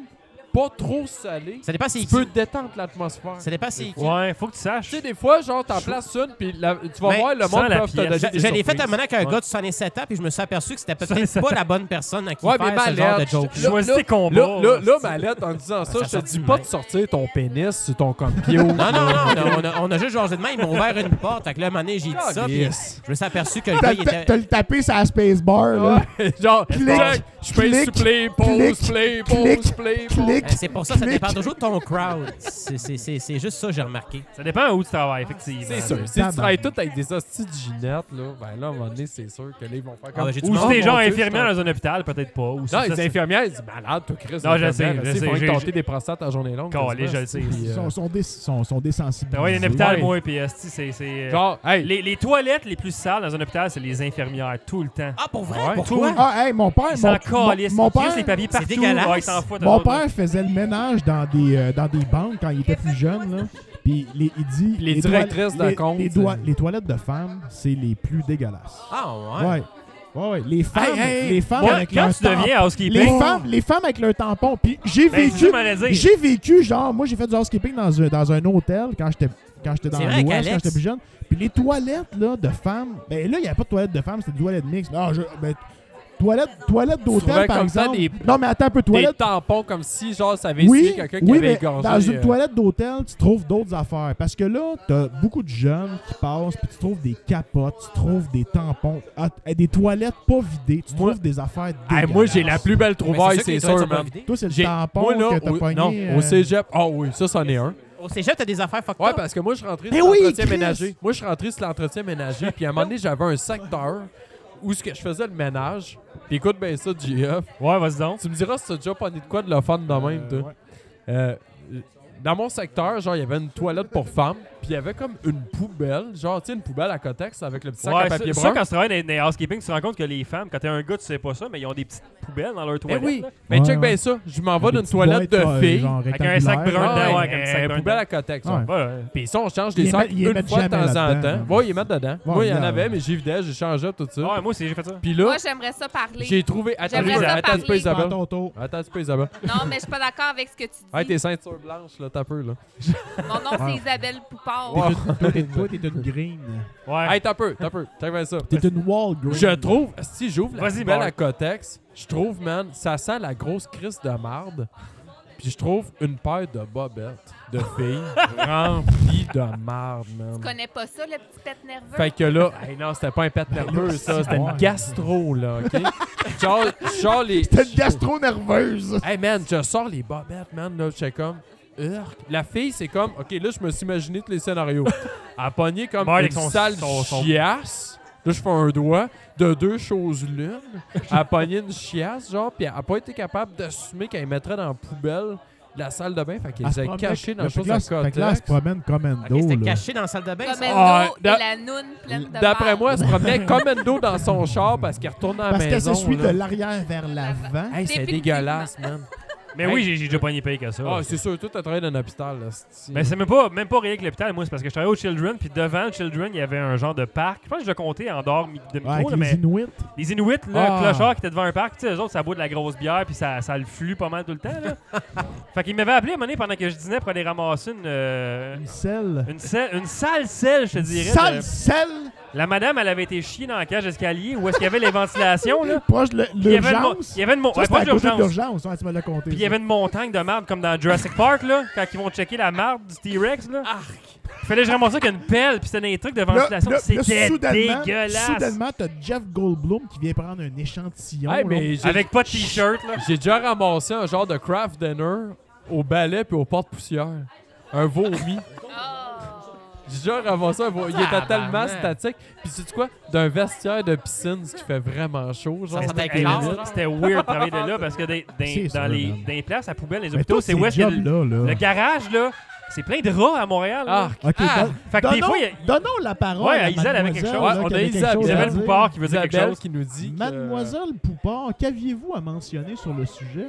[SPEAKER 7] pas trop salée,
[SPEAKER 6] Ça dépend si
[SPEAKER 7] tu peux détendre l'atmosphère.
[SPEAKER 6] Ça dépend si
[SPEAKER 5] Ouais, faut que tu saches.
[SPEAKER 7] Tu sais, des fois, genre, t'en places une, puis la- tu vas
[SPEAKER 6] Mais
[SPEAKER 7] voir, le
[SPEAKER 5] sans
[SPEAKER 7] monde
[SPEAKER 5] la
[SPEAKER 7] peut te
[SPEAKER 5] pièce.
[SPEAKER 7] donner des
[SPEAKER 6] Je, je l'ai fait
[SPEAKER 7] surprises.
[SPEAKER 6] à un moment avec un
[SPEAKER 7] Ouais.
[SPEAKER 6] gars de 67 ans, puis je me suis aperçu que c'était peut-être
[SPEAKER 5] 67
[SPEAKER 6] pas la bonne personne à qui
[SPEAKER 7] Ouais, mais
[SPEAKER 6] faire ce genre de
[SPEAKER 7] Malette,
[SPEAKER 6] joke.
[SPEAKER 7] je-
[SPEAKER 5] Choisis
[SPEAKER 7] là-
[SPEAKER 5] tes combats.
[SPEAKER 7] Là, là, là,
[SPEAKER 5] c'est-
[SPEAKER 7] Malette, en disant ça,
[SPEAKER 6] Ça
[SPEAKER 7] je te
[SPEAKER 6] sort
[SPEAKER 7] dis
[SPEAKER 6] du
[SPEAKER 7] pas
[SPEAKER 6] même.
[SPEAKER 7] de sortir ton pénis sur ton compio.
[SPEAKER 6] Non, non, non, on a- on a, on a juste genre de même, ils m'ont ouvert une porte. Fait que là, à un moment donné, j'ai dit ça, puis
[SPEAKER 7] Yes.
[SPEAKER 6] je me suis aperçu que le gars,
[SPEAKER 1] T'as
[SPEAKER 6] Ah, ben, il
[SPEAKER 1] t'as-
[SPEAKER 6] était.
[SPEAKER 1] t'as le tapé sur la spacebar, là.
[SPEAKER 7] (laughs) Genre,
[SPEAKER 1] Clic,
[SPEAKER 7] Jack, je fais
[SPEAKER 1] clic,
[SPEAKER 7] sur play, pause,
[SPEAKER 1] clic,
[SPEAKER 7] play,
[SPEAKER 1] clic,
[SPEAKER 7] pause, play, pause.
[SPEAKER 1] Clic.
[SPEAKER 6] Euh, C'est pour ça, ça
[SPEAKER 1] Clic.
[SPEAKER 6] dépend toujours de ton crowd. C'est- C'est c'est- c'est juste ça, que j'ai remarqué.
[SPEAKER 5] Ça dépend où tu travailles, effectivement.
[SPEAKER 7] C'est sûr. Si tu travailles tout avec des hosties de ginettes, là, ben là, à un moment donné, c'est sûr que là, ils vont faire comme...
[SPEAKER 6] ben, j'ai du
[SPEAKER 5] Ou
[SPEAKER 6] monde.
[SPEAKER 5] si
[SPEAKER 7] Oh,
[SPEAKER 5] t'es
[SPEAKER 7] mon
[SPEAKER 5] genre
[SPEAKER 7] Dieu,
[SPEAKER 5] infirmière
[SPEAKER 7] je
[SPEAKER 5] dans un hôpital, peut-être pas. Ou si
[SPEAKER 7] Non,
[SPEAKER 5] ça,
[SPEAKER 7] les
[SPEAKER 5] c'est-
[SPEAKER 7] infirmières, ils disent malade, toi, Chris.
[SPEAKER 5] Non, je
[SPEAKER 7] l'infirmière,
[SPEAKER 5] sais,
[SPEAKER 7] elle,
[SPEAKER 5] je
[SPEAKER 7] c'est
[SPEAKER 5] sais,
[SPEAKER 7] faut
[SPEAKER 5] j'ai-
[SPEAKER 7] tenter
[SPEAKER 5] j'ai-
[SPEAKER 7] des prostates à journée longue.
[SPEAKER 5] Calé,
[SPEAKER 7] quasiment,
[SPEAKER 5] je le sais.
[SPEAKER 7] puis,
[SPEAKER 1] Ils
[SPEAKER 7] euh,
[SPEAKER 1] sont, sont, dés- sont, sont désensibilisés.
[SPEAKER 5] Travailler dans un hôpital,
[SPEAKER 7] Ouais.
[SPEAKER 5] moi, puis esti, c'est. c'est, euh,
[SPEAKER 7] Genre, hey,
[SPEAKER 5] Les, les toilettes les plus sales dans un hôpital, c'est les infirmières, tout le temps.
[SPEAKER 6] Ah, pour vrai?
[SPEAKER 7] Ouais.
[SPEAKER 6] Pourquoi?
[SPEAKER 1] Ah, hey, mon père,
[SPEAKER 5] Ils
[SPEAKER 1] mon,
[SPEAKER 5] s'en
[SPEAKER 1] mon-
[SPEAKER 5] calissent.
[SPEAKER 1] mon
[SPEAKER 5] Ils
[SPEAKER 1] père,
[SPEAKER 5] utilisent les papiers
[SPEAKER 6] C'est
[SPEAKER 5] partout.
[SPEAKER 6] dégueulasse.
[SPEAKER 5] Ouais, ils s'en foutent,
[SPEAKER 1] mon
[SPEAKER 5] eux autres.
[SPEAKER 1] père faisait le ménage dans des, euh, dans des banques quand il était plus jeune, là. Puis les- il dit...
[SPEAKER 7] les
[SPEAKER 1] toile-
[SPEAKER 7] directrices de
[SPEAKER 1] les-
[SPEAKER 7] compte,
[SPEAKER 1] Les, doi-
[SPEAKER 5] euh,
[SPEAKER 7] c'est-
[SPEAKER 1] les toilettes de femmes, c'est les plus dégueulasses.
[SPEAKER 6] Ah, ouais.
[SPEAKER 1] Ouais. Ouais, ouais. Les femmes,
[SPEAKER 7] hey,
[SPEAKER 1] les femmes
[SPEAKER 5] Quand-
[SPEAKER 1] avec
[SPEAKER 5] quand
[SPEAKER 1] leur
[SPEAKER 5] tu deviens housekeeping,
[SPEAKER 1] les femmes, les femmes avec leur tampon. Puis j'ai
[SPEAKER 5] Ben, c'est ça
[SPEAKER 1] vécu,
[SPEAKER 5] que j'allais dire.
[SPEAKER 1] j'ai vécu genre, moi j'ai fait du housekeeping dans un, dans un hôtel quand j'étais quand j'étais dans
[SPEAKER 6] C'est vrai
[SPEAKER 1] l'Ouest,
[SPEAKER 6] qu'Alex-
[SPEAKER 1] quand j'étais plus jeune. Puis les toilettes là de femmes, ben là il n'y avait pas de toilettes de femmes, c'était des toilettes mixtes. Non, je, ben, toilettes, toilettes
[SPEAKER 7] trouvais
[SPEAKER 1] d'hôtel par
[SPEAKER 7] comme ça
[SPEAKER 1] exemple.
[SPEAKER 7] des-
[SPEAKER 1] Non mais attends un peu,
[SPEAKER 7] des
[SPEAKER 1] toilettes.
[SPEAKER 7] tampons comme si, genre, ça avait
[SPEAKER 1] Oui,
[SPEAKER 7] essuyé quelqu'un qui
[SPEAKER 1] oui
[SPEAKER 7] avait
[SPEAKER 1] mais
[SPEAKER 7] égorgé...
[SPEAKER 1] dans une
[SPEAKER 7] euh,
[SPEAKER 1] toilette d'hôtel, tu trouves d'autres affaires. Parce que là, t'as beaucoup de jeunes qui passent, puis tu trouves des capotes, tu trouves des tampons, ah, des toilettes pas vidées, tu
[SPEAKER 7] Moi-
[SPEAKER 1] trouves des affaires
[SPEAKER 7] Hey, moi, j'ai la plus belle
[SPEAKER 6] Mais
[SPEAKER 7] trouvaille,
[SPEAKER 6] sûr que
[SPEAKER 7] c'est
[SPEAKER 6] les toilettes
[SPEAKER 7] sûr,
[SPEAKER 6] sont pas
[SPEAKER 7] man.
[SPEAKER 6] vidées.
[SPEAKER 1] Toi, c'est le
[SPEAKER 7] J'ai-
[SPEAKER 1] tampon
[SPEAKER 7] moi, là,
[SPEAKER 1] que t'as
[SPEAKER 7] au-
[SPEAKER 1] pogné.
[SPEAKER 7] non,
[SPEAKER 1] euh,
[SPEAKER 7] au cégep. Ah oui, ça, c'en est un.
[SPEAKER 6] Au cégep, t'as des affaires fucked
[SPEAKER 7] Ouais,
[SPEAKER 6] up.
[SPEAKER 7] parce que moi, je rentrais
[SPEAKER 1] Mais
[SPEAKER 7] sur
[SPEAKER 1] oui,
[SPEAKER 7] l'entretien
[SPEAKER 1] Chris!
[SPEAKER 7] ménager. Moi, je rentrais sur l'entretien ménager, puis à un moment donné, j'avais un secteur où ce que je faisais le ménage. Puis écoute bien ça, GF.
[SPEAKER 5] Ouais, vas-y donc.
[SPEAKER 7] Tu me diras si t'as déjà pas de quoi de le fun de même, toi.
[SPEAKER 1] euh, ouais.
[SPEAKER 7] Euh, dans mon secteur, genre, il y avait une toilette pour femmes, puis il y avait comme une poubelle, genre, tu sais, une poubelle à cotex avec le petit sac
[SPEAKER 5] Ouais,
[SPEAKER 7] à papier
[SPEAKER 5] ça,
[SPEAKER 7] brun.
[SPEAKER 5] ça, quand tu travailles dans les housekeeping, tu te rends compte que les femmes, quand t'es un gars, tu sais pas ça, mais ils ont des petites poubelles dans leur
[SPEAKER 7] Mais
[SPEAKER 5] toilette.
[SPEAKER 7] Eh oui,
[SPEAKER 5] là.
[SPEAKER 7] mais
[SPEAKER 1] Ouais,
[SPEAKER 7] check
[SPEAKER 1] ouais.
[SPEAKER 7] bien ça. Je m'en vais
[SPEAKER 1] Des
[SPEAKER 7] d'une
[SPEAKER 1] petites boîtes,
[SPEAKER 7] toilette de
[SPEAKER 1] euh,
[SPEAKER 7] filles.
[SPEAKER 1] genre
[SPEAKER 5] Avec un sac
[SPEAKER 1] rectangulaire.
[SPEAKER 5] brun
[SPEAKER 7] Ah,
[SPEAKER 5] dedans,
[SPEAKER 7] ouais,
[SPEAKER 5] ouais, comme ça.
[SPEAKER 7] euh,
[SPEAKER 5] brun
[SPEAKER 7] poubelle
[SPEAKER 5] dedans.
[SPEAKER 7] à cotex.
[SPEAKER 1] Ouais.
[SPEAKER 7] ouais.
[SPEAKER 5] Ouais, ouais.
[SPEAKER 7] Puis ça, on change
[SPEAKER 1] Ils
[SPEAKER 7] les
[SPEAKER 1] les
[SPEAKER 7] sacs
[SPEAKER 1] mettent- ils les
[SPEAKER 7] une
[SPEAKER 1] mettent
[SPEAKER 7] fois de
[SPEAKER 1] jamais
[SPEAKER 7] temps en
[SPEAKER 1] là-dedans.
[SPEAKER 7] temps. Ouais, ils les mettent dedans.
[SPEAKER 1] Ouais,
[SPEAKER 7] Moi, il y en
[SPEAKER 1] regarde.
[SPEAKER 7] avait, mais j'ai vidé, j'ai changé tout ça.
[SPEAKER 5] Ouais, moi aussi, j'ai fait ça.
[SPEAKER 7] Puis là,
[SPEAKER 8] Moi, j'aimerais ça parler.
[SPEAKER 7] j'ai trouvé. Attends,
[SPEAKER 8] J'aimerais
[SPEAKER 7] attends,
[SPEAKER 8] ça
[SPEAKER 7] attends,
[SPEAKER 8] parler.
[SPEAKER 7] pas
[SPEAKER 1] Prends
[SPEAKER 7] Isabelle.
[SPEAKER 1] ton tour.
[SPEAKER 7] Attends, tu peux Isabelle.
[SPEAKER 8] Non, mais je suis pas d'accord avec ce que tu dis.
[SPEAKER 7] Hey, tes ceintures blanches, là, t'as peu, là.
[SPEAKER 8] Mon nom, c'est Isabelle Poupard.
[SPEAKER 7] Ouais.
[SPEAKER 1] Toi, t'es- Toi, t'es une green.
[SPEAKER 5] Ouais.
[SPEAKER 7] Hey, t'as peu, t'as peu. Check bien ça.
[SPEAKER 1] T'es une wall green.
[SPEAKER 7] Je trouve, si j'ouvre la
[SPEAKER 5] Vas-y,
[SPEAKER 7] poubelle
[SPEAKER 5] Marc.
[SPEAKER 7] à Cotex, je trouve, man, ça sent la grosse crise de marde. Puis je trouve une paire de bobettes de filles remplies de marde,
[SPEAKER 8] Tu
[SPEAKER 7] man.
[SPEAKER 8] connais pas ça, le petit pet nerveux?
[SPEAKER 7] Fait que là, hey, non, c'était pas un pet nerveux, ça. C'était une gastro, là, OK?
[SPEAKER 8] (laughs)
[SPEAKER 7] Genre, genre les...
[SPEAKER 1] T'es une gastro nerveuse.
[SPEAKER 7] Hey man, je sors les bobettes, man. Là, j'étais comme. Urgh. La fille, c'est comme. Ok, là, je me suis imaginé tous les scénarios. À pogner comme
[SPEAKER 5] Marc
[SPEAKER 7] une
[SPEAKER 5] avec son-
[SPEAKER 7] sale
[SPEAKER 5] son- son-
[SPEAKER 7] chiasse. Là, je fais un doigt de deux choses l'une. À pogner une chiasse, genre, puis elle n'a pas été capable d'assumer qu'elle mettrait dans la poubelle de la salle de bain. Fait
[SPEAKER 1] Elle
[SPEAKER 7] qu'elle les
[SPEAKER 1] se
[SPEAKER 7] a
[SPEAKER 1] promène-
[SPEAKER 7] cachés dans
[SPEAKER 1] Fait
[SPEAKER 7] la
[SPEAKER 1] que
[SPEAKER 7] chose
[SPEAKER 1] là,
[SPEAKER 7] à
[SPEAKER 1] Fait que là, elle se
[SPEAKER 7] contexte.
[SPEAKER 1] promène comme un
[SPEAKER 6] Ok, c'était
[SPEAKER 1] dos, là.
[SPEAKER 6] caché dans la salle de bain. ça.
[SPEAKER 8] Comme
[SPEAKER 7] Ah,
[SPEAKER 8] Elno
[SPEAKER 7] d'a-
[SPEAKER 8] et la noune pleine de
[SPEAKER 7] D'après
[SPEAKER 8] marde.
[SPEAKER 7] moi, elle se
[SPEAKER 8] (laughs)
[SPEAKER 7] promenait comme un dos dans son char parce qu'elle retourne à la
[SPEAKER 1] Parce qu'elle
[SPEAKER 7] maison.
[SPEAKER 1] se suit de
[SPEAKER 7] là.
[SPEAKER 1] l'arrière vers l'avant.
[SPEAKER 7] Hey, c'est
[SPEAKER 8] Définitivement.
[SPEAKER 7] dégueulasse, man.
[SPEAKER 5] Mais oui, j'ai j'ai déjà pogné payé que ça.
[SPEAKER 7] Ah, c'est sûr, toi, t'as travaillé dans un hôpital, là. c'ti.
[SPEAKER 5] Mais c'est même pas, même pas rien que l'hôpital, moi, c'est parce que je travaillais au Children, puis devant le Children, il y avait un genre de parc. Je pense que je le comptais en dehors mi- de micro,
[SPEAKER 1] Ouais,
[SPEAKER 5] là,
[SPEAKER 1] avec les
[SPEAKER 5] mais
[SPEAKER 1] Inuits.
[SPEAKER 5] les Inuits, là,
[SPEAKER 7] Ah.
[SPEAKER 5] clochards qui étaient devant un parc, tu sais, eux autres, ça boit de la grosse bière, puis ça, ça le flue pas mal tout le temps. Là.
[SPEAKER 1] (laughs)
[SPEAKER 5] fait qu'ils m'avaient appelé à un moment donné pendant que je dînais pour aller ramasser une, euh,
[SPEAKER 1] Une selle.
[SPEAKER 5] une, selle- une sale selle, je te dirais. de-
[SPEAKER 1] Sale selle
[SPEAKER 5] La madame, elle avait été chiée dans la cage d'escalier où est-ce qu'il y avait les
[SPEAKER 1] (laughs)
[SPEAKER 5] ventilations, là.
[SPEAKER 1] Proche de
[SPEAKER 5] Il y avait une mo-
[SPEAKER 1] l'urgence.
[SPEAKER 5] il y avait une mo-
[SPEAKER 1] Ça,
[SPEAKER 5] ouais,
[SPEAKER 1] c'était
[SPEAKER 5] pas
[SPEAKER 1] à côté de
[SPEAKER 5] d'urgence.
[SPEAKER 1] l'urgence. Ouais, tu me l'as compté.
[SPEAKER 5] Puis il y
[SPEAKER 1] ça.
[SPEAKER 5] avait une montagne de marde comme dans Jurassic Park, là, quand ils vont checker la marde du T-Rex, là. Fallait que je ramasse ça avec une pelle, puis c'était des trucs de
[SPEAKER 1] Là,
[SPEAKER 5] ventilation.
[SPEAKER 1] là- là,
[SPEAKER 5] C'était
[SPEAKER 1] soudainement,
[SPEAKER 5] dégueulasse.
[SPEAKER 1] Soudainement, t'as Jeff Goldblum qui vient prendre un échantillon.
[SPEAKER 7] Hey,
[SPEAKER 1] là.
[SPEAKER 7] mais j'ai-
[SPEAKER 5] Avec pas de t-shirt, là.
[SPEAKER 7] J'ai déjà ramassé un genre de craft dinner au balai puis au porte-poussière. Un vomi.
[SPEAKER 8] Oh.
[SPEAKER 7] J'ai déjà ramassé un vomi. Il était tellement
[SPEAKER 6] Tabarnak.
[SPEAKER 7] statique. Puis sais-tu quoi? D'un vestiaire de piscine, ce qui fait vraiment chaud. Genre,
[SPEAKER 5] Mais
[SPEAKER 7] ça
[SPEAKER 5] C'était
[SPEAKER 7] fait
[SPEAKER 5] hey,
[SPEAKER 7] une
[SPEAKER 5] là,
[SPEAKER 7] minute.
[SPEAKER 5] c'était weird de travailler de là parce que des- des-
[SPEAKER 7] C'est
[SPEAKER 5] dans,
[SPEAKER 7] sûr,
[SPEAKER 5] les,
[SPEAKER 7] man.
[SPEAKER 5] dans les places à poubelle, les
[SPEAKER 1] Mais
[SPEAKER 5] hôpitaux,
[SPEAKER 1] tous
[SPEAKER 5] c'est
[SPEAKER 1] ces
[SPEAKER 5] où est-ce que le,
[SPEAKER 1] jobs-là, là.
[SPEAKER 5] le garage, là, c'est plein de rats à Montréal. là.
[SPEAKER 1] Ok,
[SPEAKER 5] Ah!
[SPEAKER 1] don-
[SPEAKER 5] Fait que des
[SPEAKER 1] donnons-
[SPEAKER 5] fois, il y a-
[SPEAKER 1] donnons la parole.
[SPEAKER 5] Ouais,
[SPEAKER 1] à
[SPEAKER 5] Isabelle avait
[SPEAKER 1] mademoiselle,
[SPEAKER 5] quelque chose.
[SPEAKER 1] là,
[SPEAKER 5] Ouais, on
[SPEAKER 1] qui
[SPEAKER 5] a
[SPEAKER 1] avait quelque
[SPEAKER 5] Isabelle-
[SPEAKER 1] chose à
[SPEAKER 5] Isabelle
[SPEAKER 1] dire.
[SPEAKER 5] Poupard qui veut dire quelque
[SPEAKER 7] Isabelle
[SPEAKER 5] chose.
[SPEAKER 7] qui nous dit. que-
[SPEAKER 1] Mademoiselle Poupard, qu'aviez-vous à mentionner sur le sujet?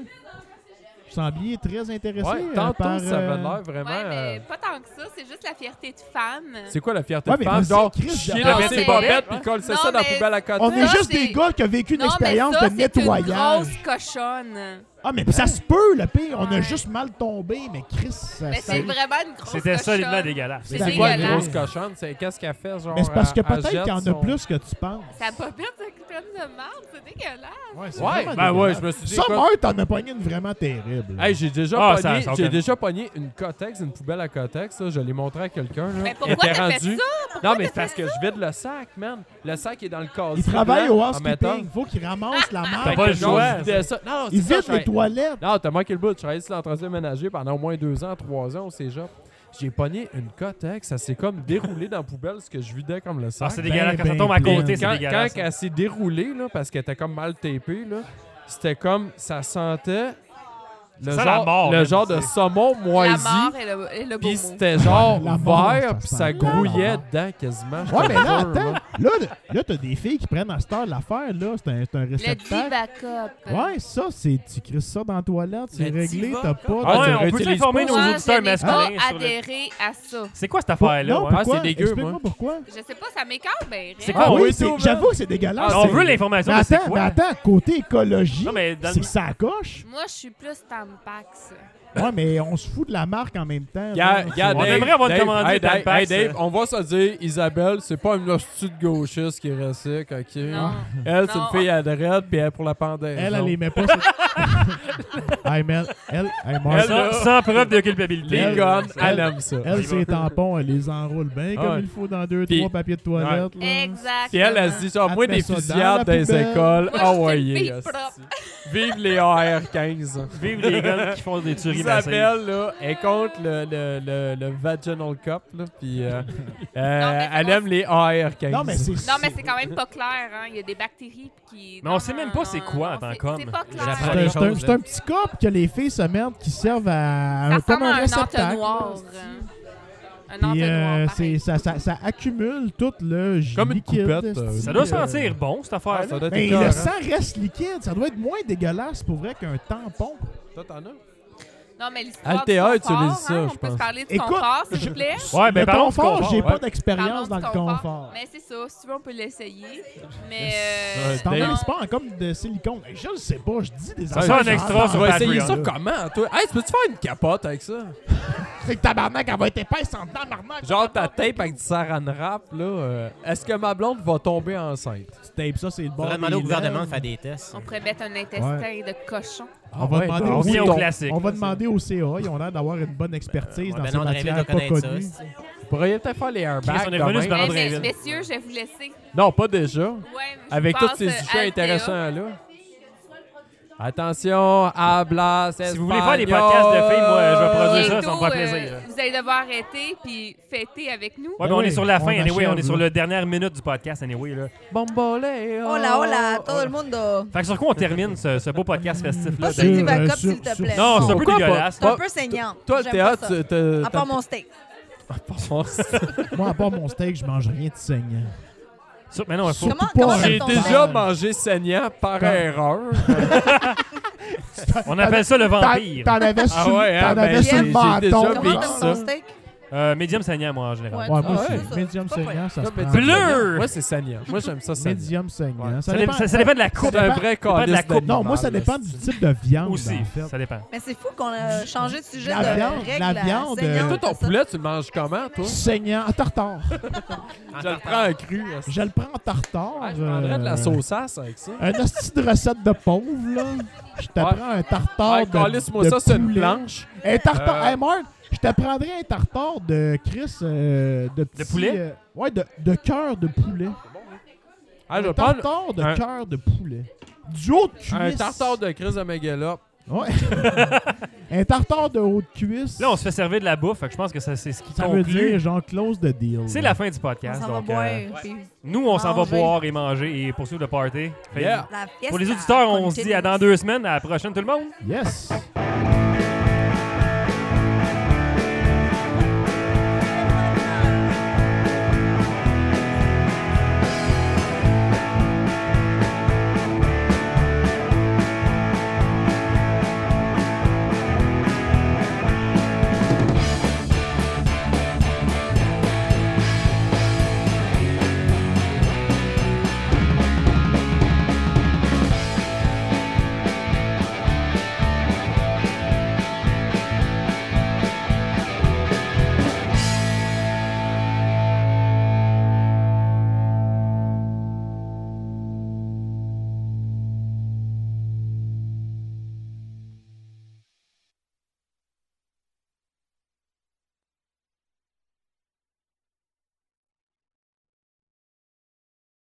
[SPEAKER 1] Vous sembliez très intéressé
[SPEAKER 7] Ouais,
[SPEAKER 1] euh,
[SPEAKER 7] tantôt,
[SPEAKER 1] par...
[SPEAKER 7] ça
[SPEAKER 1] euh,
[SPEAKER 7] avait l'air vraiment.
[SPEAKER 8] Ouais, mais
[SPEAKER 7] euh,
[SPEAKER 8] pas tant que ça, c'est juste la fierté de femme.
[SPEAKER 7] C'est quoi la fierté
[SPEAKER 1] Ouais,
[SPEAKER 7] de
[SPEAKER 1] mais
[SPEAKER 7] femme?
[SPEAKER 1] vas-y,
[SPEAKER 7] Genre,
[SPEAKER 1] Chris,
[SPEAKER 7] chier
[SPEAKER 8] j'avais
[SPEAKER 7] dans
[SPEAKER 8] fait
[SPEAKER 7] ses
[SPEAKER 8] ça.
[SPEAKER 7] bobettes puis colle ça
[SPEAKER 8] Non,
[SPEAKER 7] dans la
[SPEAKER 8] mais-
[SPEAKER 7] poubelle à côté.
[SPEAKER 1] On est
[SPEAKER 8] Ça,
[SPEAKER 1] juste
[SPEAKER 8] c'est-
[SPEAKER 1] des gars qui ont vécu une
[SPEAKER 8] non,
[SPEAKER 1] expérience
[SPEAKER 8] mais ça,
[SPEAKER 1] de
[SPEAKER 8] c'est une
[SPEAKER 1] nettoyage.
[SPEAKER 8] grosse cochonne.
[SPEAKER 1] Ah, mais ça se peut, le pire. On a
[SPEAKER 8] Ouais.
[SPEAKER 1] juste mal tombé, mais Chris, ça...
[SPEAKER 8] Mais
[SPEAKER 1] ça-
[SPEAKER 8] c'est vraiment une grosse
[SPEAKER 5] C'était
[SPEAKER 8] cochonne.
[SPEAKER 5] solidement dégueulasse.
[SPEAKER 8] C'est
[SPEAKER 7] C'est quoi une
[SPEAKER 8] dégueulasse.
[SPEAKER 7] grosse cochonne? C'est- Qu'est-ce qu'elle fait? Genre, euh,
[SPEAKER 1] Mais c'est parce que
[SPEAKER 7] elle- elle
[SPEAKER 1] peut-être
[SPEAKER 7] jette
[SPEAKER 1] qu'il y en a
[SPEAKER 7] son-
[SPEAKER 1] plus que tu penses.
[SPEAKER 8] Ça bobette, c'est pleine de merde, c'est dégueulasse.
[SPEAKER 1] c'est
[SPEAKER 7] Ouais,
[SPEAKER 1] vraiment
[SPEAKER 7] ben ouais,
[SPEAKER 1] dégueulasse.
[SPEAKER 7] je me suis dit.
[SPEAKER 1] Ça,
[SPEAKER 7] écoute,
[SPEAKER 1] meurt, t'en as pogné une vraiment terrible.
[SPEAKER 7] Hey, j'ai déjà,
[SPEAKER 5] Ah, ça-
[SPEAKER 7] pogné,
[SPEAKER 5] ça a
[SPEAKER 7] j'ai
[SPEAKER 5] aucun-
[SPEAKER 7] déjà pogné une Cotex, une poubelle à Cotex. là. Je l'ai montré à quelqu'un. là.
[SPEAKER 8] Mais
[SPEAKER 7] Elle
[SPEAKER 8] pourquoi
[SPEAKER 7] était
[SPEAKER 8] t'as fait
[SPEAKER 7] rendue-
[SPEAKER 8] ça?
[SPEAKER 7] non, mais c'est parce que je vide le sac, man. Le sac est dans le casier.
[SPEAKER 1] Il travaille au
[SPEAKER 7] blanc, en
[SPEAKER 1] housekeeping.
[SPEAKER 7] mettant-
[SPEAKER 1] Faut qu'il ramasse la
[SPEAKER 7] Fait
[SPEAKER 1] merde.
[SPEAKER 5] T'as pas
[SPEAKER 7] que
[SPEAKER 5] le
[SPEAKER 7] genre,
[SPEAKER 5] choix,
[SPEAKER 7] je vidais ça. Non, c'est
[SPEAKER 1] Il
[SPEAKER 7] ça,
[SPEAKER 1] vide
[SPEAKER 7] je-
[SPEAKER 1] les toilettes.
[SPEAKER 7] Non, t'as manqué le bout. Je travaillais sur l'entretien ménager pendant au moins deux ans, trois ans au cégep. J'ai pogné une Cotex. Ça s'est comme déroulé dans la poubelle, ce que je vidais comme le sac.
[SPEAKER 5] Ah, c'est dégueulasse. Quand ça
[SPEAKER 1] ben
[SPEAKER 5] tombe à côté,
[SPEAKER 1] pleine.
[SPEAKER 5] c'est
[SPEAKER 7] quand, quand
[SPEAKER 5] dégueulasse. hein.
[SPEAKER 7] elle s'est déroulée, là, parce qu'elle était comme mal tapée, là, c'était comme ça sentait le,
[SPEAKER 5] Ça sent la
[SPEAKER 7] genre,
[SPEAKER 5] mort, hein,
[SPEAKER 7] le
[SPEAKER 5] même,
[SPEAKER 7] genre de
[SPEAKER 5] tu sais.
[SPEAKER 7] saumon
[SPEAKER 8] La
[SPEAKER 7] moisi.
[SPEAKER 8] mort est le, est le beau
[SPEAKER 7] Puis
[SPEAKER 8] mot.
[SPEAKER 7] c'était genre
[SPEAKER 1] La mort,
[SPEAKER 7] vert,
[SPEAKER 1] ça
[SPEAKER 7] puis
[SPEAKER 1] sent
[SPEAKER 7] ça
[SPEAKER 1] la
[SPEAKER 7] grouillait
[SPEAKER 1] mort.
[SPEAKER 7] dedans quasiment. je
[SPEAKER 1] Ouais,
[SPEAKER 7] te
[SPEAKER 1] mais là,
[SPEAKER 7] jure,
[SPEAKER 1] attends.
[SPEAKER 7] là.
[SPEAKER 1] Là, le- là t'as des filles qui prennent à cette heure l'affaire, là. C'est un, c'est un
[SPEAKER 8] Le
[SPEAKER 1] réceptacle.
[SPEAKER 8] divacop.
[SPEAKER 1] Ouais, ça, c'est. Tu crises ça dans la toilette, c'est
[SPEAKER 6] Le
[SPEAKER 1] réglé,
[SPEAKER 6] diva,
[SPEAKER 1] t'as
[SPEAKER 6] quoi.
[SPEAKER 1] pas.
[SPEAKER 7] Ah, tu
[SPEAKER 5] Ouais, on peut
[SPEAKER 7] réutilises
[SPEAKER 5] informer
[SPEAKER 7] pas
[SPEAKER 5] nos
[SPEAKER 8] Moi,
[SPEAKER 5] auditeurs
[SPEAKER 8] je n'ai pas
[SPEAKER 5] masculins sur le-
[SPEAKER 8] adhéré à ça.
[SPEAKER 5] C'est quoi cette affaire-là?
[SPEAKER 1] non,
[SPEAKER 5] ouais?
[SPEAKER 1] pourquoi?
[SPEAKER 7] Ah, c'est dégueu,
[SPEAKER 1] Explique-moi
[SPEAKER 7] moi.
[SPEAKER 1] pourquoi.
[SPEAKER 8] Je sais pas, ça m'écarte bien. hein.
[SPEAKER 5] C'est
[SPEAKER 1] Ah
[SPEAKER 5] quoi?
[SPEAKER 1] oui,
[SPEAKER 7] oui,
[SPEAKER 1] c'est-
[SPEAKER 7] c'est-
[SPEAKER 1] j'avoue que c'est dégueulasse.
[SPEAKER 7] Ah,
[SPEAKER 5] On
[SPEAKER 1] c'est-
[SPEAKER 5] veut l'information.
[SPEAKER 1] Mais
[SPEAKER 5] mais c'est
[SPEAKER 1] attends, mais
[SPEAKER 5] quoi?
[SPEAKER 1] attends, côté écologie,
[SPEAKER 5] Non, mais dans
[SPEAKER 1] c'est
[SPEAKER 5] le-
[SPEAKER 1] ça coche.
[SPEAKER 8] Moi, je suis plus Tampax.
[SPEAKER 1] Ouais, mais on se fout de la marque en même temps. là.
[SPEAKER 7] Gars, gars,
[SPEAKER 5] On
[SPEAKER 7] Dave,
[SPEAKER 5] aimerait avoir une
[SPEAKER 7] Dave,
[SPEAKER 5] commandite
[SPEAKER 7] hey, Dave,
[SPEAKER 5] d'Alpax,
[SPEAKER 7] hey, Dave,
[SPEAKER 5] euh.
[SPEAKER 7] on va se dire, Isabelle, c'est pas une hostie de gauchiste qui est raciste, OK?
[SPEAKER 8] Non.
[SPEAKER 7] Elle, c'est
[SPEAKER 8] Non.
[SPEAKER 7] une fille à dread, puis elle est pour la pendaison.
[SPEAKER 1] Elle, elle les met pas. sur- hey, man, elle, hey, Marc,
[SPEAKER 7] Elle,
[SPEAKER 1] elle,
[SPEAKER 5] Sans, sans preuve de culpabilité.
[SPEAKER 7] Les
[SPEAKER 5] là,
[SPEAKER 7] gonnes,
[SPEAKER 5] ça.
[SPEAKER 7] elle aime ça.
[SPEAKER 1] ses tampons, elle les enroule bien comme
[SPEAKER 7] ouais.
[SPEAKER 1] il faut dans deux,
[SPEAKER 7] Puis-
[SPEAKER 1] trois papiers de toilette. là.
[SPEAKER 8] Exactement.
[SPEAKER 7] Puis elle, elle se dit, genre,
[SPEAKER 1] Elle
[SPEAKER 7] moi,
[SPEAKER 1] te
[SPEAKER 7] des
[SPEAKER 1] met ça dans la
[SPEAKER 7] fusillades dans les
[SPEAKER 1] poubelle.
[SPEAKER 7] écoles,
[SPEAKER 8] Moi, je
[SPEAKER 7] ah
[SPEAKER 8] suis une
[SPEAKER 7] ouais,
[SPEAKER 8] fille
[SPEAKER 7] yes.
[SPEAKER 8] propre.
[SPEAKER 7] Vive les AR-15.
[SPEAKER 5] Vive les gars qui font des tueries massives.
[SPEAKER 7] Isabelle, là, est contre le, le, le, le vaginal cup, là,
[SPEAKER 5] (laughs)
[SPEAKER 7] puis euh, euh,
[SPEAKER 8] mais
[SPEAKER 7] elle
[SPEAKER 8] moi,
[SPEAKER 7] aime les AR-15.
[SPEAKER 1] Non, mais c'est.
[SPEAKER 8] Non, mais c'est quand même pas clair. Hein. Il y a des bactéries qui.
[SPEAKER 5] Mais on sait même pas c'est quoi en tant
[SPEAKER 8] c'est-
[SPEAKER 5] qu'homme.
[SPEAKER 8] C'est pas clair.
[SPEAKER 6] J'apprends
[SPEAKER 1] C'est un-
[SPEAKER 6] des
[SPEAKER 1] c'est un,
[SPEAKER 6] choses,
[SPEAKER 1] c'est
[SPEAKER 6] là.
[SPEAKER 1] un petit cop que les filles se mettent qui servent à,
[SPEAKER 8] Ça
[SPEAKER 1] comme
[SPEAKER 8] ressemble
[SPEAKER 1] un
[SPEAKER 8] à un
[SPEAKER 1] réceptacle.
[SPEAKER 8] entonnoir. hein. Un
[SPEAKER 1] Puis, euh,
[SPEAKER 8] entonnoir.
[SPEAKER 1] c'est-
[SPEAKER 8] pareil.
[SPEAKER 1] ça, ça, ça accumule tout le jus
[SPEAKER 7] Comme une
[SPEAKER 1] liquide.
[SPEAKER 7] coupette, euh,
[SPEAKER 1] c'est-
[SPEAKER 5] Ça doit sentir bon, cette
[SPEAKER 7] Ah,
[SPEAKER 5] affaire-là.
[SPEAKER 7] ça doit être
[SPEAKER 1] Mais
[SPEAKER 7] écœurant.
[SPEAKER 1] le sang reste liquide. Ça doit être moins dégueulasse pour vrai qu'un tampon.
[SPEAKER 7] Toi, t'en as?
[SPEAKER 8] Non, mais l'histoire.
[SPEAKER 7] Altea
[SPEAKER 8] du
[SPEAKER 7] utilise
[SPEAKER 8] confort,
[SPEAKER 7] ça,
[SPEAKER 8] hein,
[SPEAKER 7] je
[SPEAKER 8] On peut se
[SPEAKER 7] pense.
[SPEAKER 8] parler du
[SPEAKER 1] Écoute,
[SPEAKER 8] confort, s'il
[SPEAKER 1] je-
[SPEAKER 8] vous plaît.
[SPEAKER 5] Ouais, ben
[SPEAKER 1] le
[SPEAKER 5] parlons du
[SPEAKER 1] confort,
[SPEAKER 5] confort,
[SPEAKER 1] j'ai
[SPEAKER 5] ouais.
[SPEAKER 1] pas
[SPEAKER 8] Parlons
[SPEAKER 1] d'expérience
[SPEAKER 8] du
[SPEAKER 1] dans le confort.
[SPEAKER 8] Mais c'est ça, si tu veux, on peut l'essayer. Mais.
[SPEAKER 7] Ouais,
[SPEAKER 8] euh,
[SPEAKER 1] T'en
[SPEAKER 7] Dave-
[SPEAKER 1] mets
[SPEAKER 8] non.
[SPEAKER 1] pas en comme de silicone. Hey, je le sais pas, je dis des
[SPEAKER 5] Ça, un extra
[SPEAKER 7] Tu
[SPEAKER 5] sur
[SPEAKER 7] vas essayer
[SPEAKER 5] Patreon.
[SPEAKER 7] ça comment, toi? Hey, tu peux-tu faire une capote avec ça?
[SPEAKER 1] C'est que tabarnak, elle va être épaisse en tabarnak.
[SPEAKER 7] Genre
[SPEAKER 8] (laughs)
[SPEAKER 7] ta tape avec du saran wrap, là. euh, Est-ce que ma blonde va tomber enceinte?
[SPEAKER 1] Tu tapes ça, c'est le bon.
[SPEAKER 6] On va demander au gouvernement de faire des tests.
[SPEAKER 8] On pourrait mettre un intestin de cochon.
[SPEAKER 1] On va
[SPEAKER 7] ouais,
[SPEAKER 1] demander
[SPEAKER 7] ben,
[SPEAKER 1] au-
[SPEAKER 5] On vient au
[SPEAKER 7] ton-
[SPEAKER 5] classique.
[SPEAKER 1] On va demander au CA, ils ont l'air d'avoir une bonne expertise dans
[SPEAKER 6] Ben
[SPEAKER 1] ces
[SPEAKER 6] non, on rêvait de
[SPEAKER 1] matières pas
[SPEAKER 6] connaître ça.
[SPEAKER 1] connues.
[SPEAKER 6] c'est-
[SPEAKER 7] Vous pourriez peut-être faire les airbags.
[SPEAKER 5] Chris, on est
[SPEAKER 7] demain.
[SPEAKER 5] revenu sur
[SPEAKER 8] Mais,
[SPEAKER 5] André
[SPEAKER 8] mais-
[SPEAKER 5] Ville.
[SPEAKER 8] Eh, messieurs, je vais vous laisser.
[SPEAKER 7] Non, pas déjà.
[SPEAKER 8] Ouais, je
[SPEAKER 7] Avec
[SPEAKER 8] passe,
[SPEAKER 7] tous ces
[SPEAKER 8] euh,
[SPEAKER 7] sujets
[SPEAKER 8] Altea.
[SPEAKER 7] intéressants, là. Attention, hablas,
[SPEAKER 5] Si vous voulez faire des podcasts de filles, moi, je vais produire ça.
[SPEAKER 8] Bientôt,
[SPEAKER 5] ça me fera
[SPEAKER 8] euh,
[SPEAKER 5] plaisir.
[SPEAKER 8] vous allez devoir arrêter puis fêter avec nous.
[SPEAKER 5] Ouais, mais
[SPEAKER 1] Ben
[SPEAKER 5] on
[SPEAKER 1] oui,
[SPEAKER 5] est sur la fin,
[SPEAKER 1] on
[SPEAKER 5] anyway.
[SPEAKER 1] achève,
[SPEAKER 5] On est sur
[SPEAKER 1] là.
[SPEAKER 5] la dernière minute du podcast, anyway. Là.
[SPEAKER 7] Bombolé.
[SPEAKER 12] Hola, hola,
[SPEAKER 2] Oh,
[SPEAKER 12] todo el mundo.
[SPEAKER 5] Fait que sur quoi on termine ce, ce beau podcast festif-là?
[SPEAKER 12] Pas sur
[SPEAKER 5] Dave?
[SPEAKER 12] le
[SPEAKER 1] Sur, euh,
[SPEAKER 12] Divacop, s'il
[SPEAKER 1] sur-
[SPEAKER 12] te
[SPEAKER 1] sur-
[SPEAKER 12] plaît.
[SPEAKER 5] Non, c'est un peu
[SPEAKER 7] Pourquoi pas?
[SPEAKER 5] dégueulasse.
[SPEAKER 12] C'est un
[SPEAKER 7] Pas-
[SPEAKER 12] peu saignant.
[SPEAKER 7] Toi,
[SPEAKER 12] J'aime
[SPEAKER 7] le théâtre,
[SPEAKER 12] pas ça.
[SPEAKER 7] tu- t'as-
[SPEAKER 12] À
[SPEAKER 7] t'as-
[SPEAKER 12] part mon steak.
[SPEAKER 7] Ah, pas mon-
[SPEAKER 1] Moi, à part mon steak, je mange rien de saignant.
[SPEAKER 5] Sur- Mais non, il faut.
[SPEAKER 12] Comment,
[SPEAKER 1] pas.
[SPEAKER 12] comment
[SPEAKER 7] J'ai
[SPEAKER 12] j'aime ton
[SPEAKER 7] déjà
[SPEAKER 12] steak?
[SPEAKER 7] mangé saignant
[SPEAKER 1] (laughs)
[SPEAKER 7] par erreur.
[SPEAKER 5] On appelle ça le
[SPEAKER 1] T'en
[SPEAKER 5] vampire.
[SPEAKER 1] t'en avais sur
[SPEAKER 7] Ah ouais, hein,
[SPEAKER 1] t'en
[SPEAKER 7] ben,
[SPEAKER 1] avais sur
[SPEAKER 7] j'ai-
[SPEAKER 1] le
[SPEAKER 7] j'ai déjà
[SPEAKER 1] menton.
[SPEAKER 12] Comment
[SPEAKER 7] vécu
[SPEAKER 12] t'aimes
[SPEAKER 7] ça.
[SPEAKER 12] ton steak?
[SPEAKER 5] Euh, médium saignant, moi, en général.
[SPEAKER 1] Ouais, Ouais, moi aussi. c'est ça. Médium C'est pas saignant, pire. ça se
[SPEAKER 5] Là,
[SPEAKER 1] prend.
[SPEAKER 5] médium
[SPEAKER 1] Bleu!
[SPEAKER 5] saignant.
[SPEAKER 1] Ouais, c'est saignant. Moi, j'aime ça saignant. Médium saignant.
[SPEAKER 5] Ouais.
[SPEAKER 1] Ça
[SPEAKER 5] Ça, dé-
[SPEAKER 1] dépend-
[SPEAKER 5] ça- ça dépend de la coupe.
[SPEAKER 1] Ça dépend- C'est un vrai
[SPEAKER 5] Ça dépend de la
[SPEAKER 1] calice
[SPEAKER 5] coupe.
[SPEAKER 1] d'animal, Non, moi, ça là, dépend du c'est- type de viande,
[SPEAKER 5] Aussi,
[SPEAKER 1] en fait.
[SPEAKER 5] ça dépend.
[SPEAKER 2] Mais c'est fou qu'on a changé de sujet
[SPEAKER 1] La
[SPEAKER 2] de
[SPEAKER 1] viande,
[SPEAKER 2] règle
[SPEAKER 1] la
[SPEAKER 2] à
[SPEAKER 1] viande,
[SPEAKER 2] saignant.
[SPEAKER 1] euh,
[SPEAKER 7] Toi, ton poulet, tu le manges comment, toi?
[SPEAKER 1] Saignant en tartare.
[SPEAKER 7] Je le prends en cru.
[SPEAKER 1] Je le prends en tartare.
[SPEAKER 7] je prendrais de la
[SPEAKER 1] euh,
[SPEAKER 7] sauce avec ça.
[SPEAKER 1] Un hostie de recette de pauvre, là. Je t'apprends un tartare
[SPEAKER 7] Ouais,
[SPEAKER 1] de
[SPEAKER 7] calisse-moi
[SPEAKER 1] de
[SPEAKER 7] ça sur une
[SPEAKER 1] poulet.
[SPEAKER 7] planche.
[SPEAKER 1] Un tartare...
[SPEAKER 7] Euh,
[SPEAKER 1] Hey, Mark, je t'apprendrais un tartare de Chris... euh, de, petit,
[SPEAKER 7] poulet?
[SPEAKER 1] euh, ouais, de, de cœur de poulet.
[SPEAKER 7] Ah, je
[SPEAKER 1] un
[SPEAKER 7] vais prendre
[SPEAKER 1] tartare de
[SPEAKER 7] un-
[SPEAKER 1] cœur de poulet. Du haut de cuisse.
[SPEAKER 7] Un tartare de crise de Megala.
[SPEAKER 1] Ouais. (laughs) un tartare de haut de cuisse.
[SPEAKER 5] Là, on se fait servir de la bouffe, fait que je pense que ça, c'est ce qui
[SPEAKER 1] Ça veut
[SPEAKER 5] conclut.
[SPEAKER 1] dire genre close the deal.
[SPEAKER 5] C'est
[SPEAKER 1] là.
[SPEAKER 5] la fin du podcast.
[SPEAKER 1] On s'en va
[SPEAKER 5] donc, euh,
[SPEAKER 1] boire,
[SPEAKER 2] puis
[SPEAKER 5] nous, on s'en va
[SPEAKER 2] manger.
[SPEAKER 5] boire et manger et poursuivre le party. Fait-
[SPEAKER 2] Yeah. La fiesta
[SPEAKER 5] Pour les auditeurs, on se dit
[SPEAKER 2] continue.
[SPEAKER 5] à dans deux semaines. À la prochaine, tout le monde.
[SPEAKER 1] Yes.